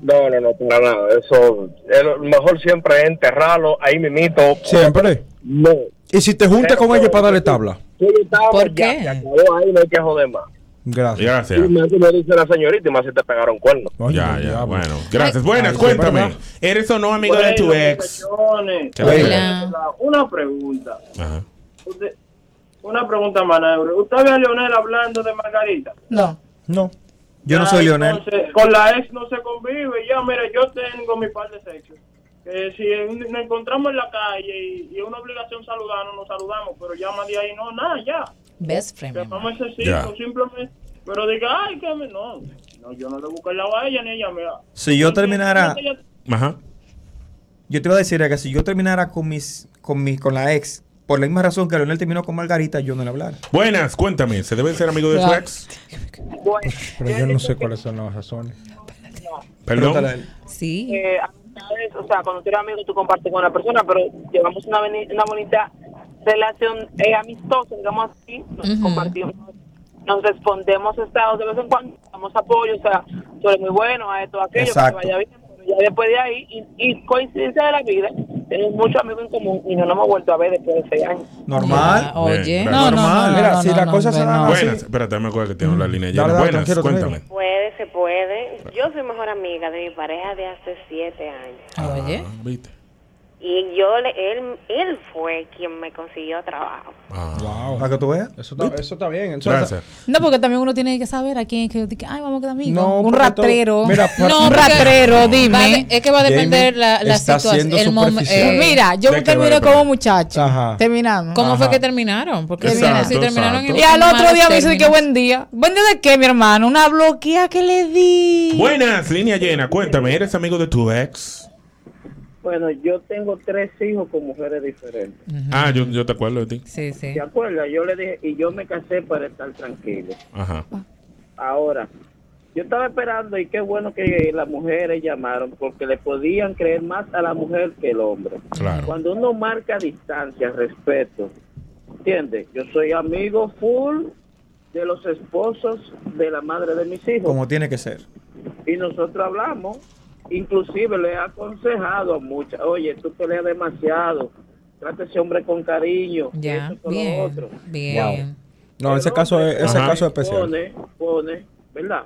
[SPEAKER 16] No, no, no, para nada. Eso, eh, lo mejor siempre es enterrarlo ahí mismito.
[SPEAKER 9] Siempre.
[SPEAKER 16] No.
[SPEAKER 9] Y si te juntas con ellos para darle tabla.
[SPEAKER 16] ¿Por qué? Se acabó ahí, no hay que joder más.
[SPEAKER 9] Gracias.
[SPEAKER 7] Gracias.
[SPEAKER 16] Y más si me dice la señorita y más si te pegaron cuernos.
[SPEAKER 7] Ya, ya, bueno. Gracias. Buenas, cuéntame. ¿Eres o no amigo de tu
[SPEAKER 11] Bueno,
[SPEAKER 7] ex?
[SPEAKER 11] muchachones.
[SPEAKER 7] Hola. Hola.
[SPEAKER 11] Una pregunta.
[SPEAKER 7] Ajá.
[SPEAKER 11] Usted- una pregunta, Manaure. ¿Usted ve a Leonel hablando de Margarita?
[SPEAKER 2] No.
[SPEAKER 9] No.
[SPEAKER 8] Yo no
[SPEAKER 11] Ya,
[SPEAKER 8] soy Leonel.
[SPEAKER 11] entonces, con la ex no se convive. Ya, mira, yo tengo mi par de sexo. Que si en- nos encontramos en la calle y, y es una obligación saludarnos, nos saludamos. Pero ya más de ahí, no, nada, ya.
[SPEAKER 10] Best friend. mi amor.
[SPEAKER 11] Vamos ese cinco,
[SPEAKER 8] Ya.
[SPEAKER 11] simplemente. Pero diga, ay, que me. No, no, yo no le busco el lado a ella ni ella me da.
[SPEAKER 8] Si yo terminara.
[SPEAKER 11] Ella-
[SPEAKER 7] Ajá.
[SPEAKER 8] Yo te iba a decir que si yo terminara con mis, con mi, con la ex, por la misma razón que Leonel terminó con Margarita, yo no le hablara.
[SPEAKER 7] Buenas, cuéntame. ¿Se debe ser amigo de tu
[SPEAKER 8] Ya.
[SPEAKER 7] ex?
[SPEAKER 9] Pero yo no sé cuáles son las razones.
[SPEAKER 7] Perdón.
[SPEAKER 10] Sí.
[SPEAKER 12] Eh, o sea, cuando tú eres amigo, tú compartes con la persona, pero llevamos una, beni- una bonita relación eh, amistosa, digamos así. Nos
[SPEAKER 10] Ujú.
[SPEAKER 12] compartimos, nos respondemos estados de vez en cuando, damos apoyo, o sea, tú eres muy bueno a esto, a aquello,
[SPEAKER 8] Exacto.
[SPEAKER 12] que te vaya bien. Pero ya después de ahí, y, y coincidencia de la vida, tenemos muchos amigos en común y no nos hemos vuelto a ver después de seis años.
[SPEAKER 8] Normal.
[SPEAKER 7] Bien, gracias.
[SPEAKER 8] No, no, Normal. no, Mira, no, si no, las no, cosas se no, dan no. así-
[SPEAKER 7] Buenas, espérate, me acuerdo que tengo la línea llena.
[SPEAKER 9] Dale, dale,
[SPEAKER 7] Buenas,
[SPEAKER 9] tranquilo,
[SPEAKER 7] cuéntame.
[SPEAKER 13] Puede, se puede. Yo soy mejor amiga de mi pareja de hace siete años.
[SPEAKER 7] Ah, ¿viste?
[SPEAKER 13] Y yo, le- él, él fue quien me consiguió trabajo.
[SPEAKER 7] Ah.
[SPEAKER 9] Wow. Para que tú veas. Eso está, eso está bien. Eso
[SPEAKER 7] Gracias.
[SPEAKER 2] No, porque también uno tiene que saber a quién es que. Ay, vamos a quedar amigos.
[SPEAKER 9] No,
[SPEAKER 2] un
[SPEAKER 9] porque
[SPEAKER 2] rastrero.
[SPEAKER 9] todo- Mira, pa-
[SPEAKER 2] (laughs) no, un
[SPEAKER 9] porque-
[SPEAKER 2] rastrero,
[SPEAKER 9] No.
[SPEAKER 2] dime.
[SPEAKER 10] Va de- es que va a depender Jamie la- la está situación, siendo el mom- superficial. eh,
[SPEAKER 2] mira, yo
[SPEAKER 10] de que
[SPEAKER 2] terminé
[SPEAKER 10] vale,
[SPEAKER 2] como
[SPEAKER 10] vale.
[SPEAKER 2] muchacho. Terminamos.
[SPEAKER 10] ¿Cómo fue que terminaron? Porque
[SPEAKER 2] Exacto,
[SPEAKER 10] si terminaron en
[SPEAKER 2] Y al otro
[SPEAKER 10] malos
[SPEAKER 2] día me dice que
[SPEAKER 10] términos.
[SPEAKER 2] buen día. ¿Buen día de qué, mi hermano? Una bloquea que le di.
[SPEAKER 7] Buenas, línea llena. Cuéntame, ¿eres amigo de tu ex?
[SPEAKER 11] Bueno, yo tengo tres hijos con mujeres diferentes.
[SPEAKER 7] Ah, yo, yo te acuerdo de ti.
[SPEAKER 10] Sí, sí.
[SPEAKER 11] ¿Te acuerdas? Yo le dije, y yo me casé para estar tranquilo.
[SPEAKER 7] Ajá.
[SPEAKER 11] Ahora, yo estaba esperando y qué bueno que las mujeres llamaron porque le podían creer más a la mujer que el hombre.
[SPEAKER 7] Claro.
[SPEAKER 11] Cuando uno marca distancia, respeto, ¿entiendes? Yo soy amigo full de los esposos de la madre de mis hijos
[SPEAKER 8] Como tiene que ser.
[SPEAKER 11] y nosotros hablamos, inclusive le he aconsejado a muchas, oye, tú peleas demasiado, trate a ese hombre con cariño,
[SPEAKER 10] Ya,
[SPEAKER 11] esto, que lo
[SPEAKER 10] bien,
[SPEAKER 11] otro.
[SPEAKER 10] bien.
[SPEAKER 9] No, ese caso es, Eh, ese
[SPEAKER 7] Ajá.
[SPEAKER 9] caso es especial.
[SPEAKER 11] Pone, pone, ¿verdad?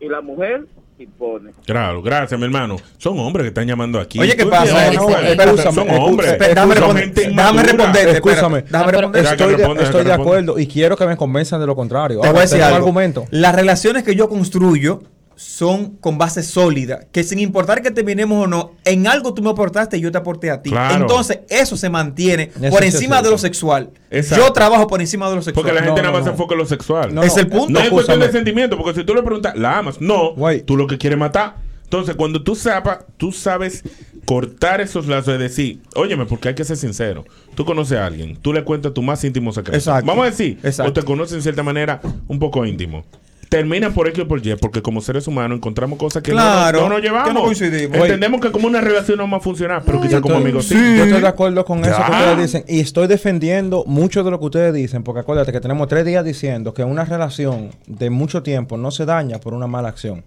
[SPEAKER 11] Y la mujer impone.
[SPEAKER 7] Claro, gracias, mi hermano. Son hombres que están llamando aquí.
[SPEAKER 8] Oye, ¿qué
[SPEAKER 7] Tú
[SPEAKER 8] pasa?
[SPEAKER 7] tienes-
[SPEAKER 8] No,
[SPEAKER 7] son
[SPEAKER 8] espérate,
[SPEAKER 7] son
[SPEAKER 8] espérate,
[SPEAKER 7] hombres.
[SPEAKER 8] espérate, déjame
[SPEAKER 7] Son
[SPEAKER 8] responder,
[SPEAKER 7] gente
[SPEAKER 8] déjame
[SPEAKER 7] inmadura.
[SPEAKER 8] responderte,
[SPEAKER 9] Escúchame, déjame responder.
[SPEAKER 7] Deja que
[SPEAKER 9] Estoy, de-
[SPEAKER 7] responda, deja
[SPEAKER 9] estoy
[SPEAKER 7] que
[SPEAKER 9] de
[SPEAKER 7] responda.
[SPEAKER 9] acuerdo y quiero que me convenzan de lo
[SPEAKER 8] Te
[SPEAKER 9] contrario.
[SPEAKER 8] voy a
[SPEAKER 9] Ahora,
[SPEAKER 8] decir
[SPEAKER 9] tengo
[SPEAKER 8] algo.
[SPEAKER 9] argumento.
[SPEAKER 8] Las relaciones que yo construyo son con base sólida, que sin importar que terminemos o no, en algo tú me aportaste y yo te aporté a ti.
[SPEAKER 7] Claro.
[SPEAKER 8] Entonces, eso se mantiene
[SPEAKER 9] Eso
[SPEAKER 8] por
[SPEAKER 9] sí
[SPEAKER 8] encima
[SPEAKER 9] es
[SPEAKER 8] de lo
[SPEAKER 9] eso.
[SPEAKER 8] sexual.
[SPEAKER 7] Exacto.
[SPEAKER 8] Yo trabajo por encima de lo sexual.
[SPEAKER 7] Porque la gente nada más se enfoca en lo sexual.
[SPEAKER 8] No, Es no. el punto,
[SPEAKER 7] No es cuestión
[SPEAKER 8] escúchame.
[SPEAKER 7] de sentimiento, porque si tú le preguntas, ¿la amas? No, tú lo que quieres es matar. Entonces, cuando tú sepas, tú sabes cortar esos lazos de decir, óyeme, porque hay que ser sincero. Tú conoces a alguien, tú le cuentas tu más íntimo secreto.
[SPEAKER 9] Exacto.
[SPEAKER 7] Vamos a decir,
[SPEAKER 9] Exacto.
[SPEAKER 7] o te conoces en cierta manera un poco íntimo. Termina por X o por Y, porque como seres humanos encontramos cosas que no-
[SPEAKER 9] Claro,
[SPEAKER 7] no, nos llevamos.
[SPEAKER 9] que no coincidimos.
[SPEAKER 7] Entendemos que como una relación no va a funcionar, pero quizás como amigos sí.
[SPEAKER 9] Yo estoy de acuerdo con eso que
[SPEAKER 7] Ya. Ah.
[SPEAKER 9] ustedes dicen. Y estoy defendiendo mucho de lo que ustedes dicen. Porque acuérdate que tenemos tres días diciendo que una relación de mucho tiempo no se daña por una mala acción.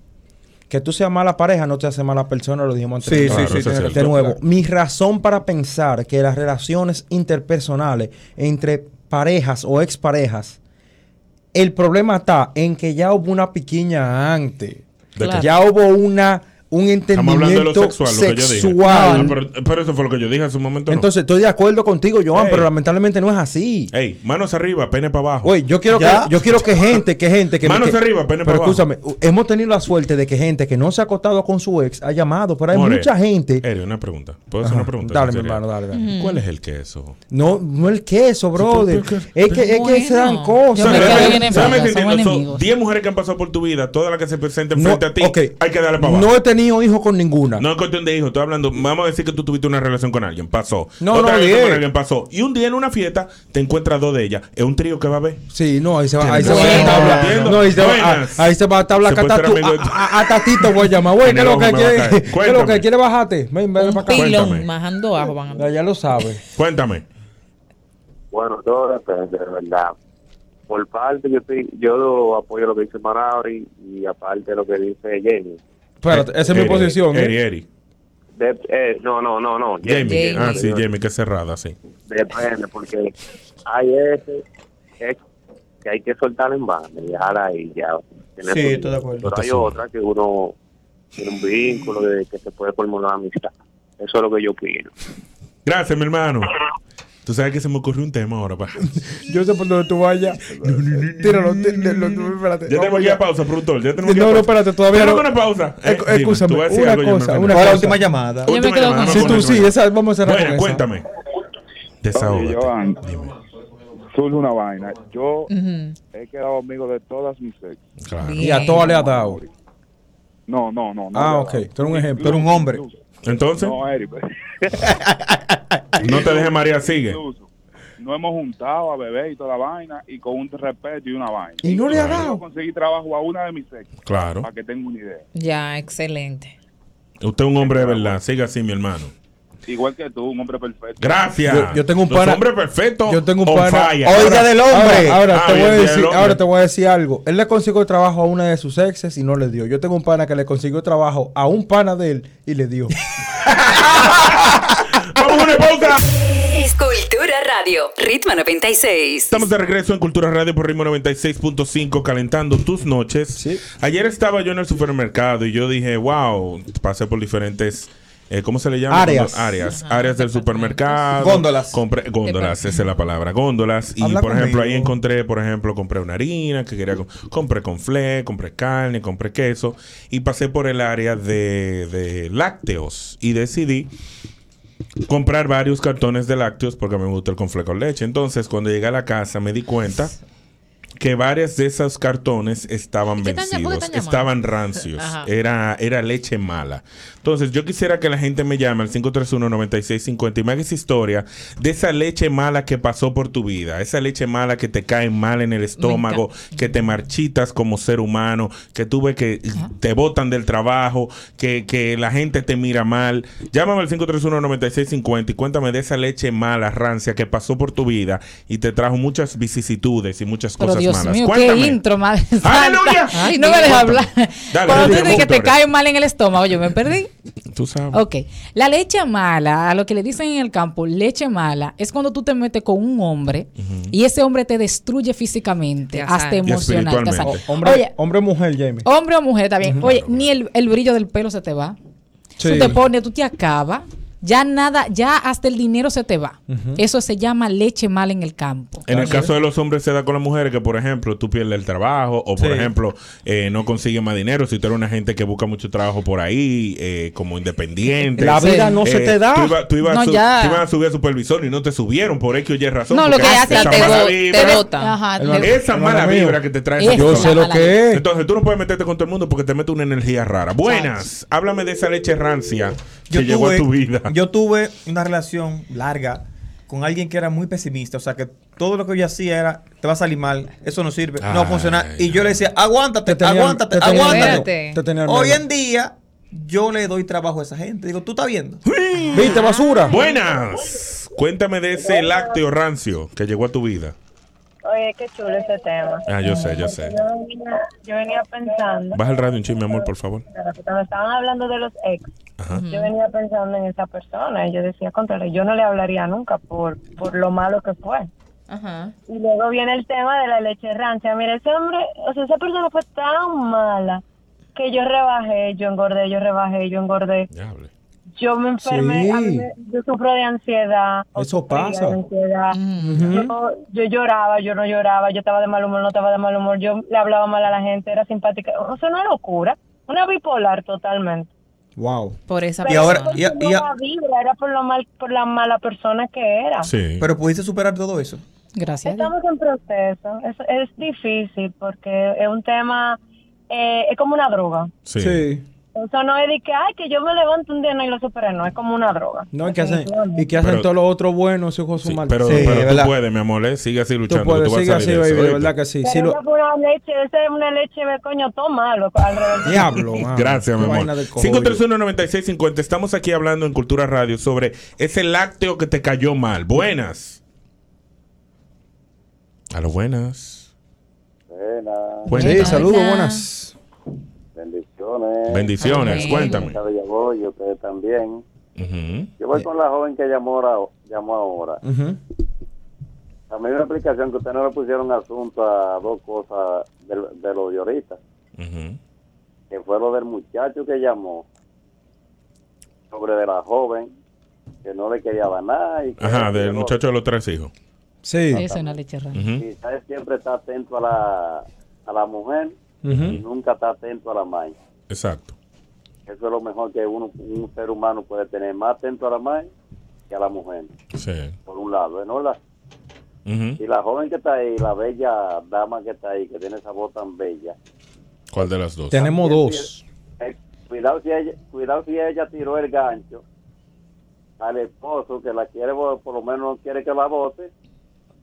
[SPEAKER 9] Que tú seas mala pareja no te hace mala persona, lo dijimos
[SPEAKER 8] Sí,
[SPEAKER 9] antes.
[SPEAKER 8] sí, Claro, sí, eso es tienes cierto.
[SPEAKER 9] De nuevo, mi razón para pensar que las relaciones interpersonales entre parejas o exparejas, el problema está en que ya hubo una piquiña antes.
[SPEAKER 7] ¿De qué?
[SPEAKER 9] Ya hubo una un
[SPEAKER 7] Estamos hablando de lo
[SPEAKER 9] entendimiento
[SPEAKER 7] sexual, lo que yo dije.
[SPEAKER 9] sexual.
[SPEAKER 7] Ah, pero, pero eso fue lo que yo dije hace un momento. no.
[SPEAKER 9] Entonces, estoy de acuerdo contigo, Joan,
[SPEAKER 7] Ey.
[SPEAKER 9] pero lamentablemente no es así.
[SPEAKER 7] Ey, manos arriba, pene para abajo.
[SPEAKER 9] Oye, yo quiero que
[SPEAKER 7] ¿Ya?
[SPEAKER 9] yo quiero que gente, que gente que
[SPEAKER 7] Manos
[SPEAKER 9] que-
[SPEAKER 7] arriba, pene
[SPEAKER 9] Pero
[SPEAKER 7] para abajo.
[SPEAKER 9] escúchame, u- hemos tenido la suerte de que gente que no se ha acostado con su ex ha llamado, pero hay
[SPEAKER 7] More,
[SPEAKER 9] mucha gente.
[SPEAKER 7] Eri, una pregunta. ¿Puedo hacer
[SPEAKER 9] Ajá.
[SPEAKER 7] una pregunta?
[SPEAKER 9] Dale, mi
[SPEAKER 7] sincera?
[SPEAKER 9] hermano, dale, dale.
[SPEAKER 7] ¿Cuál es el queso?
[SPEAKER 9] No, no el queso, brother.
[SPEAKER 7] pero-
[SPEAKER 9] es que, es que se dan cosas.
[SPEAKER 7] Solamente- solamente
[SPEAKER 9] Son
[SPEAKER 7] entiendo, son
[SPEAKER 9] enemigos.
[SPEAKER 7] 10 mujeres que han pasado por tu vida, todas las que se presenten
[SPEAKER 9] No,
[SPEAKER 7] frente a ti,
[SPEAKER 9] ok.
[SPEAKER 7] hay que darle para abajo.
[SPEAKER 9] No he tenido hijos con ninguna.
[SPEAKER 7] No es cuestión de hijos, estoy hablando. Vamos a decir que tú tuviste una relación con alguien, pasó.
[SPEAKER 9] No,
[SPEAKER 7] Otra
[SPEAKER 9] no,
[SPEAKER 7] relación
[SPEAKER 9] bien.
[SPEAKER 7] con alguien pasó. Y un día en una fiesta te encuentras dos de ellas. Es un trío que va a haber.
[SPEAKER 9] Sí, no, ahí se va, ahí se
[SPEAKER 7] Tiene
[SPEAKER 9] va
[SPEAKER 7] buena
[SPEAKER 9] a tabla.
[SPEAKER 7] tabla.
[SPEAKER 9] No, ahí se va, a-
[SPEAKER 7] Buenas.
[SPEAKER 9] ahí se va a tabla
[SPEAKER 7] Se
[SPEAKER 9] que
[SPEAKER 7] puede
[SPEAKER 9] hasta ah,
[SPEAKER 7] ser
[SPEAKER 9] tú-
[SPEAKER 7] amigo de-
[SPEAKER 9] a, a- a Tatito voy a
[SPEAKER 7] (laughs)
[SPEAKER 9] llamar. Güey,
[SPEAKER 7] En
[SPEAKER 9] ¿qué
[SPEAKER 7] el
[SPEAKER 9] es lo
[SPEAKER 7] ojo
[SPEAKER 9] que
[SPEAKER 7] me va a caer.
[SPEAKER 9] quiere? ¿Qué es lo que
[SPEAKER 7] Cuéntame.
[SPEAKER 9] quiere? Bájate. Ven, ven para acá.
[SPEAKER 10] Pilón, majando ajo van a
[SPEAKER 9] Ya, ya lo sabes.
[SPEAKER 7] Cuéntame.
[SPEAKER 23] Bueno, todo depende, de verdad. Por parte, yo estoy, yo lo apoyo lo que dice Marauri y aparte lo que dice Jenny.
[SPEAKER 9] ah, Espérate, esa es mi
[SPEAKER 7] Eri,
[SPEAKER 9] posición. ¿eh?
[SPEAKER 7] Eri, Eri.
[SPEAKER 23] De- eh, no, no, no, no.
[SPEAKER 7] Jamie.
[SPEAKER 23] Jenny,
[SPEAKER 7] Ah, sí,
[SPEAKER 23] Jenny.
[SPEAKER 7] Jamie, que cerrada, sí.
[SPEAKER 23] Depende, porque hay ese ex que hay que soltar en banda y dejar ahí ya. Tiene
[SPEAKER 8] Sí,
[SPEAKER 23] su-
[SPEAKER 8] estoy de acuerdo.
[SPEAKER 23] Pero hay otra que uno tiene un vínculo de que se puede formar una amistad. Eso es lo que yo opino.
[SPEAKER 7] Gracias, mi hermano. Tú sabes que se me ocurrió un tema ahora. pa.
[SPEAKER 9] Yo sé por dónde tú vayas. Tíralo, tíralo, tú- espérate.
[SPEAKER 7] Ya tengo aquí la pausa, productor. Ya tenemos
[SPEAKER 9] No, no, espérate, todavía no.
[SPEAKER 7] una pausa.
[SPEAKER 9] Eh,
[SPEAKER 7] dime,
[SPEAKER 9] Escúchame,
[SPEAKER 7] tú vas a decir
[SPEAKER 9] una
[SPEAKER 7] algo, yo me
[SPEAKER 9] cosa,
[SPEAKER 7] ofendo.
[SPEAKER 9] una
[SPEAKER 7] Ahora,
[SPEAKER 9] cosa.
[SPEAKER 7] última llamada. Yo me Última quedo llamada, con
[SPEAKER 9] Sí,
[SPEAKER 7] vamos con
[SPEAKER 9] tú
[SPEAKER 7] última
[SPEAKER 9] sí, esa vamos a cerrar
[SPEAKER 7] Bueno,
[SPEAKER 9] con esa.
[SPEAKER 7] cuéntame. Desahógate.
[SPEAKER 24] Oye, Joan, surge una vaina. Yo he quedado amigo de todas mis ex.
[SPEAKER 7] Claro.
[SPEAKER 9] Y a todas le has dado.
[SPEAKER 24] No, no, no. no
[SPEAKER 9] Ah,
[SPEAKER 24] le he
[SPEAKER 9] ok.
[SPEAKER 24] dado.
[SPEAKER 9] Tú eres un ejemplo. Tú eres un
[SPEAKER 24] Incluso-
[SPEAKER 9] hombre.
[SPEAKER 24] incluso-
[SPEAKER 7] Entonces.
[SPEAKER 24] No, Eric.
[SPEAKER 7] No te dejes, María, sigue.
[SPEAKER 24] Incluso, No hemos juntado a bebé y toda la vaina y con un respeto y una vaina.
[SPEAKER 9] Y no le ha
[SPEAKER 24] Incluso
[SPEAKER 9] dado.
[SPEAKER 24] Yo conseguí trabajo a una de mis ex.
[SPEAKER 7] Claro.
[SPEAKER 24] Para que tenga una idea.
[SPEAKER 10] Ya, excelente.
[SPEAKER 7] Usted es un hombre de verdad. Siga así, mi hermano.
[SPEAKER 24] Igual que tú, un hombre perfecto.
[SPEAKER 7] Gracias.
[SPEAKER 9] Yo- yo tengo un
[SPEAKER 7] Los
[SPEAKER 9] pana-
[SPEAKER 7] hombres perfectos.
[SPEAKER 9] Yo tengo un
[SPEAKER 7] on
[SPEAKER 9] pana.
[SPEAKER 7] fire.
[SPEAKER 9] Ahora- Ahora, ahora
[SPEAKER 7] Ah,
[SPEAKER 9] te voy
[SPEAKER 7] hoy
[SPEAKER 9] a
[SPEAKER 7] es Día
[SPEAKER 9] decir,
[SPEAKER 7] del Hombre.
[SPEAKER 9] ahora te voy a decir algo. Él le consiguió trabajo a una de sus exes y no le dio. Yo tengo un pana que le consiguió trabajo a un pana de él y le dio.
[SPEAKER 7] ¡Vamos a una pausa!
[SPEAKER 6] Escultura Radio, Ritmo 96.
[SPEAKER 7] Estamos de regreso en Cultura Radio por Ritmo 96.5, calentando tus noches. Ayer estaba yo en el supermercado y yo dije, wow, pasé por diferentes eh, ¿cómo se le llama?
[SPEAKER 9] Áreas.
[SPEAKER 7] Cuando- Áreas. Áreas del supermercado.
[SPEAKER 9] Góndolas.
[SPEAKER 7] Compré- góndolas, esa es la palabra. Góndolas. Y,
[SPEAKER 9] Habla
[SPEAKER 7] por ejemplo, ahí
[SPEAKER 9] conmigo.
[SPEAKER 7] encontré, por ejemplo, compré una harina que quería... com- Compré conflé, compré carne, compré queso. Y pasé por el área de, de lácteos. Y decidí comprar varios cartones de lácteos porque a mí me gusta el conflé con leche. Entonces, cuando llegué a la casa, me di cuenta que varios de esos cartones estaban
[SPEAKER 14] qué tan- por qué
[SPEAKER 7] vencidos,
[SPEAKER 14] tan llamado?
[SPEAKER 7] estaban rancios, Eh,
[SPEAKER 14] (laughs) Ajá.
[SPEAKER 7] era, era leche mala. Entonces, yo quisiera que la gente me llame al 531-9650 y me haga esa historia de esa leche mala que pasó por tu vida, esa leche mala que te cae mal en el estómago, que te marchitas como ser humano, que tú ves que te botan del trabajo, que, que la gente te mira mal. Llámame al 531-9650 y cuéntame de esa leche mala, rancia, que pasó por tu vida y te trajo muchas vicisitudes y muchas
[SPEAKER 2] Pero
[SPEAKER 7] cosas
[SPEAKER 2] Dios
[SPEAKER 7] malas.
[SPEAKER 2] mío,
[SPEAKER 7] cuéntame.
[SPEAKER 2] qué intro, madre. santa.
[SPEAKER 7] ¡Aleluya!
[SPEAKER 2] Ay, no me dejes hablar.
[SPEAKER 7] Dale,
[SPEAKER 2] Cuando tú
[SPEAKER 7] dale,
[SPEAKER 2] dices que te
[SPEAKER 7] doctora.
[SPEAKER 2] cae mal en el estómago, yo me perdí.
[SPEAKER 7] Tú sabes.
[SPEAKER 2] Ok, la leche mala, a lo que le dicen en el campo, leche mala, es cuando tú te metes con un hombre y ese hombre te destruye físicamente, hasta emocional. te
[SPEAKER 9] O-
[SPEAKER 2] asaca.
[SPEAKER 9] Oh, Hombre,
[SPEAKER 2] Oye,
[SPEAKER 9] hombre o mujer, Jamie.
[SPEAKER 2] hombre o mujer, está bien. Oye, ni el, el brillo del pelo se te va.
[SPEAKER 9] Sí.
[SPEAKER 2] Tú te pones, tú te acabas. Ya nada, ya hasta el dinero se te va.
[SPEAKER 7] Ujú.
[SPEAKER 2] Eso se llama leche mala en el campo.
[SPEAKER 7] En el caso de los hombres se da con las mujeres que, por ejemplo, tú pierdes el trabajo o, por
[SPEAKER 9] Sí.
[SPEAKER 7] ejemplo, eh, no consigues más dinero. Si tú eres una gente que busca mucho trabajo por ahí, eh, como independiente.
[SPEAKER 9] La vida no se te da.
[SPEAKER 7] Tú ibas tú ibas a
[SPEAKER 9] No,
[SPEAKER 7] su-
[SPEAKER 9] ya.
[SPEAKER 7] tú ibas a subir a supervisor y no te subieron por X o Y razón.
[SPEAKER 2] No, lo
[SPEAKER 7] porque
[SPEAKER 2] que
[SPEAKER 7] esa
[SPEAKER 2] hace es que te
[SPEAKER 7] mala
[SPEAKER 2] bo- te
[SPEAKER 7] vibra-
[SPEAKER 2] bota. Ajá, te
[SPEAKER 7] Hermano-
[SPEAKER 2] bota.
[SPEAKER 7] Esa mala
[SPEAKER 9] Hermano mío.
[SPEAKER 7] vibra que te trae.
[SPEAKER 9] Esa
[SPEAKER 7] esa
[SPEAKER 9] Yo sé
[SPEAKER 7] mala
[SPEAKER 9] lo que
[SPEAKER 7] leche.
[SPEAKER 9] es.
[SPEAKER 7] Entonces tú no puedes meterte con todo el mundo porque te mete una energía rara. Buenas. Háblame de esa leche rancia que
[SPEAKER 8] Yo
[SPEAKER 7] llegó a
[SPEAKER 8] tuve-
[SPEAKER 7] tu vida.
[SPEAKER 8] Yo tuve una relación larga con alguien que era muy pesimista. O sea, que todo lo que yo hacía era, te va a salir mal, eso no sirve, no va a funcionar. Y yo le decía, aguántate,
[SPEAKER 9] tenía-
[SPEAKER 8] aguántate,
[SPEAKER 9] te tenía-
[SPEAKER 8] aguántate.
[SPEAKER 9] te tenía
[SPEAKER 8] Hoy
[SPEAKER 9] miedo.
[SPEAKER 8] en día, yo le doy trabajo a esa gente. Digo, ¿tú estás viendo?
[SPEAKER 9] ¿Viste basura?
[SPEAKER 7] Buenas. Cuéntame de ese lácteo rancio que llegó a tu vida.
[SPEAKER 25] Oye, qué chulo ese tema.
[SPEAKER 7] Ah, yo sé, yo sé.
[SPEAKER 25] Yo venía, yo venía pensando,
[SPEAKER 7] Baja el radio un chisme, amor, por favor.
[SPEAKER 25] cuando estaban hablando de los ex,
[SPEAKER 7] Ajá.
[SPEAKER 25] yo venía pensando en esa persona y yo decía, contra yo no le hablaría nunca por, por lo malo que fue. Y luego viene el tema de la leche rancia. Mira, ese hombre, o sea, esa persona fue tan mala que yo rebajé, yo engordé, yo rebajé, yo engordé. Yo me enfermé, a mí me- yo sufro de ansiedad. o
[SPEAKER 9] Eso
[SPEAKER 25] sufría de
[SPEAKER 9] pasa.
[SPEAKER 25] ansiedad.
[SPEAKER 9] Ujú.
[SPEAKER 25] yo, yo lloraba, yo no lloraba, yo estaba de mal humor, no estaba de mal humor, yo le hablaba mal a la gente, era simpática. O sea, una locura, una bipolar totalmente.
[SPEAKER 8] Wow.
[SPEAKER 10] Por esa
[SPEAKER 8] Y ahora,
[SPEAKER 25] Era por
[SPEAKER 8] y, a-
[SPEAKER 25] su
[SPEAKER 8] y a-
[SPEAKER 25] mala vibra, era por, lo mal, por la mala persona que era.
[SPEAKER 8] Pero pudiste superar todo eso.
[SPEAKER 2] Gracias.
[SPEAKER 25] Estamos en proceso. Es, es difícil porque es un tema, eh, es como una droga.
[SPEAKER 7] Sí.
[SPEAKER 25] Eso no es de que, ay, que yo me levanto un día no, y lo superé, no, es como una droga.
[SPEAKER 9] No, ¿y qué hacen? ¿Y qué
[SPEAKER 7] Pero-
[SPEAKER 9] hacen todos los otros buenos, esos hijos son malos?
[SPEAKER 7] Pero,
[SPEAKER 9] Sí,
[SPEAKER 7] pero tú
[SPEAKER 9] ¿verdad?
[SPEAKER 7] puedes, mi amor, ¿eh? sigue así luchando.
[SPEAKER 9] Tú puedes,
[SPEAKER 7] vas a
[SPEAKER 9] sigue
[SPEAKER 7] salir
[SPEAKER 9] así,
[SPEAKER 7] de eso,
[SPEAKER 9] baby, de
[SPEAKER 7] ¿oíste?
[SPEAKER 9] verdad que sí.
[SPEAKER 25] Pero
[SPEAKER 9] Sí, lo-
[SPEAKER 25] esa fue una leche, esa es una leche de coño, todo malo, al revés.
[SPEAKER 9] Diablo, mano.
[SPEAKER 7] Gracias, mi
[SPEAKER 9] Qué
[SPEAKER 7] amor.
[SPEAKER 9] vaina del cogollo.
[SPEAKER 7] 531-9650. Estamos aquí hablando en Cultura Radio sobre ese lácteo que te cayó mal. Buenas. A lo buenas.
[SPEAKER 26] Buenas.
[SPEAKER 7] Buenas. Sí, saludos, buenas.
[SPEAKER 26] Bendiciones.
[SPEAKER 7] Bendiciones, Amén. cuéntame.
[SPEAKER 26] Esta de Yaboy, ustedes también.
[SPEAKER 7] Ujú.
[SPEAKER 26] Yo voy con la joven que llamó ahora. Llamó ahora. También una explicación que ustedes no le pusieron asunto a dos cosas de, lo- de lo de ahorita. Que fue lo del muchacho que llamó sobre de la joven que no le quería dar nada y que
[SPEAKER 7] Ajá, del muchacho de los tres hijos.
[SPEAKER 9] Sí.
[SPEAKER 2] Eso es una leche rara.
[SPEAKER 7] Ujú.
[SPEAKER 26] quizás siempre está atento a la, a la mujer
[SPEAKER 7] Ujú.
[SPEAKER 26] y nunca está atento a la madre.
[SPEAKER 7] Exacto.
[SPEAKER 26] Eso es lo mejor que uno, un ser humano puede tener, más atento a la madre que a la mujer,
[SPEAKER 7] Sí.
[SPEAKER 26] por un lado. ¿eh? ¿no? La-
[SPEAKER 7] Ujú.
[SPEAKER 26] y la joven que está ahí, la bella dama que está ahí, que tiene esa voz tan bella.
[SPEAKER 7] ¿Cuál de las dos?
[SPEAKER 9] Tenemos dos.
[SPEAKER 26] eh, cuidado, si ella, cuidado si ella tiró el gancho al esposo que la quiere, bo- por lo menos no quiere que la vote.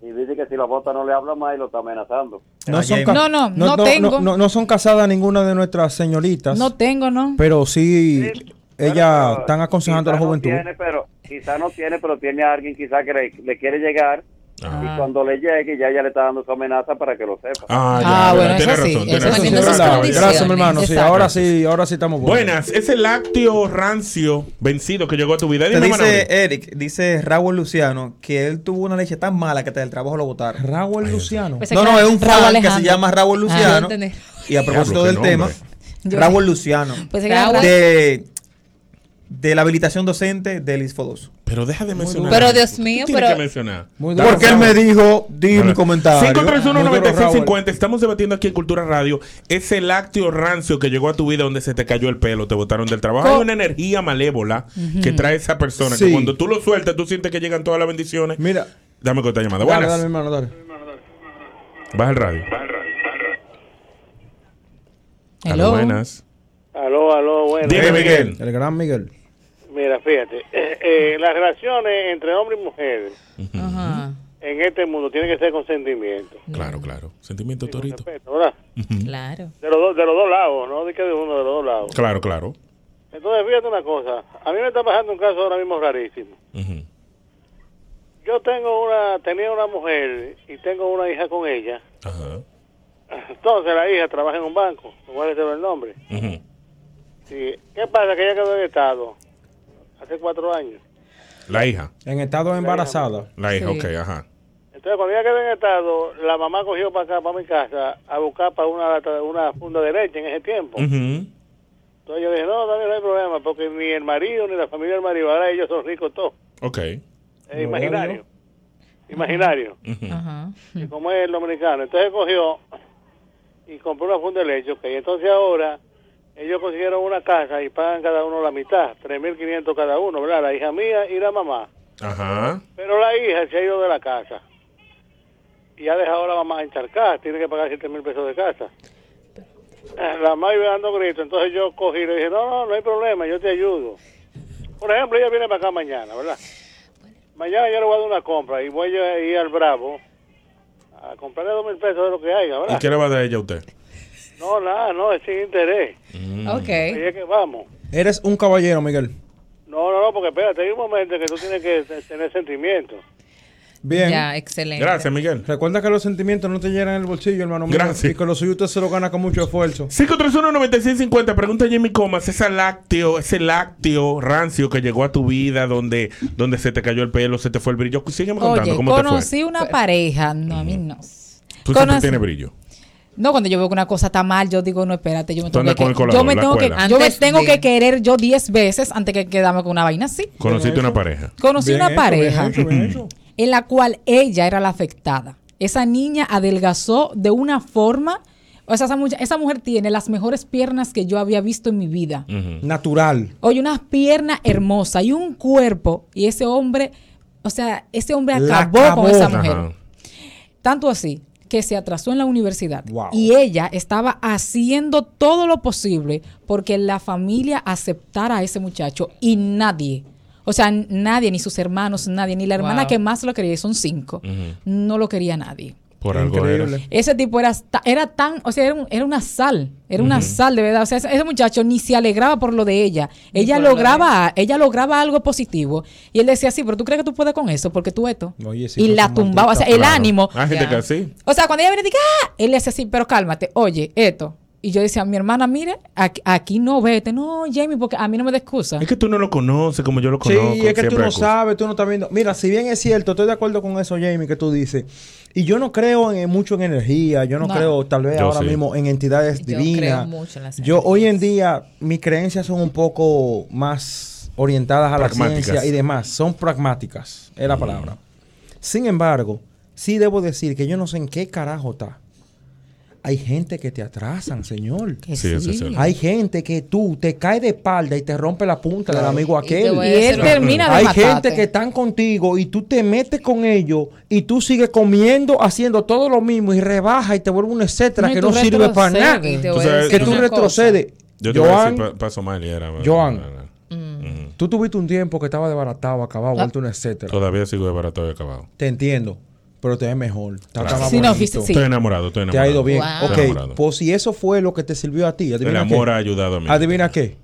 [SPEAKER 26] Y dice que si la bota no le habla más y lo está amenazando.
[SPEAKER 9] No, son ca-
[SPEAKER 2] No, no, no tengo.
[SPEAKER 9] No, no son casadas ninguna de nuestras señoritas.
[SPEAKER 2] No tengo, ¿no?
[SPEAKER 9] Pero sí, ellas están aconsejando a la
[SPEAKER 26] Quizá no
[SPEAKER 9] juventud.
[SPEAKER 26] tiene, pero quizá no tiene, pero tiene a alguien quizá que le, le quiere llegar. Y cuando le llegue, ya ya le está dando su amenaza para que lo sepa.
[SPEAKER 7] Ah, ya, Ah, bueno, tiene eso sí, razón, tiene eso razón. sí, entonces Gracias, son condiciones.
[SPEAKER 9] Gracias, mi hermano. Sí,
[SPEAKER 7] Exacto.
[SPEAKER 9] ahora sí, ahora sí estamos buenos.
[SPEAKER 7] Buenas. Ese lácteo rancio vencido que llegó a tu vida.
[SPEAKER 8] Te
[SPEAKER 7] Dime,
[SPEAKER 8] dice
[SPEAKER 7] Manoli.
[SPEAKER 8] Eric, dice Raúl Luciano, que él tuvo una leche tan mala que hasta del trabajo lo botaron.
[SPEAKER 9] Raúl Luciano.
[SPEAKER 8] No, no, es un fan que se llama Raúl Luciano.
[SPEAKER 2] Ah, yo entendí.
[SPEAKER 8] y a propósito
[SPEAKER 9] Diablo,
[SPEAKER 8] del
[SPEAKER 9] qué
[SPEAKER 8] tema,
[SPEAKER 9] nombre.
[SPEAKER 2] Yo-
[SPEAKER 8] Raúl Luciano.
[SPEAKER 2] Pensé que era
[SPEAKER 8] de de la habilitación docente del ISFODOS.
[SPEAKER 7] Pero deja de
[SPEAKER 8] mencionar.
[SPEAKER 10] Pero Dios mío,
[SPEAKER 7] Tiene que
[SPEAKER 10] pero
[SPEAKER 7] mencionar.
[SPEAKER 8] Muy duro, Porque él Raúl. me dijo, di mi comentario.
[SPEAKER 7] 531-9650. Estamos debatiendo aquí en Cultura Radio. Es el lácteo rancio que llegó a tu vida donde se te cayó el pelo, te botaron del trabajo.
[SPEAKER 9] Co-
[SPEAKER 7] Hay una energía malévola
[SPEAKER 9] Ujú.
[SPEAKER 7] que trae esa persona que
[SPEAKER 9] Sí.
[SPEAKER 7] cuando tú lo sueltas, tú sientes que llegan todas las bendiciones.
[SPEAKER 9] Mira.
[SPEAKER 7] Dame con esta llamada.
[SPEAKER 9] Dale,
[SPEAKER 7] Buenas.
[SPEAKER 9] dale, hermano, dale.
[SPEAKER 7] Baja el radio. Aló,
[SPEAKER 9] Hello.
[SPEAKER 7] buenas.
[SPEAKER 18] (laughs) Aló, aló, bueno.
[SPEAKER 9] El gran Miguel.
[SPEAKER 18] Mira, fíjate, eh, eh, las relaciones entre hombre y mujer en este mundo tienen que ser con sentimiento.
[SPEAKER 7] Claro, claro. Sentimiento torito.
[SPEAKER 18] Respeto, ¿verdad?
[SPEAKER 10] Claro.
[SPEAKER 18] De los, dos- de los dos lados, no de que de uno, de los dos lados.
[SPEAKER 7] Claro, claro.
[SPEAKER 18] Entonces, fíjate una cosa. A mí me está pasando un caso ahora mismo rarísimo.
[SPEAKER 7] Ujú.
[SPEAKER 18] Yo tengo una, tenía una mujer y tengo una hija con ella.
[SPEAKER 7] Ajá.
[SPEAKER 18] Entonces, la hija trabaja en un banco, no voy a decir el nombre.
[SPEAKER 7] Ujú.
[SPEAKER 18] Sí. ¿Qué pasa? Que ella quedó en estado hace cuatro años.
[SPEAKER 7] La hija.
[SPEAKER 9] En estado embarazada.
[SPEAKER 7] La hija, ok, ajá.
[SPEAKER 18] Entonces, cuando ella quedó en estado, la mamá cogió para acá, para mi casa, a buscar para una, lata- una funda de leche en ese tiempo.
[SPEAKER 7] Ujú.
[SPEAKER 18] Entonces yo dije, no, Daniel, no hay problema, porque ni el marido ni la familia del marido, ahora ellos son ricos todos.
[SPEAKER 7] Ok.
[SPEAKER 9] Eh,
[SPEAKER 18] Es imaginario. Imaginario.
[SPEAKER 7] Ujú.
[SPEAKER 18] Y como es el dominicano. Entonces cogió y compró una funda de leche. ok. Entonces ahora ellos consiguieron una casa y pagan cada uno la mitad, 3.500 cada uno, ¿verdad? La hija mía y la mamá.
[SPEAKER 7] Ajá.
[SPEAKER 18] Pero la hija se ha ido de la casa. Y ha dejado a la mamá encharcada. Tiene que pagar 7 mil pesos de casa. Eh, La mamá iba dando gritos. Entonces yo cogí y le dije, no, no, no hay problema, yo te ayudo. Por ejemplo, ella viene para acá mañana, ¿verdad? Mañana yo le voy a dar una compra y voy a ir al Bravo a comprarle dos mil pesos de lo que haya,
[SPEAKER 7] ¿Y
[SPEAKER 18] ¿verdad?
[SPEAKER 7] qué le va a dar ella a usted?
[SPEAKER 18] No, nada, no, es sin interés. Mm.
[SPEAKER 9] Ok.
[SPEAKER 18] Ahí es que vamos.
[SPEAKER 9] Eres un caballero, Miguel.
[SPEAKER 18] No, no, no, porque espérate, hay un momento en que tú tienes que te- tener sentimientos.
[SPEAKER 9] Bien.
[SPEAKER 18] Ya, excelente.
[SPEAKER 7] Gracias, Miguel.
[SPEAKER 9] Recuerda que los sentimientos no te llenan el bolsillo, hermano. mío,
[SPEAKER 7] Gracias.
[SPEAKER 9] Y que los suyos usted se lo gana con mucho esfuerzo.
[SPEAKER 7] 531-9650, pregunta a Jimmy Comas, esa lácteo, ese lácteo rancio que llegó a tu vida donde, donde se te cayó el pelo, se te fue el brillo. Sígueme contando
[SPEAKER 2] Oye,
[SPEAKER 7] cómo
[SPEAKER 2] conocí una pareja. No, a mí no.
[SPEAKER 7] te fue. Tú siempre
[SPEAKER 2] conocí-
[SPEAKER 7] tienes brillo.
[SPEAKER 2] No, cuando yo veo que una cosa está mal, yo digo, no, espérate, yo me
[SPEAKER 7] Tú
[SPEAKER 2] tengo
[SPEAKER 7] andas
[SPEAKER 2] que,
[SPEAKER 7] con el
[SPEAKER 2] que-
[SPEAKER 7] colador,
[SPEAKER 2] yo me
[SPEAKER 7] la
[SPEAKER 2] tengo que,
[SPEAKER 7] cuela.
[SPEAKER 2] yo me
[SPEAKER 7] Antes
[SPEAKER 2] tengo
[SPEAKER 7] de-
[SPEAKER 2] que querer yo 10 veces antes que quedarme con una vaina así.
[SPEAKER 7] Conociste una pareja.
[SPEAKER 2] Conocí una pareja
[SPEAKER 7] Ujú.
[SPEAKER 2] en la cual ella era la afectada. Esa niña adelgazó de una forma, o sea, esa, mucha- esa mujer tiene las mejores piernas que yo había visto en mi vida.
[SPEAKER 7] Mm.
[SPEAKER 9] Natural.
[SPEAKER 2] Oye, unas piernas hermosas y un cuerpo. Y ese hombre, o sea, ese hombre
[SPEAKER 9] La
[SPEAKER 2] acabó, con esa mujer.
[SPEAKER 9] Ajá.
[SPEAKER 2] Tanto así que se atrasó en la universidad.
[SPEAKER 9] Wow.
[SPEAKER 2] Y ella estaba haciendo todo lo posible porque la familia aceptara a ese muchacho y nadie. O sea, n- nadie, ni sus hermanos, nadie, ni la hermana
[SPEAKER 10] Wow.
[SPEAKER 2] que más lo quería, y son cinco,
[SPEAKER 7] Ujú.
[SPEAKER 2] no lo quería nadie.
[SPEAKER 7] Por algo era.
[SPEAKER 2] Ese tipo era, ta- era tan, o sea, era, un- era una sal, era una
[SPEAKER 7] Ujú.
[SPEAKER 2] sal de verdad. O sea, ese, ese muchacho ni se alegraba por lo de ella.
[SPEAKER 10] Ni
[SPEAKER 2] Ella
[SPEAKER 10] por lo de
[SPEAKER 2] lograba, ella lograba algo positivo. Y él decía, sí, pero tú crees que tú puedes con eso, porque tú esto.
[SPEAKER 9] Oye,
[SPEAKER 2] Y
[SPEAKER 9] no
[SPEAKER 2] la
[SPEAKER 9] son
[SPEAKER 2] tumbaba, o sea,
[SPEAKER 9] malditas.
[SPEAKER 2] el ánimo.
[SPEAKER 7] Hay gente
[SPEAKER 2] Ya.
[SPEAKER 7] que así.
[SPEAKER 2] O sea, cuando ella viene y dice, ¡ah! Él le hace así, pero cálmate, oye, esto. Y yo decía, mi hermana, mire, aquí, aquí no vete. No, Jamie, porque a mí no me da excusa.
[SPEAKER 7] Es que tú no lo conoces como yo lo
[SPEAKER 9] Sí,
[SPEAKER 7] conozco.
[SPEAKER 9] es que tú
[SPEAKER 7] siempre
[SPEAKER 9] no
[SPEAKER 7] hay cosas.
[SPEAKER 9] sabes, tú no estás viendo. Mira, si bien es cierto, estoy de acuerdo con eso, Jamie, que tú dices. Y yo no creo en, mucho en energía, yo no,
[SPEAKER 10] No.
[SPEAKER 9] creo tal vez
[SPEAKER 7] Yo
[SPEAKER 9] ahora
[SPEAKER 7] sí.
[SPEAKER 9] mismo en entidades
[SPEAKER 10] Yo creo
[SPEAKER 9] divinas.
[SPEAKER 10] mucho en las
[SPEAKER 9] Yo hoy en día mis creencias son un poco más orientadas a la
[SPEAKER 7] Pragmáticas. Mm.
[SPEAKER 9] ciencia y demás, son pragmáticas, es la palabra. Sin embargo, sí debo decir que yo no sé en qué carajo está. Hay gente que te atrasan, señor.
[SPEAKER 7] Sí, eso es sí. cierto.
[SPEAKER 9] Hay gente que tú te caes de espalda y te rompe la punta del amigo
[SPEAKER 2] Y te
[SPEAKER 9] aquel.
[SPEAKER 2] voy a Y él decir una termina cosa. de
[SPEAKER 9] Hay
[SPEAKER 2] matarte.
[SPEAKER 9] gente que están contigo y tú te metes con ellos y tú sigues comiendo, haciendo todo lo mismo y rebaja y te vuelve un etcétera
[SPEAKER 2] No, y
[SPEAKER 9] que
[SPEAKER 2] tú
[SPEAKER 9] no sirve para nada.
[SPEAKER 2] retrocedes, y te
[SPEAKER 7] voy a Tú sabes-
[SPEAKER 9] Que
[SPEAKER 7] decir
[SPEAKER 9] tú
[SPEAKER 7] una
[SPEAKER 9] retrocedes.
[SPEAKER 7] Yo te voy a
[SPEAKER 9] Joan,
[SPEAKER 7] decir pa- paso mal eh, y era.
[SPEAKER 9] Joan.
[SPEAKER 7] Ujú.
[SPEAKER 9] tú tuviste un tiempo que estaba desbaratado, acabado, vuelto un etcétera.
[SPEAKER 7] Todavía sigo de barato y acabado.
[SPEAKER 9] Te entiendo, pero te ves mejor. Te
[SPEAKER 7] Gracias.
[SPEAKER 9] acabas
[SPEAKER 7] Sí, no,
[SPEAKER 9] bonito.
[SPEAKER 7] sí. Estoy enamorado, estoy
[SPEAKER 9] Te ha ido
[SPEAKER 7] enamorado.
[SPEAKER 9] bien.
[SPEAKER 7] Wow.
[SPEAKER 9] Ok,
[SPEAKER 7] Estoy enamorado.
[SPEAKER 9] pues si eso fue lo que te sirvió a ti,
[SPEAKER 7] El
[SPEAKER 9] adivina qué.
[SPEAKER 7] amor ha ayudado a mí.
[SPEAKER 9] ¿Adivina qué?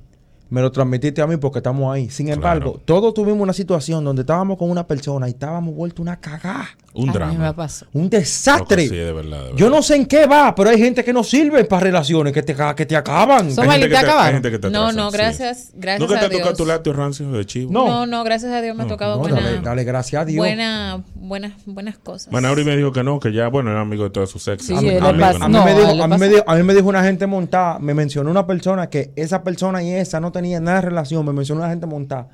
[SPEAKER 9] Me lo transmitiste a mí porque estamos ahí. Sin embargo, todos tuvimos una situación donde estábamos con una persona y estábamos vuelto una cagada.
[SPEAKER 7] Un drama.
[SPEAKER 9] Un desastre.
[SPEAKER 7] Loco, sí, de verdad, de verdad.
[SPEAKER 9] Yo no sé en qué va, pero hay gente que no sirve para relaciones, que te, ca- que te acaban.
[SPEAKER 10] Somali, ¿te acabaron? No,
[SPEAKER 9] atrasan,
[SPEAKER 10] no,
[SPEAKER 9] sí.
[SPEAKER 10] gracias, gracias
[SPEAKER 7] ¿Nunca te
[SPEAKER 10] a
[SPEAKER 7] ha tocado
[SPEAKER 10] Dios.
[SPEAKER 7] tu látigo rancio de chivo?
[SPEAKER 10] No. no, gracias a Dios me ha tocado
[SPEAKER 9] No,
[SPEAKER 10] buena-
[SPEAKER 9] dale, dale gracias a Dios.
[SPEAKER 10] buena- buenas, buenas cosas.
[SPEAKER 7] Manauri me dijo que no, que ya, bueno, era amigo de toda su sexo.
[SPEAKER 10] Sí,
[SPEAKER 9] A
[SPEAKER 10] sí,
[SPEAKER 9] mí-
[SPEAKER 10] le
[SPEAKER 9] a mí-
[SPEAKER 10] pasa-
[SPEAKER 9] a mí
[SPEAKER 10] no,
[SPEAKER 9] me
[SPEAKER 10] le
[SPEAKER 9] dijo- a mí
[SPEAKER 10] pasa.
[SPEAKER 9] me dijo- a mí me dijo una gente montada, me mencionó una persona que esa persona y esa no tenía nada de relación, me mencionó una gente montada.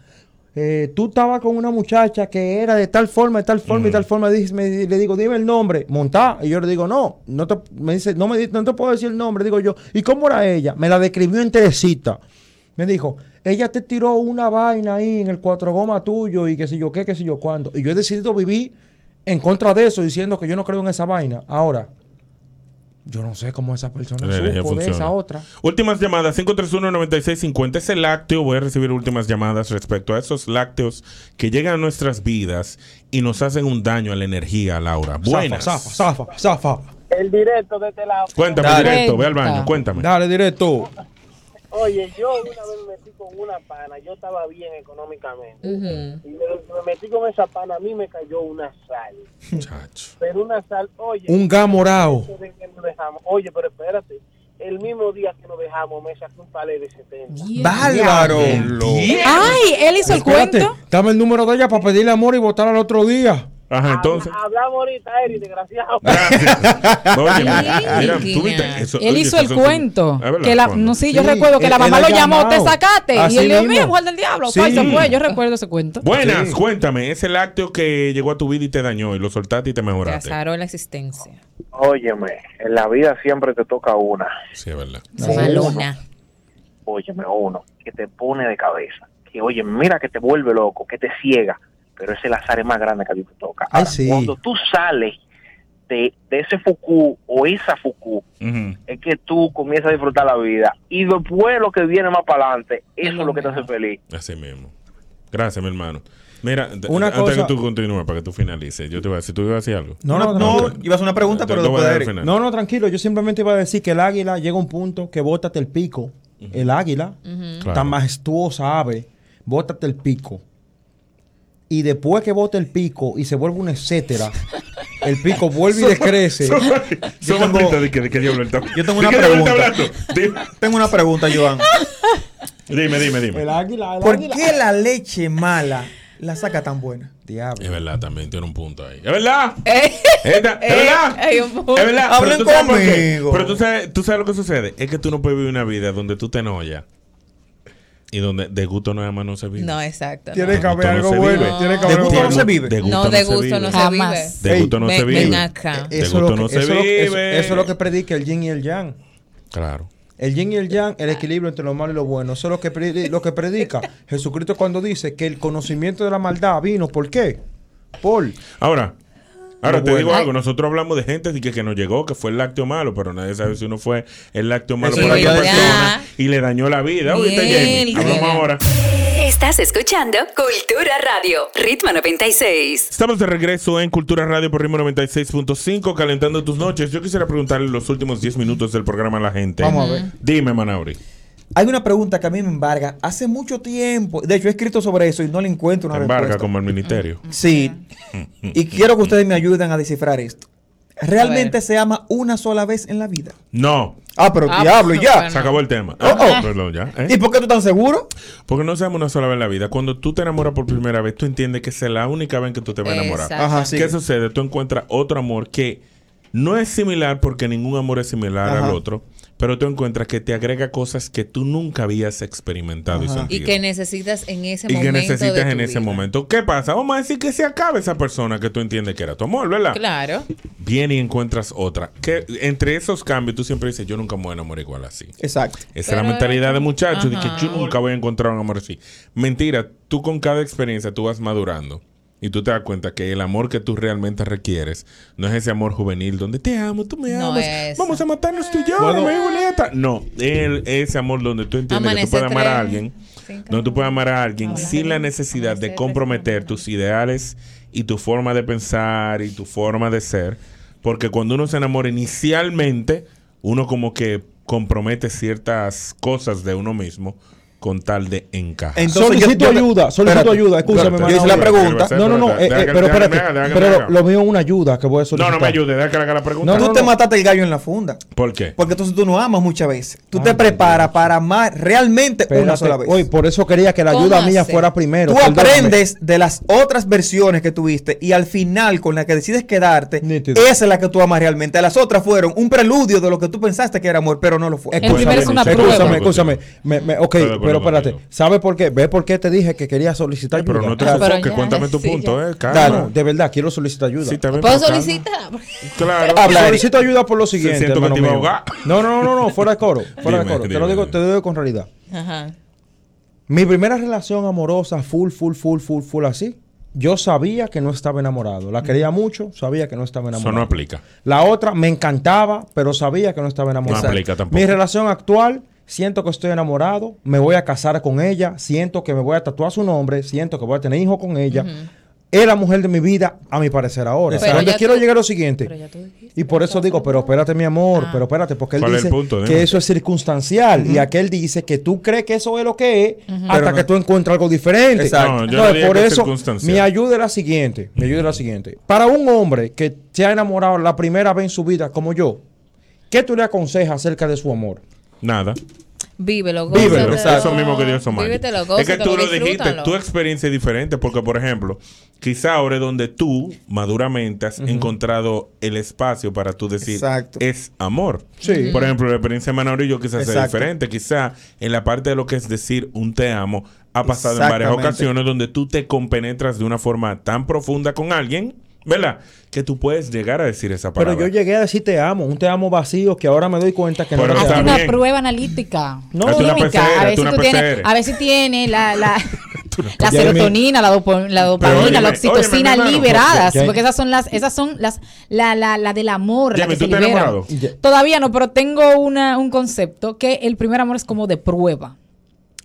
[SPEAKER 9] Eh, tú estabas con una muchacha que era de tal forma, de tal forma y tal forma. Dice- me- le digo, dime el nombre, montá. Y yo le digo, no, no te, me dice, no, me, di- no te puedo decir el nombre. Digo yo, ¿y cómo era ella? Me la describió enterecita. Me dijo, ella te tiró una vaina ahí en el cuatro goma tuyo y qué sé yo qué, qué sé yo cuándo. Y yo he decidido vivir en contra de eso, diciendo que yo no creo en esa vaina. Ahora, yo no sé cómo esa persona
[SPEAKER 7] La energía
[SPEAKER 9] supo de
[SPEAKER 7] funciona.
[SPEAKER 9] esa otra.
[SPEAKER 7] Últimas llamadas, 531-9650. Es el lácteo. Voy a recibir últimas llamadas respecto a esos lácteos que llegan a nuestras vidas y nos hacen un daño a la energía, Laura. Buenas.
[SPEAKER 9] Zafa, zafa, zafa, zafa.
[SPEAKER 12] El directo de este lado.
[SPEAKER 7] Cuéntame
[SPEAKER 9] Dale.
[SPEAKER 7] directo, ve al
[SPEAKER 9] Cuenta.
[SPEAKER 7] baño, cuéntame.
[SPEAKER 9] Dale, directo.
[SPEAKER 12] Oye, yo una vez me metí con una pana, yo estaba bien económicamente. Y me, me metí con esa pana, a mí me cayó una sal. Pero una sal, oye.
[SPEAKER 9] Un gamorao.
[SPEAKER 12] de que nos dejamos. Oye, pero espérate. El mismo día que nos dejamos, me saqué un palé de 70.
[SPEAKER 9] ¡Bárbaro!
[SPEAKER 7] Diablo.
[SPEAKER 2] Ay, él hizo el
[SPEAKER 9] cuento. Dame el número de ella para pedirle amor y votar al otro día.
[SPEAKER 7] Ajá, entonces. Ah.
[SPEAKER 12] Hablamos ahorita, Eri, desgraciado.
[SPEAKER 7] Oye,
[SPEAKER 2] Sí,
[SPEAKER 7] mira, mira, tú
[SPEAKER 2] Ah, Guiña.
[SPEAKER 7] viste eso.
[SPEAKER 2] Él
[SPEAKER 7] Oye,
[SPEAKER 2] hizo
[SPEAKER 7] eso
[SPEAKER 2] el
[SPEAKER 7] sí-
[SPEAKER 2] cuento.
[SPEAKER 7] ¿Es verdad?
[SPEAKER 2] Que la,
[SPEAKER 7] ¿Cuándo?
[SPEAKER 2] no, sí, yo
[SPEAKER 9] Sí,
[SPEAKER 2] recuerdo que
[SPEAKER 9] él-
[SPEAKER 2] la mamá
[SPEAKER 9] él
[SPEAKER 2] lo
[SPEAKER 9] ha
[SPEAKER 2] llamó,
[SPEAKER 9] llamado.
[SPEAKER 2] te sacaste.
[SPEAKER 9] Así
[SPEAKER 2] y él dijo, mira,
[SPEAKER 9] mismo.
[SPEAKER 2] mujer del diablo,
[SPEAKER 9] Sí.
[SPEAKER 2] ¿cuál se fue? Yo recuerdo ese cuento.
[SPEAKER 7] Buenas, cuéntame. Ese lácteo que llegó a tu vida y te dañó y lo soltaste y te
[SPEAKER 10] Te
[SPEAKER 7] mejoraste.
[SPEAKER 10] azaró la existencia.
[SPEAKER 16] Óyeme, en la vida siempre te toca una.
[SPEAKER 7] Sí, es verdad.
[SPEAKER 10] Malona.
[SPEAKER 16] Óyeme, uno, que te pone de cabeza. Que, oye, mira que te vuelve loco, que te ciega. Pero ese azar es más grande que a ti te toca.
[SPEAKER 9] Ay,
[SPEAKER 16] Ahora,
[SPEAKER 9] sí.
[SPEAKER 16] Cuando tú sales de, de ese fuku o esa fuku, es que tú comienzas a disfrutar la vida. Y después lo que viene más para adelante, eso es lo que te hace feliz.
[SPEAKER 7] Así mismo. Gracias, mi hermano. Mira, d-
[SPEAKER 8] Una
[SPEAKER 7] antes
[SPEAKER 8] cosa-
[SPEAKER 7] que tú continúes, para que tú finalices, yo te voy a decir, tú ibas a decir algo.
[SPEAKER 9] No, no,
[SPEAKER 8] No,
[SPEAKER 9] tranquilo.
[SPEAKER 8] iba a hacer una pregunta, pero
[SPEAKER 7] Lo voy
[SPEAKER 8] después
[SPEAKER 7] a
[SPEAKER 8] de
[SPEAKER 7] dar al
[SPEAKER 8] Eric.
[SPEAKER 7] final. (laughs)
[SPEAKER 9] No, no, tranquilo. Yo simplemente iba a decir que el águila llega a un punto que bótate el pico. El águila,
[SPEAKER 8] Ujú.
[SPEAKER 9] tan
[SPEAKER 8] Claro.
[SPEAKER 9] majestuosa ave, bótate el pico. Y después que bote el pico y se vuelve
[SPEAKER 7] (laughs)
[SPEAKER 9] un etcétera, el pico vuelve y decrece. Yo
[SPEAKER 7] Somos
[SPEAKER 9] tengo-
[SPEAKER 7] de que de qué diablo él está-
[SPEAKER 8] Yo
[SPEAKER 7] ¿De
[SPEAKER 8] tengo una
[SPEAKER 7] qué diablo él está
[SPEAKER 8] pregunta.
[SPEAKER 7] hablando?
[SPEAKER 8] Tengo una pregunta, Joan.
[SPEAKER 7] (laughs) Dime, dime, dime.
[SPEAKER 9] águila,
[SPEAKER 8] ¿Por qué la leche mala la saca tan buena?
[SPEAKER 9] Diablo.
[SPEAKER 7] Es verdad, también tiene un punto ahí. Es verdad.
[SPEAKER 8] (laughs) Eh.
[SPEAKER 7] Esta- es
[SPEAKER 8] Eh,
[SPEAKER 7] verdad.
[SPEAKER 8] hay un punto.
[SPEAKER 7] Es verdad. Pero
[SPEAKER 8] Hablen
[SPEAKER 7] tú sabes por qué.
[SPEAKER 8] conmigo.
[SPEAKER 7] Pero tú sabes, tú sabes lo que sucede. Es que tú no puedes vivir una vida donde tú te enojas y donde de gusto nada más no se vive.
[SPEAKER 10] No, exacto.
[SPEAKER 7] Tiene
[SPEAKER 10] no.
[SPEAKER 7] que haber algo bueno, tiene que haber
[SPEAKER 8] ¿De
[SPEAKER 7] algo
[SPEAKER 8] gusto no
[SPEAKER 7] bueno.
[SPEAKER 8] se vive?
[SPEAKER 7] De gusto
[SPEAKER 10] No,
[SPEAKER 7] no
[SPEAKER 10] de
[SPEAKER 7] se
[SPEAKER 10] gusto
[SPEAKER 7] vive.
[SPEAKER 10] no se
[SPEAKER 7] Jamás.
[SPEAKER 10] vive.
[SPEAKER 7] De gusto no
[SPEAKER 10] Ven-
[SPEAKER 7] se vive.
[SPEAKER 10] ven acá.
[SPEAKER 7] De
[SPEAKER 9] Eso, es
[SPEAKER 7] gusto
[SPEAKER 9] lo que-
[SPEAKER 7] no se
[SPEAKER 9] eso es lo- eso-
[SPEAKER 7] vive.
[SPEAKER 9] eso es lo que predica el yin y el yang.
[SPEAKER 7] Claro.
[SPEAKER 9] El yin y el yang, el equilibrio entre lo malo y lo bueno. Eso es lo que, predi- lo que
[SPEAKER 7] (laughs)
[SPEAKER 9] predica Jesucristo cuando dice que el conocimiento de la maldad vino. ¿Por qué? Por.
[SPEAKER 7] Ahora, ahora
[SPEAKER 9] Lo
[SPEAKER 7] te
[SPEAKER 9] bueno.
[SPEAKER 7] digo algo.
[SPEAKER 9] Ay.
[SPEAKER 7] Nosotros hablamos de gente que, que nos llegó, que fue el lácteo malo, pero nadie sabe si uno fue el lácteo malo
[SPEAKER 9] Eso
[SPEAKER 7] por otra
[SPEAKER 9] iba yo a decir.
[SPEAKER 7] persona y le dañó la vida. ¿Oíste, Jamie?
[SPEAKER 6] Bien,
[SPEAKER 7] Hablamos
[SPEAKER 6] Gina.
[SPEAKER 7] ahora.
[SPEAKER 6] Estás escuchando Cultura Radio, Ritmo 96.
[SPEAKER 7] Estamos de regreso en Cultura Radio por Ritmo 96.5, calentando tus noches. Yo quisiera preguntarle los últimos 10 minutos del programa a la gente.
[SPEAKER 8] Vamos a ver.
[SPEAKER 7] Dime, Manauri.
[SPEAKER 8] Hay una pregunta que a mí me embarga hace mucho tiempo. De hecho, he escrito sobre eso y no le encuentro una
[SPEAKER 7] Embarca
[SPEAKER 8] respuesta.
[SPEAKER 7] como el ministerio.
[SPEAKER 8] Sí. Y quiero que ustedes me ayuden a descifrar esto. ¿Realmente se ama una sola vez en la vida?
[SPEAKER 7] No.
[SPEAKER 8] Ah, pero Ah, diablo, ya. bueno.
[SPEAKER 7] Se acabó el tema.
[SPEAKER 8] Oh, oh.
[SPEAKER 7] Ah, perdón, ya. ¿eh?
[SPEAKER 8] ¿Y por qué tú tan seguro?
[SPEAKER 7] Porque no seamos una sola vez en la vida. Cuando tú te enamoras por primera vez, tú entiendes que esa es la única vez en que tú te vas a enamorar.
[SPEAKER 8] Exacto. Ajá,
[SPEAKER 7] ¿Qué
[SPEAKER 8] sigue.
[SPEAKER 7] sucede? Tú encuentras otro amor que no es similar porque ningún amor es similar
[SPEAKER 8] Ajá.
[SPEAKER 7] al otro, pero tú encuentras que te agrega cosas que tú nunca habías experimentado y sentido.
[SPEAKER 10] Y que necesitas en ese
[SPEAKER 7] y
[SPEAKER 10] momento.
[SPEAKER 7] que
[SPEAKER 10] de
[SPEAKER 7] necesitas
[SPEAKER 10] tu
[SPEAKER 7] en ese
[SPEAKER 10] vida.
[SPEAKER 7] momento. ¿Qué pasa? Vamos a decir que se acabe esa persona que tú entiendes que era tu amor, ¿verdad?
[SPEAKER 10] Claro.
[SPEAKER 7] Viene y encuentras otra. Que entre esos cambios tú siempre dices, yo nunca me voy a enamorar igual así.
[SPEAKER 8] Exacto.
[SPEAKER 7] Esa es la
[SPEAKER 8] Pero-
[SPEAKER 7] mentalidad de muchachos de
[SPEAKER 8] Ajá.
[SPEAKER 7] que yo nunca voy a encontrar un amor así. Mentira, tú con cada experiencia tú vas madurando y tú te das cuenta que el amor que tú realmente requieres no es ese amor juvenil donde te amo, tú me
[SPEAKER 10] No
[SPEAKER 7] amas,
[SPEAKER 10] es.
[SPEAKER 7] vamos a matarnos tú y yo,
[SPEAKER 10] Puedo-
[SPEAKER 7] me Julieta. No, el- ese amor donde tú entiendes que tú
[SPEAKER 10] Amanece
[SPEAKER 7] puedes amar a
[SPEAKER 10] tres,
[SPEAKER 7] alguien, donde tú puedes amar a alguien sin la necesidad de comprometer tus ideales y tu forma de pensar y tu forma de ser, porque cuando uno se enamora inicialmente, uno como que compromete ciertas cosas de uno mismo con tal de encajar.
[SPEAKER 9] solicito ayuda, solicito ayuda, escúchame,
[SPEAKER 7] Espérate,
[SPEAKER 9] mano.
[SPEAKER 7] yo hice la pregunta.
[SPEAKER 9] No, no, no,
[SPEAKER 7] Déjame,
[SPEAKER 9] eh, eh,
[SPEAKER 7] déjame,
[SPEAKER 9] pero
[SPEAKER 7] déjame,
[SPEAKER 9] espérate,
[SPEAKER 7] déjame, déjame,
[SPEAKER 9] pero
[SPEAKER 7] déjame.
[SPEAKER 9] lo mío es una ayuda que voy a
[SPEAKER 7] No,
[SPEAKER 9] solicitar.
[SPEAKER 7] no me ayude, déjame que le haga la pregunta.
[SPEAKER 8] No, tú te mataste el gallo en la funda.
[SPEAKER 7] ¿Por qué?
[SPEAKER 8] Porque entonces tú no amas muchas veces. Tú te preparas para amar realmente una
[SPEAKER 9] Espérate,
[SPEAKER 8] sola vez.
[SPEAKER 9] oye, por eso quería que la ayuda
[SPEAKER 8] ¿Cómo
[SPEAKER 9] mía
[SPEAKER 8] hacer?
[SPEAKER 9] fuera primero.
[SPEAKER 8] Tú
[SPEAKER 9] perdóname.
[SPEAKER 8] aprendes de las otras versiones que tuviste y al final con la que decides quedarte, esa es la que tú amas realmente. Las otras fueron un preludio de lo que tú pensaste que era amor, pero no lo fue.
[SPEAKER 9] Pues, Escúchame, escúchame. Me- me- ok,
[SPEAKER 8] Estoy de acuerdo
[SPEAKER 9] pero espérate. ¿Sabes por qué? ¿Ves por qué te dije que quería solicitar ayuda?
[SPEAKER 7] pero no te
[SPEAKER 9] Claro.
[SPEAKER 7] sofoques, Pero ya, cuéntame tu sí, punto, ya. eh, calma.
[SPEAKER 9] Claro, de verdad, quiero solicitar ayuda. Sí,
[SPEAKER 7] también,
[SPEAKER 10] ¿Puedo solicitar?
[SPEAKER 7] Claro.
[SPEAKER 9] Habla, solicito ayuda por lo siguiente.
[SPEAKER 7] siento que
[SPEAKER 9] hermano
[SPEAKER 7] te iba a
[SPEAKER 9] mío.
[SPEAKER 7] ahogar.
[SPEAKER 9] No, no, no, no, fuera de coro. Fuera de
[SPEAKER 7] Dime,
[SPEAKER 9] coro. Te
[SPEAKER 7] dime,
[SPEAKER 9] lo digo, te lo digo con realidad.
[SPEAKER 10] Ajá.
[SPEAKER 9] Mi primera relación amorosa, full, full, full, full, full, así. Yo sabía que no estaba enamorado. La quería mucho, sabía que no estaba
[SPEAKER 7] Eso
[SPEAKER 9] enamorado.
[SPEAKER 7] no aplica.
[SPEAKER 9] La otra me encantaba, pero sabía que no estaba enamorado.
[SPEAKER 7] No aplica tampoco.
[SPEAKER 9] Mi relación actual, siento que estoy enamorado, me voy a casar con ella, siento que me voy a tatuar su nombre, siento que voy a tener hijos con ella. Es la mujer de mi vida, a mi parecer ahora.
[SPEAKER 10] Pero
[SPEAKER 9] Donde
[SPEAKER 10] ya
[SPEAKER 9] quiero
[SPEAKER 10] tú-
[SPEAKER 9] llegar es lo siguiente. y por eso digo, pero espérate, mi amor,
[SPEAKER 2] Ah.
[SPEAKER 9] pero espérate, porque él
[SPEAKER 7] ¿Cuál es
[SPEAKER 9] dice
[SPEAKER 7] el punto?
[SPEAKER 9] que
[SPEAKER 7] Dime.
[SPEAKER 9] eso es circunstancial. Y aquel dice que tú crees que eso es lo que es hasta
[SPEAKER 7] Pero no.
[SPEAKER 9] que tú encuentras algo diferente.
[SPEAKER 7] Exacto. No, yo no
[SPEAKER 9] Entonces,
[SPEAKER 7] diría
[SPEAKER 9] por
[SPEAKER 7] que es
[SPEAKER 9] eso,
[SPEAKER 7] circunstancial.
[SPEAKER 9] mi ayuda es la siguiente. Mi ayuda es la siguiente. Para un hombre que se ha enamorado la primera vez en su vida, como yo, ¿qué tú le aconsejas acerca de su amor?
[SPEAKER 7] Nada.
[SPEAKER 10] Vívelo,
[SPEAKER 7] Vívelo,
[SPEAKER 10] gózatelo.
[SPEAKER 7] Eso mismo que Dios Omar.
[SPEAKER 10] Vívetelo,
[SPEAKER 7] Es que tú
[SPEAKER 10] gózatelo,
[SPEAKER 7] lo dijiste,
[SPEAKER 10] disfrútalo.
[SPEAKER 7] tu experiencia es diferente porque, por ejemplo, quizá ahora es donde tú, maduramente, has encontrado el espacio para tú decir,
[SPEAKER 8] Exacto.
[SPEAKER 7] es amor.
[SPEAKER 8] Sí.
[SPEAKER 7] Por ejemplo, la experiencia de Manolo y yo quizás sea
[SPEAKER 8] Exacto.
[SPEAKER 7] diferente. Quizá en la parte de lo que es decir un te amo, ha pasado en varias
[SPEAKER 8] Exactamente.
[SPEAKER 7] ocasiones donde tú te compenetras de una forma tan profunda con alguien, ¿verdad? Que tú puedes llegar a decir esa palabra.
[SPEAKER 9] Pero yo llegué a decir te amo, un te amo vacío que ahora me doy cuenta que
[SPEAKER 7] Pero
[SPEAKER 9] no
[SPEAKER 7] está
[SPEAKER 9] era
[SPEAKER 2] Una
[SPEAKER 9] te amo.
[SPEAKER 2] prueba analítica.
[SPEAKER 9] No,
[SPEAKER 7] Hazte una PCR,
[SPEAKER 2] química. a, ver
[SPEAKER 7] hazte
[SPEAKER 2] si
[SPEAKER 7] una
[SPEAKER 2] tú tienes,
[SPEAKER 7] PCR.
[SPEAKER 2] a ver si tiene la,
[SPEAKER 7] (laughs)
[SPEAKER 2] la, la
[SPEAKER 9] Ya,
[SPEAKER 2] serotonina, la, dopo- la dopamina,
[SPEAKER 7] óyeme,
[SPEAKER 2] la
[SPEAKER 7] óyeme, mi
[SPEAKER 2] oxitocina
[SPEAKER 7] hermano.
[SPEAKER 2] liberadas.
[SPEAKER 7] Ya, ya.
[SPEAKER 2] Porque esas son las, esas son las, la, la, la del amor, la
[SPEAKER 7] Yami,
[SPEAKER 2] que se
[SPEAKER 7] ¿tú estás
[SPEAKER 2] libera.
[SPEAKER 7] enamorado? Ya.
[SPEAKER 2] Todavía no, pero tengo una, un concepto que el primer amor es como de prueba.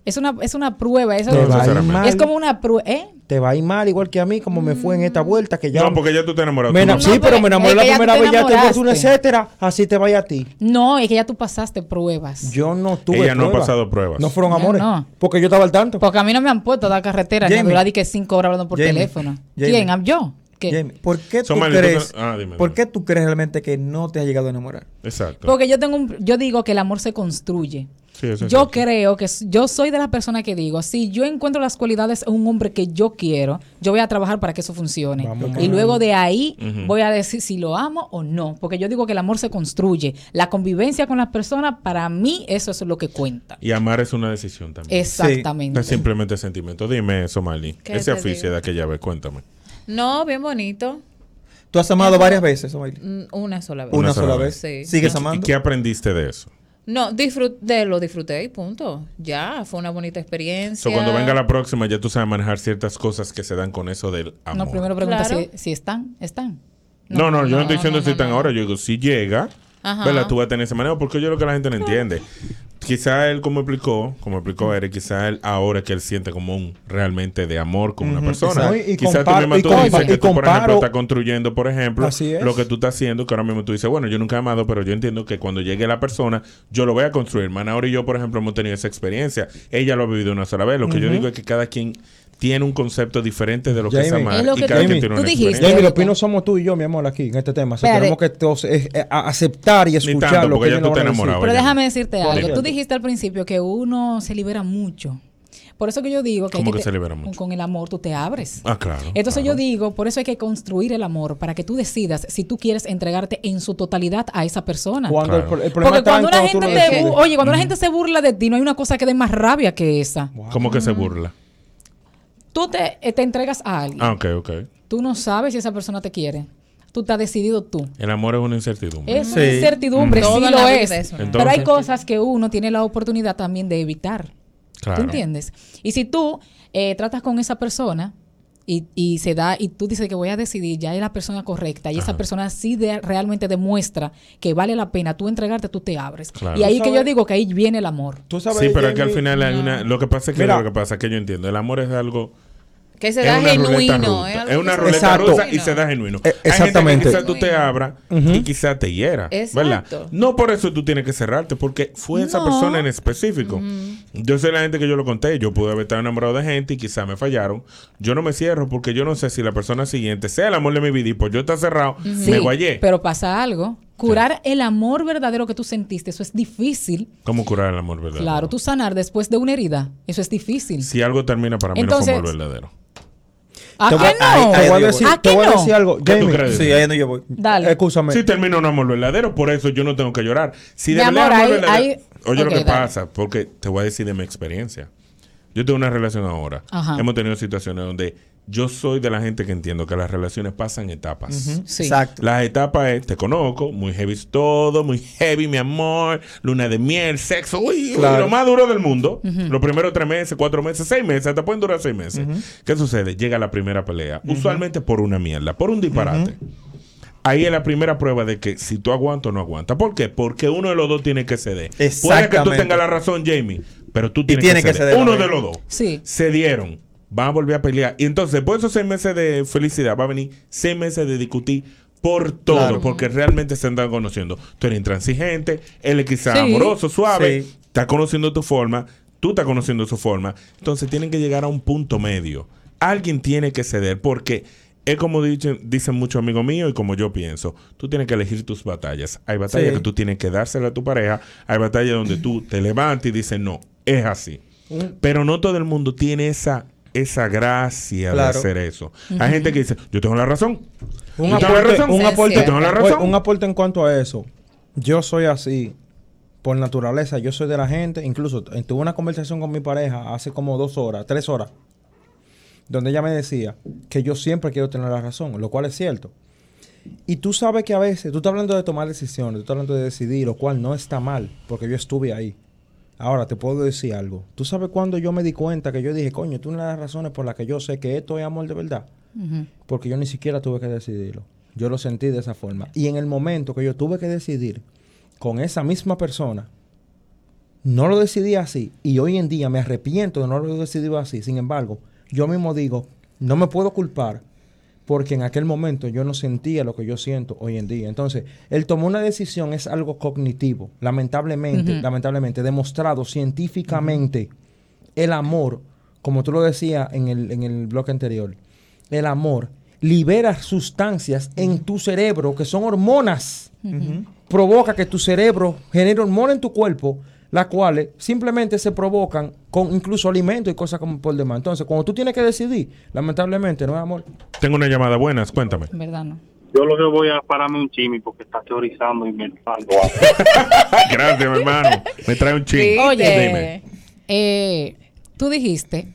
[SPEAKER 2] Es una, es una prueba, eso
[SPEAKER 9] Te
[SPEAKER 2] es,
[SPEAKER 9] va a ir
[SPEAKER 2] es
[SPEAKER 9] mal.
[SPEAKER 2] como una prueba, ¿eh?
[SPEAKER 9] Te va a ir mal igual que a mí, como me fue en
[SPEAKER 2] Mm.
[SPEAKER 9] esta vuelta que ya...
[SPEAKER 7] No, porque ya tú te enamoraste.
[SPEAKER 9] Me
[SPEAKER 7] tú
[SPEAKER 9] ena-
[SPEAKER 7] no-
[SPEAKER 9] sí, pero me enamoré
[SPEAKER 2] es
[SPEAKER 9] la
[SPEAKER 2] que ya tú
[SPEAKER 9] primera
[SPEAKER 2] te
[SPEAKER 9] vez, ya tuve
[SPEAKER 2] enamoraste.
[SPEAKER 9] fortuna, etcétera. Así te vaya a ti.
[SPEAKER 2] No, es que ya tú pasaste pruebas.
[SPEAKER 9] Yo no tuve
[SPEAKER 7] Ella no ha
[SPEAKER 9] pruebas.
[SPEAKER 7] pasado pruebas.
[SPEAKER 9] No fueron
[SPEAKER 2] Yo
[SPEAKER 9] amores.
[SPEAKER 2] no.
[SPEAKER 9] Porque yo estaba al tanto.
[SPEAKER 2] Porque a mí no me han puesto a dar carretera, ni a
[SPEAKER 9] Jamie.
[SPEAKER 2] durar di que cinco horas hablando por
[SPEAKER 8] Jamie.
[SPEAKER 2] teléfono.
[SPEAKER 8] Jamie.
[SPEAKER 2] ¿Quién? ¿Am- ¿Yo? ¿Qué?
[SPEAKER 8] Jamie, ¿por qué,
[SPEAKER 7] Son
[SPEAKER 8] tú
[SPEAKER 7] malditos
[SPEAKER 8] crees,
[SPEAKER 7] que- ah, dime,
[SPEAKER 8] ¿por qué tú crees realmente que no te has llegado a enamorar?
[SPEAKER 7] Exacto.
[SPEAKER 2] Porque yo tengo un, yo digo que el amor se construye.
[SPEAKER 7] Sí, eso es
[SPEAKER 2] yo
[SPEAKER 7] cierto.
[SPEAKER 2] creo que s- yo soy de las personas que digo, si yo encuentro las cualidades en un hombre que yo quiero, yo voy a trabajar para que eso funcione. y
[SPEAKER 10] mano.
[SPEAKER 2] luego de ahí
[SPEAKER 10] Ujú.
[SPEAKER 2] voy a decir si lo amo o no, porque yo digo que el amor se construye. La convivencia con las personas, para mí, eso es lo que cuenta.
[SPEAKER 7] Y amar es una decisión también.
[SPEAKER 2] Exactamente.
[SPEAKER 7] No es simplemente sentimiento. Dime, Somali.
[SPEAKER 10] ¿Qué
[SPEAKER 7] Ese
[SPEAKER 10] te
[SPEAKER 7] aficio
[SPEAKER 10] digo?
[SPEAKER 7] de aquella vez, cuéntame.
[SPEAKER 10] No, bien bonito.
[SPEAKER 8] Tú has amado varias veces, Somaili.
[SPEAKER 10] Mm, Una sola vez.
[SPEAKER 8] Una sola vez.
[SPEAKER 10] Sí.
[SPEAKER 8] ¿Sigues
[SPEAKER 7] ¿Y-
[SPEAKER 8] amando?
[SPEAKER 7] ¿Y qué aprendiste de eso?
[SPEAKER 10] No, disfruté, lo disfruté y punto. Ya, fue una bonita experiencia.
[SPEAKER 7] So, cuando venga la próxima, ya tú sabes manejar ciertas cosas que se dan con eso del amor.
[SPEAKER 2] No, primero pregunta
[SPEAKER 10] Claro.
[SPEAKER 2] si, si están, están.
[SPEAKER 7] No, no, yo no estoy
[SPEAKER 2] no,
[SPEAKER 7] diciendo
[SPEAKER 2] no,
[SPEAKER 7] si
[SPEAKER 2] no,
[SPEAKER 7] tan
[SPEAKER 2] no.
[SPEAKER 7] ahora. Yo digo, si llega,
[SPEAKER 2] Ajá.
[SPEAKER 7] ¿verdad? Tú vas a tener ese manejo porque yo lo que la gente no entiende. Quizá él, como explicó, como explicó Eric, quizá él ahora es que él siente como un realmente de amor con una
[SPEAKER 9] Ujú,
[SPEAKER 7] persona.
[SPEAKER 9] exacto. Y
[SPEAKER 7] quizá tú
[SPEAKER 9] comparo-
[SPEAKER 7] misma
[SPEAKER 9] y
[SPEAKER 7] tú
[SPEAKER 9] compa-
[SPEAKER 7] dices que
[SPEAKER 9] y
[SPEAKER 7] tú, por ejemplo,
[SPEAKER 9] comparo-
[SPEAKER 7] estás construyendo, por ejemplo,
[SPEAKER 9] Así es.
[SPEAKER 7] lo que tú estás haciendo, que ahora mismo tú dices, bueno, yo nunca he amado, pero yo entiendo que cuando llegue la persona, yo lo voy a construir. Manaura y yo, por ejemplo, hemos tenido esa experiencia. Ella lo ha vivido una sola vez. Lo que yo
[SPEAKER 9] Ujú.
[SPEAKER 7] digo es que cada quien tiene un concepto diferente de lo que es
[SPEAKER 9] Jamie.
[SPEAKER 7] amar. y cada quien tiene una experiencia.
[SPEAKER 9] Jamie, los pinos somos tú y yo, mi amor, aquí en este tema. So,
[SPEAKER 2] Espérate.
[SPEAKER 9] tenemos que tos- eh, eh, a- aceptar y escuchar
[SPEAKER 7] tanto,
[SPEAKER 9] lo
[SPEAKER 7] porque
[SPEAKER 9] que
[SPEAKER 7] ya
[SPEAKER 9] ellos
[SPEAKER 7] tú te
[SPEAKER 9] nos van a decir.
[SPEAKER 7] enamorabas.
[SPEAKER 2] Pero déjame decirte
[SPEAKER 9] Dime.
[SPEAKER 2] algo. Tú dijiste al principio que uno se libera mucho. Por eso que yo digo que, hay
[SPEAKER 7] ¿Cómo que
[SPEAKER 2] te-
[SPEAKER 7] se libera mucho?
[SPEAKER 2] con el amor tú te abres.
[SPEAKER 7] Ah, claro.
[SPEAKER 2] Entonces yo digo, por eso hay que construir el amor, para que tú decidas si tú quieres entregarte en su totalidad a esa persona.
[SPEAKER 9] Cuando el Claro. pro- el problema
[SPEAKER 2] Porque
[SPEAKER 9] está
[SPEAKER 2] cuando
[SPEAKER 9] en
[SPEAKER 2] una
[SPEAKER 9] cuando tú
[SPEAKER 2] gente
[SPEAKER 9] lo
[SPEAKER 2] te bu-
[SPEAKER 9] decides.
[SPEAKER 2] oye, cuando una
[SPEAKER 9] Ujú.
[SPEAKER 2] gente se burla de ti, no hay una cosa que dé más rabia que esa.
[SPEAKER 7] ¿Cómo que se burla?
[SPEAKER 2] Tú te, eh, te entregas a alguien.
[SPEAKER 7] Ah, ok, ok.
[SPEAKER 2] Tú no sabes si esa persona te quiere. Tú te has decidido tú.
[SPEAKER 7] El amor es una incertidumbre.
[SPEAKER 2] Es una incertidumbre,
[SPEAKER 10] Todo
[SPEAKER 2] sí
[SPEAKER 10] en
[SPEAKER 2] lo
[SPEAKER 10] la vida
[SPEAKER 2] es.
[SPEAKER 10] es una
[SPEAKER 2] pero hay
[SPEAKER 7] Entonces-
[SPEAKER 2] cosas que uno tiene la oportunidad también de evitar.
[SPEAKER 7] Claro.
[SPEAKER 2] ¿Tú entiendes? Y si tú eh, tratas con esa persona y, y se da y tú dices que voy a decidir, ya es la persona correcta y esa persona sí de- realmente demuestra que vale la pena tú entregarte, tú te abres.
[SPEAKER 7] Claro.
[SPEAKER 2] Y ahí
[SPEAKER 7] Tú
[SPEAKER 2] que yo
[SPEAKER 7] sabes-
[SPEAKER 2] digo que ahí viene el amor.
[SPEAKER 9] Tú
[SPEAKER 7] Sí, pero es que al final hay una. Lo que pasa es que
[SPEAKER 9] Mira.
[SPEAKER 7] lo que pasa es que yo entiendo. El amor es algo
[SPEAKER 10] Que se da
[SPEAKER 7] una ruleta
[SPEAKER 10] genuino.
[SPEAKER 7] rusa.
[SPEAKER 10] algo
[SPEAKER 7] Es una
[SPEAKER 10] que se
[SPEAKER 7] ruleta
[SPEAKER 10] da
[SPEAKER 7] rusa y
[SPEAKER 10] genuino.
[SPEAKER 7] se da genuino.
[SPEAKER 9] exactamente.
[SPEAKER 7] Hay gente que quizás tú te abras y quizás te hiera.
[SPEAKER 10] Exacto.
[SPEAKER 7] ¿Verdad? No por eso tú tienes que cerrarte, porque fue esa
[SPEAKER 10] No.
[SPEAKER 7] persona en específico. Yo sé la gente que yo lo conté, yo pude haber estado enamorado de gente y quizás me fallaron. Yo no me cierro porque yo no sé si la persona siguiente sea el amor de mi vida y pues yo está cerrado,
[SPEAKER 2] Sí,
[SPEAKER 7] me guayé.
[SPEAKER 2] pero pasa algo. Curar el amor verdadero que tú sentiste, eso es difícil.
[SPEAKER 7] ¿Cómo curar el amor verdadero?
[SPEAKER 2] Claro, tú sanar después de una herida, eso es difícil.
[SPEAKER 7] Si algo termina para mí
[SPEAKER 2] Entonces-
[SPEAKER 7] no fue amor verdadero.
[SPEAKER 2] ¿A
[SPEAKER 7] Te
[SPEAKER 2] qué
[SPEAKER 7] voy-
[SPEAKER 2] no?
[SPEAKER 9] Te voy a
[SPEAKER 2] ¿A
[SPEAKER 9] decir,
[SPEAKER 2] qué
[SPEAKER 9] te voy a
[SPEAKER 2] no?
[SPEAKER 9] decir algo.
[SPEAKER 7] ¿Qué tú
[SPEAKER 9] Jamie,
[SPEAKER 7] crees?
[SPEAKER 9] sí, ahí no yo voy.
[SPEAKER 2] Dale.
[SPEAKER 9] Escúchame.
[SPEAKER 7] Si termina un amor verdadero, por eso yo no tengo que llorar. Si de
[SPEAKER 2] Mi
[SPEAKER 7] verdad
[SPEAKER 2] amor,
[SPEAKER 7] amor
[SPEAKER 2] ahí-
[SPEAKER 7] verdadero-
[SPEAKER 2] ahí-
[SPEAKER 7] Oye
[SPEAKER 2] Ok,
[SPEAKER 7] lo que
[SPEAKER 2] dale.
[SPEAKER 7] pasa, porque te voy a decir de mi experiencia. Yo tengo una relación ahora.
[SPEAKER 2] Ajá.
[SPEAKER 7] Hemos tenido situaciones donde yo soy de la gente que entiendo que las relaciones pasan etapas.
[SPEAKER 9] Ujú, sí. Exacto.
[SPEAKER 7] Las etapas es, te conozco, muy heavy es todo, muy heavy mi amor, luna de miel, sexo, uy, uy,
[SPEAKER 9] Claro.
[SPEAKER 7] lo más duro del mundo.
[SPEAKER 9] Ujú.
[SPEAKER 7] Los primeros tres meses, cuatro meses, seis meses, hasta pueden durar seis meses. ¿Qué sucede? Llega la primera pelea, usualmente por una mierda, por un disparate. Ahí es la primera prueba de que si tú aguantas o no aguantas. ¿Por qué? Porque uno de los dos tiene que ceder. Puede que tú
[SPEAKER 9] Exactamente.
[SPEAKER 7] tengas la razón, Jamie, pero tú tienes
[SPEAKER 9] tiene
[SPEAKER 7] que,
[SPEAKER 9] que
[SPEAKER 7] ceder.
[SPEAKER 9] ceder,
[SPEAKER 7] Uno
[SPEAKER 9] amigo.
[SPEAKER 7] de los dos.
[SPEAKER 2] Sí.
[SPEAKER 7] Se dieron. Van a volver a pelear. Y entonces, por esos seis meses de felicidad, va a venir seis meses de discutir por todo,
[SPEAKER 9] Claro.
[SPEAKER 7] porque realmente se andan conociendo. Tú eres intransigente, él es quizá
[SPEAKER 9] Sí.
[SPEAKER 7] amoroso, suave,
[SPEAKER 9] Sí.
[SPEAKER 7] está conociendo tu forma, tú estás conociendo su forma. Entonces, tienen que llegar a un punto medio. Alguien tiene que ceder, porque es como dicen, dicen muchos amigos míos y como yo pienso, tú tienes que elegir tus batallas. Hay batallas
[SPEAKER 9] Sí.
[SPEAKER 7] que tú tienes que dársela a tu pareja, hay batallas donde tú te levantas y dices, no, es así. Pero no todo el mundo tiene esa esa gracia de
[SPEAKER 9] Claro.
[SPEAKER 7] hacer eso.
[SPEAKER 9] Ujú.
[SPEAKER 7] Hay gente que dice, yo tengo la razón.
[SPEAKER 9] Un
[SPEAKER 7] yo tengo la
[SPEAKER 9] aporte,
[SPEAKER 7] razón.
[SPEAKER 9] un, aporte, Pues,
[SPEAKER 7] yo tengo la razón.
[SPEAKER 9] un aporte en cuanto a eso. Yo soy así. Por naturaleza, yo soy de la gente. Incluso eh, tuve una conversación con mi pareja hace como dos horas, tres horas, donde ella me decía que yo siempre quiero tener la razón, lo cual es cierto. Y tú sabes que a veces, tú estás hablando de tomar decisiones, tú estás hablando de decidir, lo cual no está mal, porque yo estuve ahí. Ahora te puedo decir algo. Tú sabes cuando yo me di cuenta que yo dije, coño, tú una de las razones por las que yo sé que esto es amor de verdad porque yo ni siquiera tuve que decidirlo. Yo lo sentí de esa forma. Y en el momento que yo tuve que decidir con esa misma persona, no lo decidí así. Y hoy en día me arrepiento de no haberlo decidido así. Sin embargo, yo mismo digo, no me puedo culpar porque en aquel momento yo no sentía lo que yo siento hoy en día. Entonces, el tomar una decisión es algo cognitivo, lamentablemente,
[SPEAKER 8] Ujú.
[SPEAKER 9] lamentablemente, demostrado científicamente. El amor, como tú lo decías en el, en el bloque anterior, el amor libera sustancias en tu cerebro que son hormonas provoca que tu cerebro genere hormonas en tu cuerpo, las cuales simplemente se provocan con incluso alimentos y cosas como por demás. Entonces, cuando tú tienes que decidir, lamentablemente, no es amor.
[SPEAKER 7] Tengo una llamada buenas, cuéntame.
[SPEAKER 2] ¿Verdad no?
[SPEAKER 14] Yo lo que voy a pararme un chimi porque está teorizando y me
[SPEAKER 7] Gracias, mi hermano. Me trae un ching. Dime. ¿Mm?
[SPEAKER 2] Oye, eh, tú dijiste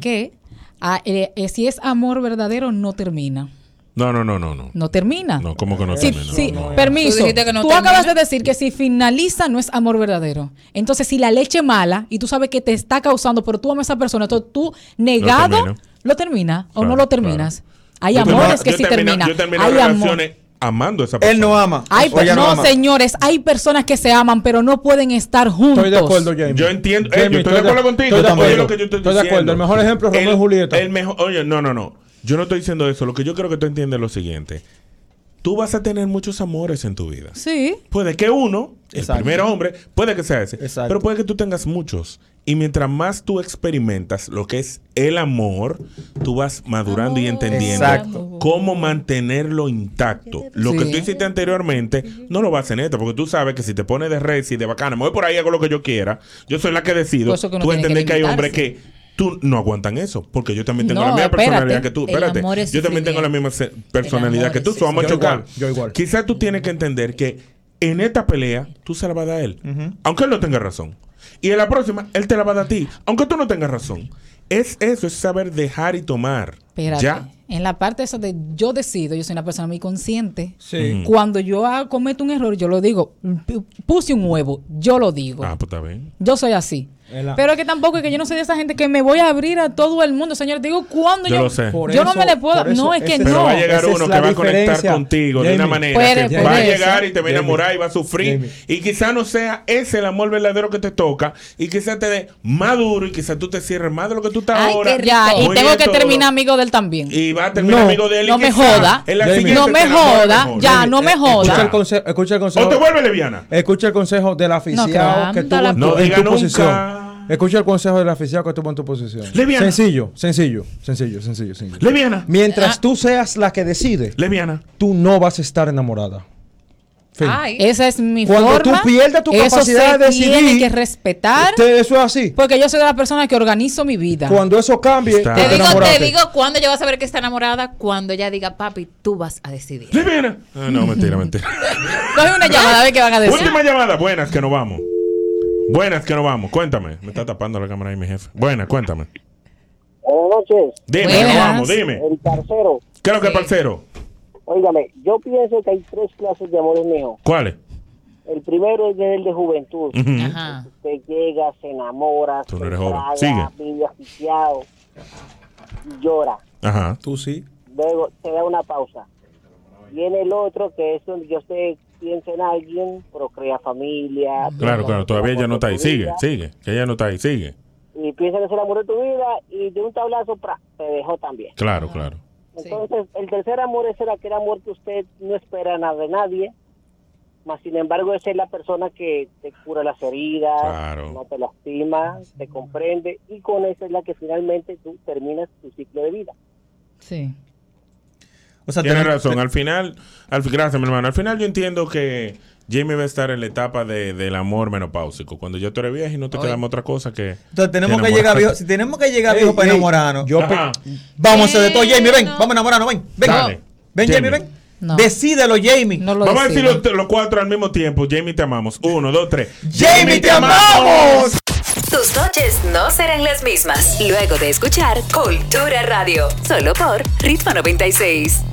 [SPEAKER 2] que ah, eh, eh, si es amor verdadero, no termina.
[SPEAKER 7] No, no, no, no, no.
[SPEAKER 2] No termina.
[SPEAKER 7] No, ¿cómo que no
[SPEAKER 2] Sí,
[SPEAKER 7] termina?
[SPEAKER 2] sí,
[SPEAKER 7] No, no.
[SPEAKER 2] Permiso.
[SPEAKER 10] Tú
[SPEAKER 2] Tú,
[SPEAKER 10] dijiste que no termina.
[SPEAKER 2] acabas de decir que si finaliza no es amor verdadero. Entonces, si la leche mala y tú sabes que te está causando, pero tú amas a esa persona, entonces tú negado
[SPEAKER 7] termino.
[SPEAKER 2] lo termina o
[SPEAKER 7] Claro,
[SPEAKER 2] no lo terminas. Hay
[SPEAKER 7] Yo
[SPEAKER 2] amores
[SPEAKER 7] termino-
[SPEAKER 2] que
[SPEAKER 7] yo
[SPEAKER 2] sí
[SPEAKER 7] termino-
[SPEAKER 2] terminan.
[SPEAKER 7] Yo termino
[SPEAKER 2] Hay amor.
[SPEAKER 7] relaciones amando a esa persona. Él no ama.
[SPEAKER 2] Hay, no, señores, hay personas que se aman, pero no pueden estar juntos.
[SPEAKER 7] Yo entiendo. eh,
[SPEAKER 9] Jamie,
[SPEAKER 7] yo estoy de acuerdo contigo.
[SPEAKER 9] estoy de
[SPEAKER 7] Oye,
[SPEAKER 9] acuerdo.
[SPEAKER 7] lo que yo estoy
[SPEAKER 9] Estoy
[SPEAKER 7] diciendo.
[SPEAKER 9] de acuerdo. El mejor ejemplo es Romeo y Julieta.
[SPEAKER 7] El mejor, oye, no, no, no. Yo no estoy diciendo eso. Lo que yo creo que tú entiendes es lo siguiente. Tú vas a tener muchos amores en tu vida.
[SPEAKER 2] Sí.
[SPEAKER 7] Puede que uno, el
[SPEAKER 9] Exacto.
[SPEAKER 7] primer hombre, puede que sea ese. Pero puede que tú tengas muchos. Y mientras más tú experimentas lo que es el amor, tú vas madurando y entendiendo
[SPEAKER 9] Exacto.
[SPEAKER 7] cómo mantenerlo intacto. Lo que
[SPEAKER 9] Sí.
[SPEAKER 7] tú hiciste anteriormente, no lo vas a hacer en esto, porque tú sabes que si te pones de red y de bacana, me voy por ahí, hago lo que yo quiera, yo soy la que decido.
[SPEAKER 2] Cosa Pues que uno
[SPEAKER 7] tú
[SPEAKER 2] tiene que
[SPEAKER 7] entendés que, hay hombres
[SPEAKER 2] limitarse.
[SPEAKER 7] que tú no aguantan eso, porque yo también tengo
[SPEAKER 2] No,
[SPEAKER 7] la misma
[SPEAKER 2] espérate.
[SPEAKER 7] personalidad que tú.
[SPEAKER 2] El
[SPEAKER 7] Espérate,
[SPEAKER 2] amor es
[SPEAKER 7] yo también tengo la misma se- personalidad que tú, so, vamos a
[SPEAKER 9] Yo
[SPEAKER 7] chocar.
[SPEAKER 9] igual, yo igual.
[SPEAKER 7] Quizás tú tienes que entender que en esta pelea tú se la vas a dar a él, aunque él no tenga razón. Y en la próxima, él te la va a dar a ti, aunque tú no tengas razón. Es eso, es saber dejar y tomar.
[SPEAKER 2] Espérate.
[SPEAKER 7] Ya.
[SPEAKER 2] En la parte esa de yo decido, yo soy una persona muy consciente.
[SPEAKER 7] Sí. Ujú.
[SPEAKER 2] Cuando yo ah, cometo un error, yo lo digo. P- Puse un huevo, yo lo digo.
[SPEAKER 7] Ah, pues está bien.
[SPEAKER 2] Yo soy así.
[SPEAKER 9] Es la-
[SPEAKER 2] Pero que tampoco, es que yo no soy de esa gente que me voy a abrir a todo el mundo, señor. Digo, ¿cuándo
[SPEAKER 7] Yo
[SPEAKER 2] yo?
[SPEAKER 7] lo sé.
[SPEAKER 2] Yo
[SPEAKER 7] Por
[SPEAKER 2] no me le puedo. no, es que
[SPEAKER 7] Pero
[SPEAKER 2] no.
[SPEAKER 7] va a llegar
[SPEAKER 9] Esa es
[SPEAKER 7] uno
[SPEAKER 9] la
[SPEAKER 7] que va a conectar
[SPEAKER 9] diferencia.
[SPEAKER 7] contigo de una
[SPEAKER 9] Jamie.
[SPEAKER 7] manera.
[SPEAKER 9] Puede,
[SPEAKER 7] que
[SPEAKER 9] puede
[SPEAKER 7] va a
[SPEAKER 9] ser.
[SPEAKER 7] llegar y te va a
[SPEAKER 9] Jamie.
[SPEAKER 7] enamorar y va a sufrir. Y quizá no sea ese el amor verdadero que te toca. Y quizá te dé más duro y quizá tú te cierres más de lo que tú estás ahora.
[SPEAKER 2] Ya, y
[SPEAKER 7] Muy
[SPEAKER 2] tengo
[SPEAKER 7] bien
[SPEAKER 2] que
[SPEAKER 7] todo.
[SPEAKER 2] terminar amigo de él también.
[SPEAKER 7] Y va a terminar
[SPEAKER 9] No.
[SPEAKER 7] amigo de él. y
[SPEAKER 2] No me
[SPEAKER 7] quizá
[SPEAKER 2] joda.
[SPEAKER 7] en la
[SPEAKER 9] Jamie.
[SPEAKER 7] siguiente
[SPEAKER 2] No me
[SPEAKER 7] te enamores
[SPEAKER 2] joda,
[SPEAKER 7] mejor.
[SPEAKER 2] ya, no me
[SPEAKER 9] eh, Escucha el,
[SPEAKER 2] joda.
[SPEAKER 9] conse- escucha el consejo.
[SPEAKER 7] O te vuelves leviana.
[SPEAKER 9] Escucha el consejo del aficionado
[SPEAKER 2] No,
[SPEAKER 9] que tuvo
[SPEAKER 2] cántala,
[SPEAKER 9] en tu,
[SPEAKER 7] No
[SPEAKER 9] en
[SPEAKER 7] diga
[SPEAKER 9] tu
[SPEAKER 7] nunca.
[SPEAKER 9] posición. Escucha el consejo del aficionado que tuvo en tu posición.
[SPEAKER 7] Leviana.
[SPEAKER 9] Sencillo, sencillo, sencillo, sencillo, sencillo.
[SPEAKER 7] Leviana. Ah.
[SPEAKER 9] Mientras tú seas la que decide,
[SPEAKER 7] Leviana.
[SPEAKER 9] tú no vas a estar enamorada. Fin.
[SPEAKER 2] Ay. Esa es mi
[SPEAKER 9] Cuando
[SPEAKER 2] forma.
[SPEAKER 9] tú pierdas tu
[SPEAKER 2] Eso
[SPEAKER 9] capacidad
[SPEAKER 2] se
[SPEAKER 9] de decidir,
[SPEAKER 2] tiene que respetar.
[SPEAKER 9] Te- eso es así.
[SPEAKER 2] Porque yo soy de la persona que organizo mi vida.
[SPEAKER 9] Cuando eso cambie,
[SPEAKER 7] Está.
[SPEAKER 9] tú
[SPEAKER 10] Te
[SPEAKER 9] te
[SPEAKER 10] digo, te
[SPEAKER 9] enamoraste.
[SPEAKER 10] digo cuando ella va a saber que está enamorada, cuando ella diga, papi, tú vas a decidir.
[SPEAKER 7] Leviana. Ah, no, mentira, mentira.
[SPEAKER 2] Coge una llamada a ver qué van a decir.
[SPEAKER 7] Última llamada. Buenas, que nos vamos. Buenas, que nos vamos. Cuéntame. Me está tapando la cámara ahí mi jefe. Buenas, cuéntame.
[SPEAKER 12] Buenas noches.
[SPEAKER 7] Dime, que nos
[SPEAKER 2] Buenas.
[SPEAKER 7] vamos, dime.
[SPEAKER 12] El tercero.
[SPEAKER 7] ¿Qué es lo que, parcero?
[SPEAKER 12] Óigame, yo pienso que hay tres clases de amores míos.
[SPEAKER 7] ¿Cuáles?
[SPEAKER 12] El primero es el de juventud.
[SPEAKER 7] Ujú.
[SPEAKER 10] Ajá.
[SPEAKER 12] Usted llega, se enamora,
[SPEAKER 7] Tú no
[SPEAKER 12] se
[SPEAKER 7] eres joven.
[SPEAKER 12] traga,
[SPEAKER 7] Sigue.
[SPEAKER 12] vive asfixiado, y llora.
[SPEAKER 7] Ajá.
[SPEAKER 9] Tú sí.
[SPEAKER 12] Luego se da una pausa. Viene el otro que es donde yo sé piensa en alguien, procrea familia.
[SPEAKER 7] Claro, claro, todavía ella no está ahí. Sigue,
[SPEAKER 12] vida.
[SPEAKER 7] sigue. Que ella no está ahí, sigue.
[SPEAKER 12] Y piensa que es el amor de tu vida y de un tablazo pra, te dejó también.
[SPEAKER 7] Claro, claro.
[SPEAKER 12] Entonces, el tercer amor es el aquel amor que usted no espera nada de nadie, mas sin embargo esa es la persona que te cura las heridas,
[SPEAKER 7] Claro.
[SPEAKER 12] no te lastima, te comprende y con esa es la que finalmente tú terminas tu ciclo de vida.
[SPEAKER 2] Sí.
[SPEAKER 8] O sea,
[SPEAKER 7] Tienes
[SPEAKER 8] tenemos-
[SPEAKER 7] razón. Al final, al, gracias, mi hermano. Al final yo entiendo que Jamie va a estar en la etapa de, del amor menopáusico. Cuando ya tú eres vieja y no te
[SPEAKER 10] Oye.
[SPEAKER 7] quedamos otra cosa que.
[SPEAKER 8] Entonces tenemos
[SPEAKER 7] te
[SPEAKER 8] que llegar
[SPEAKER 7] enamorarte.
[SPEAKER 8] viejo. Si tenemos que llegar
[SPEAKER 9] Ey,
[SPEAKER 8] viejo para
[SPEAKER 9] ey,
[SPEAKER 8] enamorarnos,
[SPEAKER 9] yo pe-
[SPEAKER 7] Ajá.
[SPEAKER 8] vamos a hacer de todo, Jamie. Ven,
[SPEAKER 10] no.
[SPEAKER 8] vamos a enamorarnos, ven. Ven,
[SPEAKER 7] Dale.
[SPEAKER 8] ven
[SPEAKER 7] Jamie.
[SPEAKER 8] Jamie, ven.
[SPEAKER 2] No.
[SPEAKER 8] Decídelo, Jamie.
[SPEAKER 2] No lo
[SPEAKER 7] Vamos a decir
[SPEAKER 2] decido.
[SPEAKER 7] los, los cuatro al mismo tiempo. Jamie, te amamos. Uno, dos, tres.
[SPEAKER 8] ¡Jamie, te amamos!
[SPEAKER 6] Tus noches no serán las mismas luego de escuchar Cultura Radio, solo por Ritmo 96.